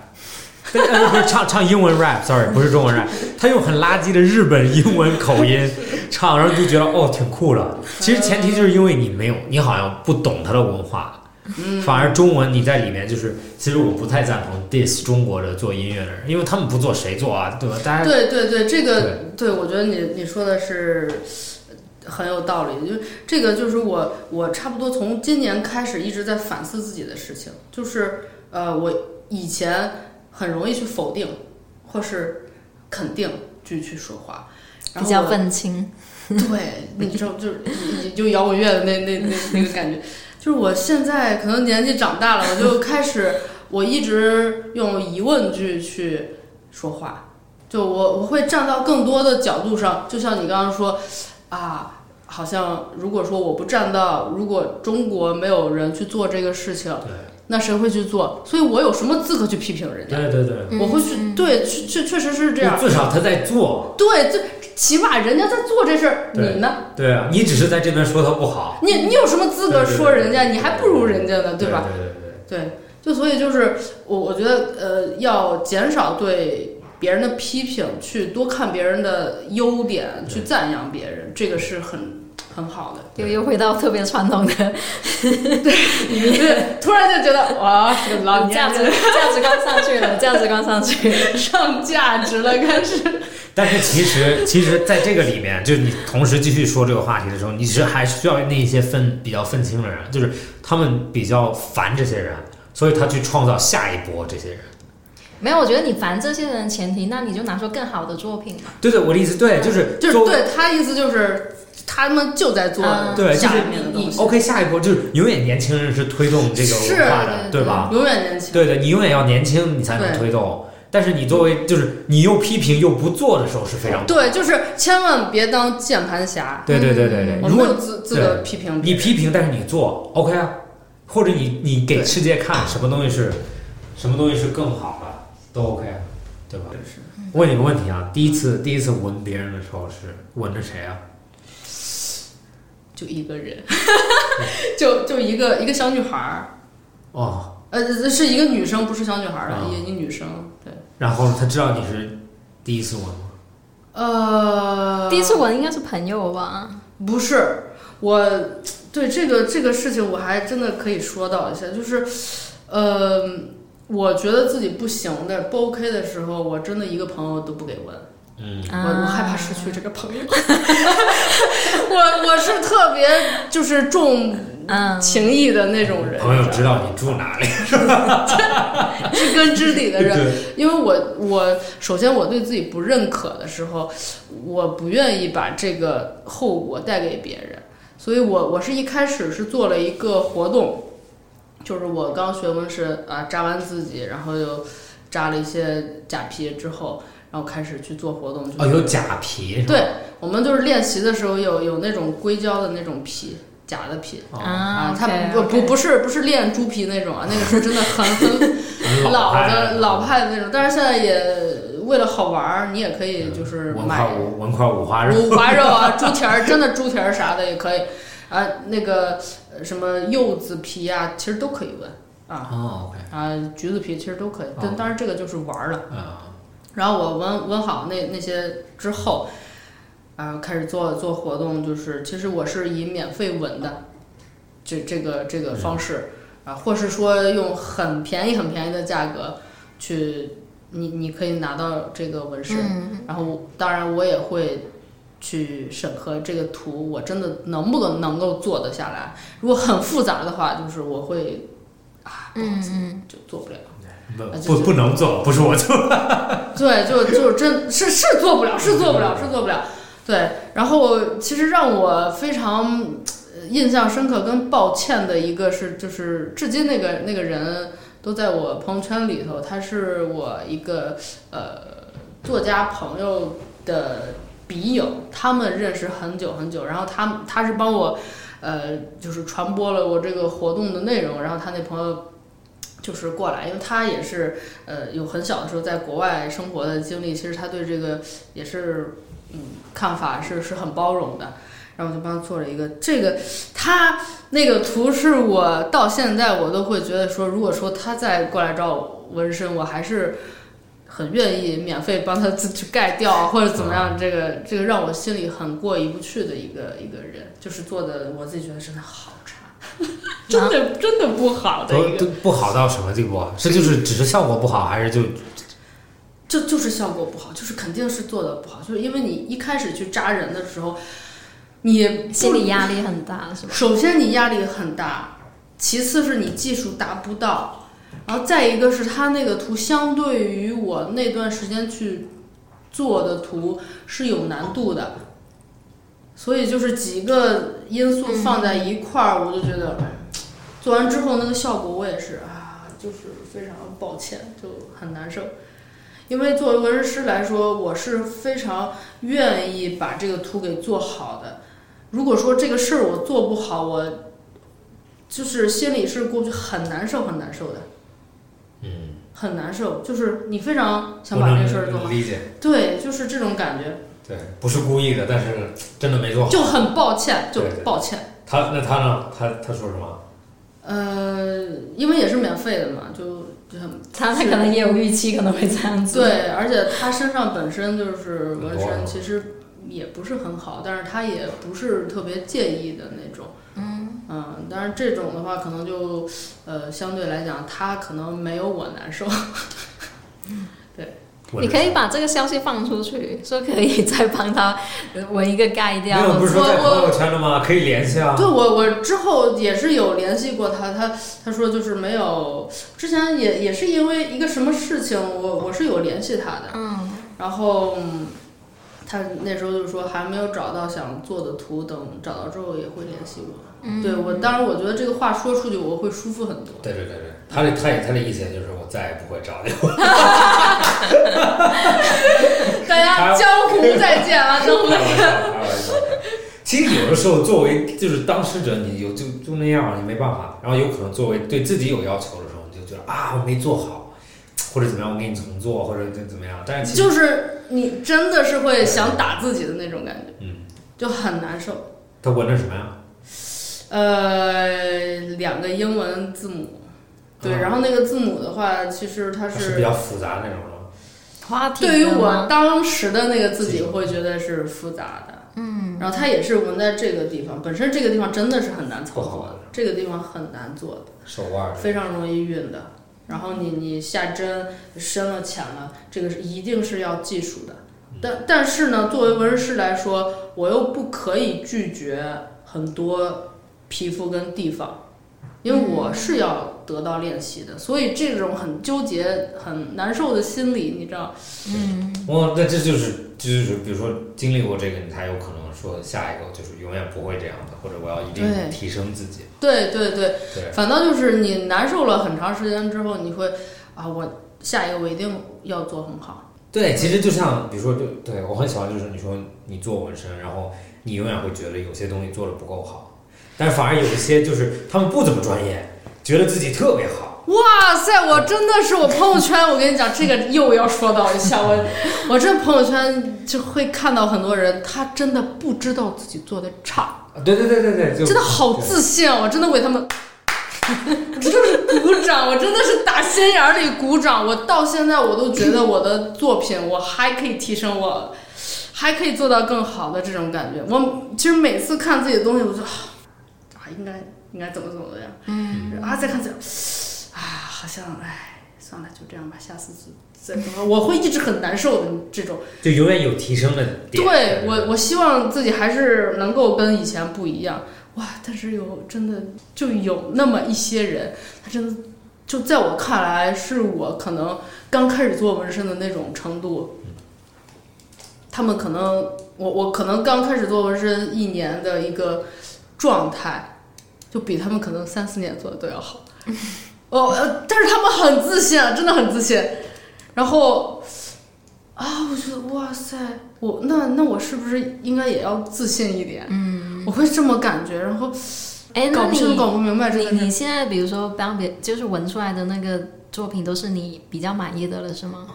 但呃不是唱唱英文 rap，sorry 不是中文 rap，他用很垃圾的日本英文口音唱，然后你就觉得哦挺酷的。其实前提就是因为你没有，你好像不懂他的文化。
嗯
反而中文你在里面就是，其实我不太赞同 diss 中国的做音乐的人，因为他们不做谁做啊，对吧？大家
对对对，这个对我觉得你你说的是呃很有道理，就这个就是我我差不多从今年开始一直在反思自己的事情，就是呃我以前很容易去否定或是肯定去去说话，然
比
后
较
我
愤青，
对，你知道，就是你就摇滚乐的那那那那个感觉，就是我现在可能年纪长大了，我就开始，我一直用疑问句去说话，就我我会站到更多的角度上，就像你刚刚说，啊，好像如果说我不站到，如果中国没有人去做这个事情，那谁会去做？所以我有什么资格去批评人家？
对对对
我会去，对，确确确实是这
对，
样，
至少他在做，
对，这起码人家在做这事儿，
对
你呢？
对啊，你只是在这边说他不好，
你你有什么资格说人家？
对对对
你还不如人家呢，
对
吧？？
对对对，
对，就所以就是我我觉得呃，要减少对别人的批评，去多看别人的优点，去赞扬别人，这个是很很 好的。
又又回到特别传统的
对，突然就觉得哇，这个老
价
年
值
人
价值观上 去了，价值观上去了。
上价值了，开始。
但是其实， 其实在这个里面，就是你同时继续说这个话题的时候，你是还需要那些分比较愤青的人，就是他们比较烦这些人，所以他去创造下一波这些人。
没有，我觉得你烦这些人的前提，那你就拿出更好的作品嘛。
对对，我的意思对，就是
就是
周
对他意思就是他们就在做
嗯
对
下
就是
面的
你
东西，
OK，下一波就是永远年轻人是推动这个文化的，
是
对吧？
永远年轻。
对对，你永远要年轻，你才能
对
推动。但是你作为就是你又批评又不做的时候是非常
对，就是千万别当键盘侠，
对对对对对。
我
如
没
果
有资资格批评别人
你批评，但是你做 OK 啊，或者你你给
对
世界看什么东西是什么东西是更好的，都 OK，啊对吧？问你个问题啊，第一次第一次闻别人的时候是闻着谁啊？
就一个人， 就就一个一个小女孩儿，
哦，
呃，是一个女生，不是小女孩儿了
啊，
一、一女生，对，
然后他知道你是第一次闻吗？
呃，
第一次闻应该是朋友吧？
不是我，对这个这个事情我还真的可以说到一下，就是，呃，我觉得自己不行的不 OK 的时候，我真的一个朋友都不给问。
嗯，
啊
我我害怕失去这个朋友， 我我是特别就是重
嗯，
情义的那种人，
朋友知道你住哪里，
知根知底的人，
对，
因为我我首先我对自己不认可的时候，我不愿意把这个后果带给别人，所以我我是一开始是做了一个活动，就是我刚学纹身啊，扎完自己，然后又扎了一些假皮之后，然后开始去做活动，就
哦，
是、
有假皮是吧？
对我们就是练习的时候有有那种硅胶的那种皮，假的皮。
哦，
啊
啊，，它不不不是不是练猪皮那种啊，那个是真的很很
很
老
哦派
的老派的那种，但是现在也为了好玩儿，你也可以就是
嗯文
买
块五文块五花肉，
五花肉啊、猪蹄儿，真的猪蹄儿啥的也可以，啊，那个呃什么柚子皮啊，其实都可以问啊
哦，OK，
啊，橘子皮其实都可以，但
哦
当然这个就是玩儿了。
啊，
然后我纹纹好那那些之后，啊，开始做做活动，就是其实我是以免费纹的这这个这个方式啊，或是说用很便宜很便宜的价格去，你你可以拿到这个纹饰，
嗯，
然后我当然我也会去审核这个图，我真的能不能能够做得下来。如果很复杂的话，就是我会啊，不好意思，
嗯
就做不了。
不
啊就
不
是
不能做，不是我做，
对，就就真是是做不了，是做不了，是做不了。对，然后其实让我非常呃印象深刻跟抱歉的一个是，就是至今那个那个人都在我朋友圈里头，他是我一个呃作家朋友的笔友，他们认识很久很久，然后他们他是帮我呃就是传播了我这个活动的内容，然后他那朋友。就是过来，因为他也是呃，有很小的时候在国外生活的经历，其实他对这个也是，嗯，看法是是很包容的。然后我就帮他做了一个这个，他那个图是我到现在我都会觉得说，如果说他再过来找我纹身，我还是很愿意免费帮他自己盖掉或者怎么样。这个这个让我心里很过意不去的一个一个人，就是做的我自己觉得真的好差，真
啊
的真的不好的一
都
个
都，不好到什么地步啊？是就是只是效果不好，还是就
这就是效果不好，就是肯定是做的不好，就是因为你一开始去扎人的时候，你不
心理压力很大是吧？
首先你压力很大，其次是你技术达不到，然后再一个是它那个图相对于我那段时间去做的图是有难度的，所以就是几个因素放在一块儿，我就觉得做完之后那个效果我也是啊，就是非常抱歉，就很难受。因为作为纹身师来说，我是非常愿意把这个图给做好的，如果说这个事儿我做不好，我就是心里是过不去，很难受，很难受的，
嗯，
很难受。就是你非常想
不
把这
能
事儿做好，
理解，
对，就是这种感觉，
对，不是故意的，但是真的没做好。
就很抱歉，就
对对
抱歉。
他那他呢？他他说什么？
呃，因为也是免费的嘛，就 就很
他他可能也有预期，可能会这样子。，
对，而且他身上本身就是纹
很多啊
身，其实也不是很好，但是他也不是特别介意的那种。嗯但是这种的话，可能就呃相对来讲，他可能没有我难受。
我
你可以把这个消息放出去，说可以再帮他呃纹一个盖
没
掉。
有 不是说
我
在朋
我
友圈了吗？可以联系啊
对。我，我之后也是有联系过他，他他说就是没有，之前也也是因为一个什么事情，我我是有联系他的，
嗯
然后嗯他那时候就说还没有找到想做的图，等找到之后也会联系我。
嗯，
对我，当然我觉得这个话说出去我会舒服很多。
对对对对，他的他也他的意思就是我再也不会找你。
大
啊
家江湖再见啊，江湖
开玩笑，开玩笑。其实有的时候，作为就是当事者，你有就就那样，你没办法。然后有可能作为对自己有要求的时候，你就觉得啊，我没做好，或者怎么样，我给你重做，或者怎怎么样。但是其实，
就是你真的是会想打自己的那种感觉，
嗯，
就很难受。
他纹的什么呀？
呃，两个英文字母，对，
啊
然后那个字母的话，其实它
它是比较复杂那种的吗。
话题
对于
的
我
吗，
当时的那个自己会觉得是复杂的，嗯，然后它也是纹在这个地方，本身这个地方真的是很难操
不好
作
玩
的，这个地方很难做的，
手腕儿，
非常容易晕的，然后你你下针深了浅了，这个是一定是要技术的。但但是呢，作为纹身师来说，我又不可以拒绝很多皮肤跟地方，因
嗯
为我是要得到练习的。所以这种很纠结、很难受的心理，你知道，
我那这就是就是比如说经历过这个，你才有可能说下一个就是永远不会这样的，或者我要一定
对
提升自己。
对对对，
对，
反倒就是你难受了很长时间之后，你会啊，我下一个我一定要做很好。
对，其实就像比如说，就对我很喜欢，就是你说你做纹身，然后你永远会觉得有些东西做的不够好，但是反而有一些就是他们不怎么专业，觉得自己特别好。
哇塞，我真的是我朋友圈，我跟你讲，这个又要说到一下，我我这朋友圈就会看到很多人，他真的不知道自己做的差，
啊对对对对对，就
真的好
对
自信啊！我真的为他 们。就是鼓掌，我真的是打心眼儿里鼓掌。我到现在我都觉得我的作品我还可以提升我，还可以做到更好的这种感觉。我其实每次看自己的东西，我就啊，啊应该应该怎么怎么样，嗯，啊再看再，啊好像哎算了就这样吧，下次再再， 我会一直很难受的这种。
就永远有提升的点。
对我，我希望自己还是能够跟以前不一样。哇，但是有真的就有那么一些人，他真的就在我看来，是我可能刚开始做纹身的那种程度。他们可能我我可能刚开始做纹身一年的一个状态，就比他们可能三四年做的都要好。 哦，呃但是他们很自信，啊，真的很自信。然后啊，我觉得哇塞，我那那我是不是应该也要自信一点？嗯，我会这么感觉，然后
哎，
搞
那
不清楚、
你
搞不明白这
你
个
你现在比如说帮别就是纹出来的那个作品都是你比较满意的了是吗？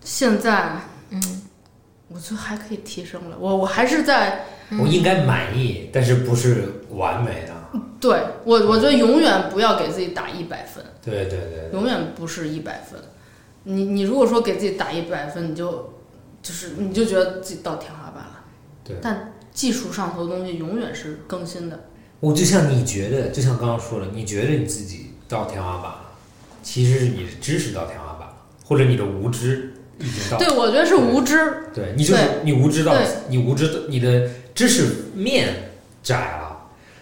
现在，
嗯，
我觉得还可以提升了。我我还是在
我应该满意，但是不是完美的。
对我，我觉得永远不要给自己打一百分，
对对对，
永远不是一百分。你你如果说给自己打一百分，你就就是你就觉得自己到天花板了。
对
但技术上头的东西永远是更新的。
我就像你觉得，就像刚刚说的，你觉得你自己到天花板了，其实是你的知识到天花板了，或者你的无知已经到。
对，我觉得是无知。
对你就是
对
你无知到
对
你无知的你的知识面窄了。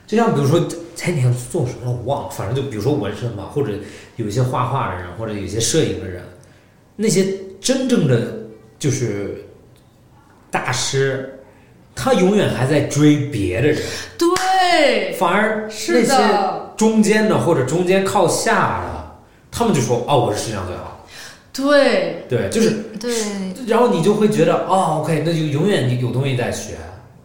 就像比如说前几天做什么我忘了，反正就比如说纹身吧，或者有一些画画的人，或者有一些摄影的人，那些真正的就是大师，他永远还在追别的人，
对，
反而那
是
些
的，
中间的或者中间靠下的，他们就说哦，我是世界上最好
对。
的。对，就是
对，
然后你就会觉得，哦，OK，那就永远你有东西在学。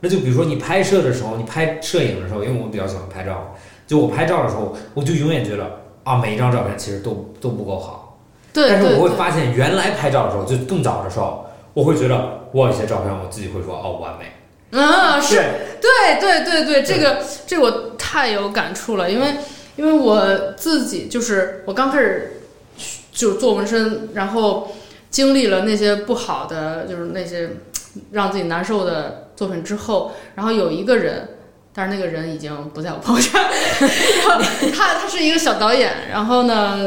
那就比如说你拍摄的时候，你拍摄影的时候，因为我比较喜欢拍照，就我拍照的时候，我就永远觉得啊，每一张照片其实都都不够好。
对，
但是
对
我会
对
发现，原来拍照的时候，就更早的时候，我会觉得我有些照片我自己会说哦完美。
啊，是
对
对对对对，这个这个我太有感触了，因为因为我自己就是我刚开始就做纹身，然后经历了那些不好的，就是那些让自己难受的作品之后，然后有一个人。但是那个人已经不在我朋友圈，然后他他是一个小导演，然后呢，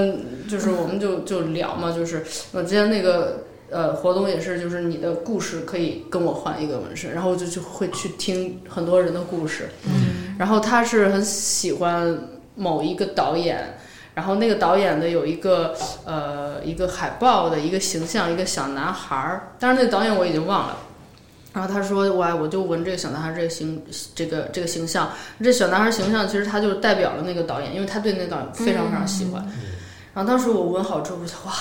就是我们就就聊嘛，就是我之前那个呃活动也是，就是你的故事可以跟我换一个纹身，然后我就就会去听很多人的故事。嗯，然后他是很喜欢某一个导演，然后那个导演的有一个呃一个海报的一个形象，一个小男孩儿，但是那个导演我已经忘了。然后他说：“哇，我就纹这个小男孩这个形，这个这个形象，这小男孩形象其实他就代表了那个导演，因为他对那个导演非常非常喜欢。
嗯
然后当时我纹好之后，我就哇，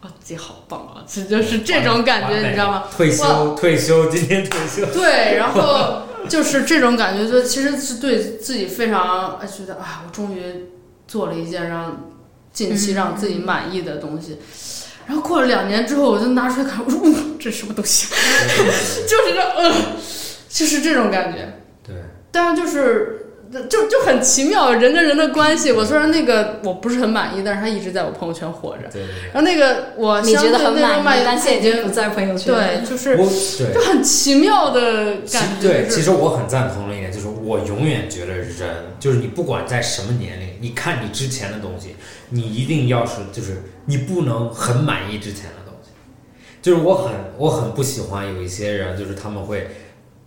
哇，自己好棒啊！这就是这种感
完
觉，
美
你知道吗？？
退休，退休，今天退休。
对，然后就是这种感觉，就其实是对自己非常哎觉得啊，我终于做了一件让近期让自己
嗯
满意的东西。然后过了两年之后，我就拿出来看，我说，呜，哦这什么东西？ 就是这，呃，就是这种感觉。
对，
但是就是就就很奇妙，人跟人的关系。我虽然那个我不是很满意，但是他一直在我朋友圈活着。
对对
然后那个我
你
相
觉
对
得
那
很
种
满
满
意，但现在已
已经
经不在朋友圈了。
对，就是
对，我对
就很奇妙的
其
感觉。
对，
就是
其实我很赞同的一点就是，我我永远觉得人就是你，不管在什么年龄，你看你之前的东西，你一定要是就是你不能很满意之前的东西。就是我很我很不喜欢有一些人，就是他们会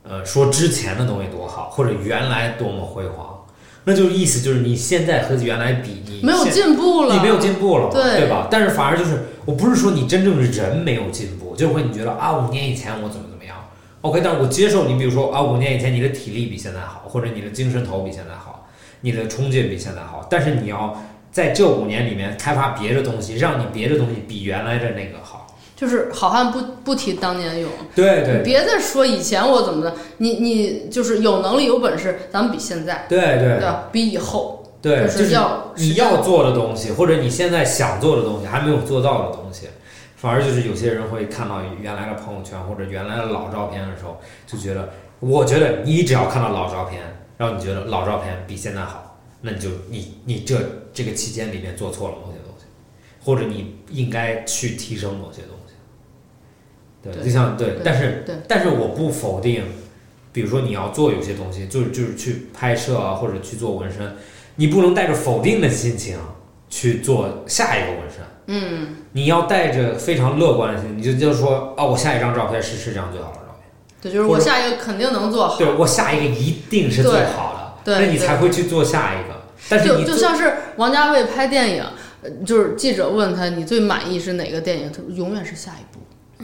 呃说之前的东西多好，或者原来多么辉煌，那就是意思就是你现在和原来比，你
没有
现
进步了，
你没有进步了，
对
吧？但是反而就是，我不是说你真正人没有进步，就是会你觉得啊，五年以前我怎么怎么样，OK，但是我接受你，比如说啊，五年以前你的体力比现在好，或者你的精神头比现在好，你的冲劲比现在好，但是你要在这五年里面开发别的东西，让你别的东西比原来的那个好，
就是好汉不不提当年勇，
对
你
对
别再说以前我怎么的，你你就是有能力有本事，咱们比现在，
对对
对吧？比以后，
对，
就
就是是
要
你要做的东西，或者你现在想做的东西还没有做到的东西，反而就是有些人会看到原来的朋友圈或者原来的老照片的时候，就觉得，我觉得你只要看到老照片，然后你觉得老照片比现在好，那你就你你这这个期间里面做错了某些东西，或者你应该去提升某些东西。对，
对
就像对，但是
对
但是我不否定，比如说你要做有些东西，就是就是去拍摄啊，或者去做纹身，你不能带着否定的心情去做下一个纹身。嗯，你要带着非常乐观的心，你就就说啊，我下一张照片是是这张最好的照片，
对，就是
或
我
者
下一个肯定能做好，
对我下一个一定是最
对
好的，
对
那你才会去做下一个。但是
就
你
就
做
像是王家卫拍电影，呃就是记者问他你最满意是哪个电影，他说永远是下一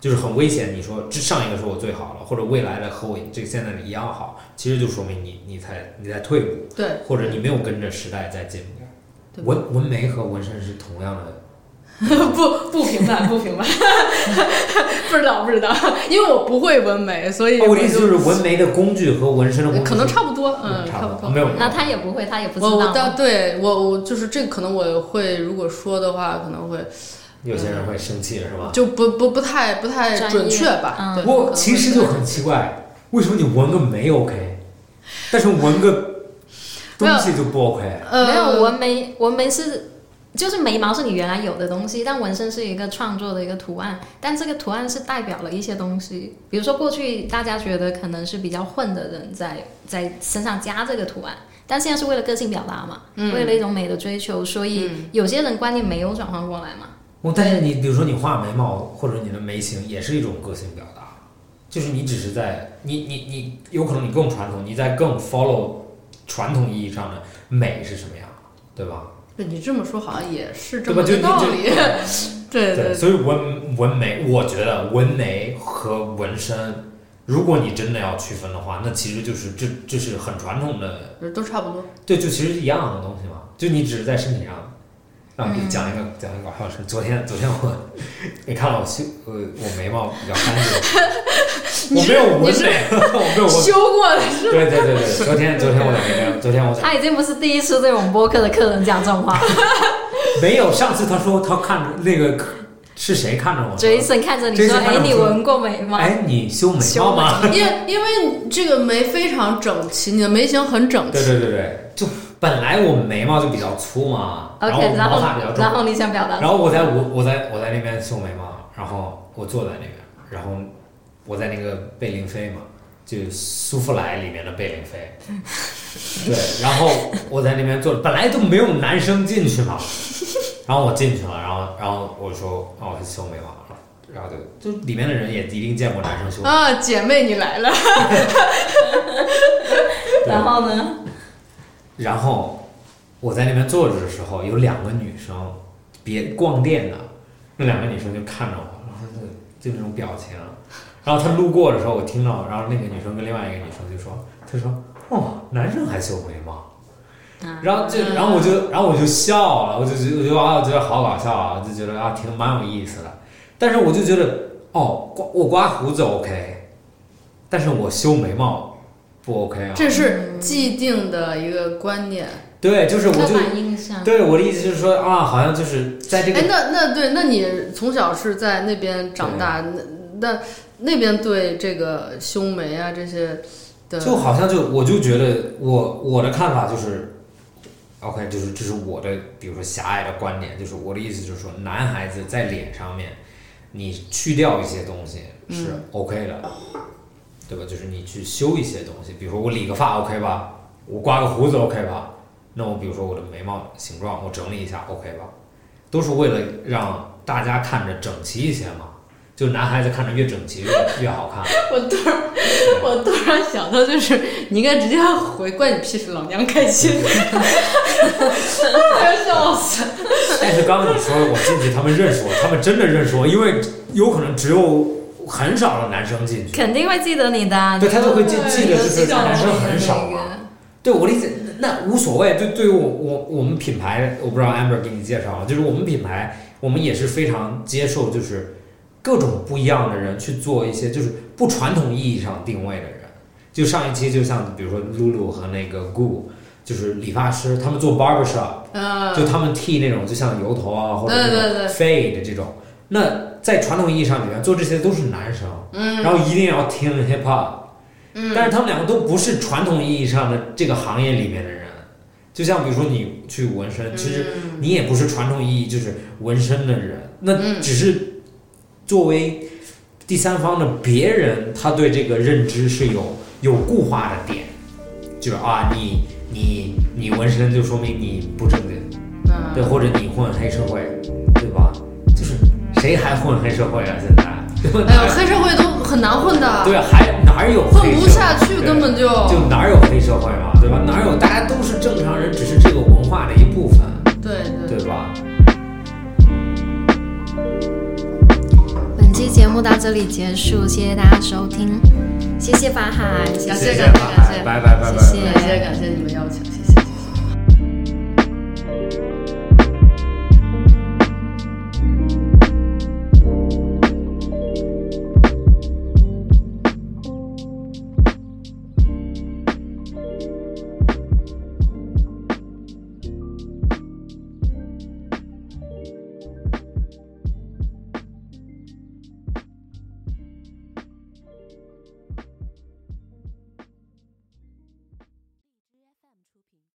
就是很危险。你说这上一个是我最好的，或者未来的和我这个现在的一样好，其实就说明你你才你在退步，
对
或者你没有跟着时代在进步。
对
纹纹眉和纹身是同样的，
不不平凡，不平 凡，不知道不知道，因为我不会纹眉，所以
哦我的意思
就
就是纹眉的工具和纹身的工具
可能差不多，嗯，
差
不
没
多。
有。
那他也不会，他也不知
我我
道
但
啊。
对我我就是这个可能我会如果说的话可能会
有些人会生气是吧？
就不不不太不太
专业
准确吧
嗯。
对可能
我
会
其实就很奇怪，为什么你纹个眉 OK，但是纹个东西就不 OK？
呃
没有纹眉，纹眉是就是眉毛是你原来有的东西，但纹身是一个创作的一个图案，但这个图案是代表了一些东西，比如说过去大家觉得可能是比较混的人在在身上加这个图案。但现在是为了个性表达嘛，
嗯
为了一种美的追求，所以有些人观念没有转换过来嘛。
我但是你比如说你画眉毛或者你的眉形也是一种个性表达，就是你只是在你你你有可能你更传统，你在更 follow 传统意义上的美是什么样，对吧？
对你这么说好像也是这
对
么
吧？就
个道 理，
就
对
对，所以纹纹眉，我觉得纹眉和纹身，如果你真的要区分的话，那其实就是这这是很传统的，
对，都差不多。
对，就其实是一样的东西嘛，就你只是在身体上。啊，给你讲一个讲一个搞笑的事。昨天昨天我，你看了我修呃我眉毛比较干 净，我没有纹眉，我没有纹。
修过的
对对对对，昨天昨天我在眉毛，昨天我在
他已经不是第一次对我们播客的客人讲这 种话了。
没有。上次他说他看着那个是谁看着我说，
Jason 看着你说：“
，Jason 看
哎
着，我
你
说
纹过眉吗？”
哎，你修眉
修
毛吗？
因因为这个眉非常整齐，你的眉形很整
对
齐，
对对对，就本来我眉毛就比较粗嘛，然后
OK，然
毛
后
发比较重，
然后你想表达
然后我在我我在我在那边修眉毛，然后我坐在那边，然后我在那个贝林菲嘛，就苏芙莱里面的贝林 菲，对，然后我在那边坐着，本来就没有男生进去嘛，然后我进去了，然后然后我说啊，我去修眉毛了，然后就就里面的人也一定见过男生修，
啊，姐妹你来了，
对
然后呢？
然后我在那边坐着的时候，有两个女生，别逛店的，那两个女生就看着我，然后就就那种表情。啊然后她路过的时候，我听到，然后那个女生跟另外一个女生就说：“她说，哦，男生还修眉毛。”然后就，然后我就，然后我就笑了，我就觉得，我就啊，我觉得好搞笑啊，就觉得啊，挺蛮有意思的。但是我就觉得，哦，刮我刮胡子 OK，但是我修眉毛不 OK 啊。
这是既定的一个观念。
对，就是我
刻
就
板 印象。
对我的意思就是说啊，好像就是在这
哎，
个
那那对，那你从小是在那边长大，那那那边对这个胸眉啊这些的，
就好像就我就觉得我我的看法就是，OK，就是这是我的，比如说狭隘的观点，就是我的意思就是说，男孩子在脸上面，你去掉一些东西是 OK 的，对吧？就是你去修一些东西，比如说我理个发 OK 吧，我刮个胡子 OK 吧，那我比如说我的眉毛形状我整理一下 OK 吧，都是为了让大家看着整齐一些嘛。就男孩子看着越整齐越越好看，
我突然我突然想到，就是你应该直接回怪你屁事，老娘开心，哎呀笑死！
但是刚刚你说我进去，他们认识我，他们真的认识我，因为有可能只有很少的男生进去。
肯定会记得你的啊，
对
你
他就会记
对
记得就是
你就
男生
记得
很少
那个
嘛对我的意思，那无所谓。对，对于我我我们品牌，我不知道 Amber 给你介绍了，啊就是我们品牌，我们也是非常接受，就是各种不一样的人去做一些就是不传统意义上定位的人。就上一期，就像比如说露露和那个 Gu，就是理发师，他们做 barbershop，
嗯，
就他们剃那种，就像油头啊，或者
对
那
对
种
对
fade 这种。那在传统意义上里面做这些都是男生，嗯，然后一定要听 hip hop，嗯，但是他们两个都不是传统意义上的这个行业里面的人。就像比如说你去纹身，其实
嗯
你也不是传统意义就是纹身的人，
嗯
那只是作为第三方的别人，他对这个认知是有有固化的点，就是啊，你你你纹身就说明你不正经。
嗯
对，或者你混黑社会，对吧？就是谁还混黑社会啊？现在， 对吧
哎呦，黑社会都很难混的，
对啊，还哪儿有
混
黑
不
社
下
会
去，
对
根本就
就哪儿有黑社会啊嘛，对吧？哪儿有？大家都是正常人，只是这个文化的一部分，
对对。
对吧？
本期节目到这里结束，谢谢大家收听，谢谢法海，谢
感
谢
谢
谢
感谢
拜拜拜拜拜拜。
谢
感谢感谢你们邀请，谢谢。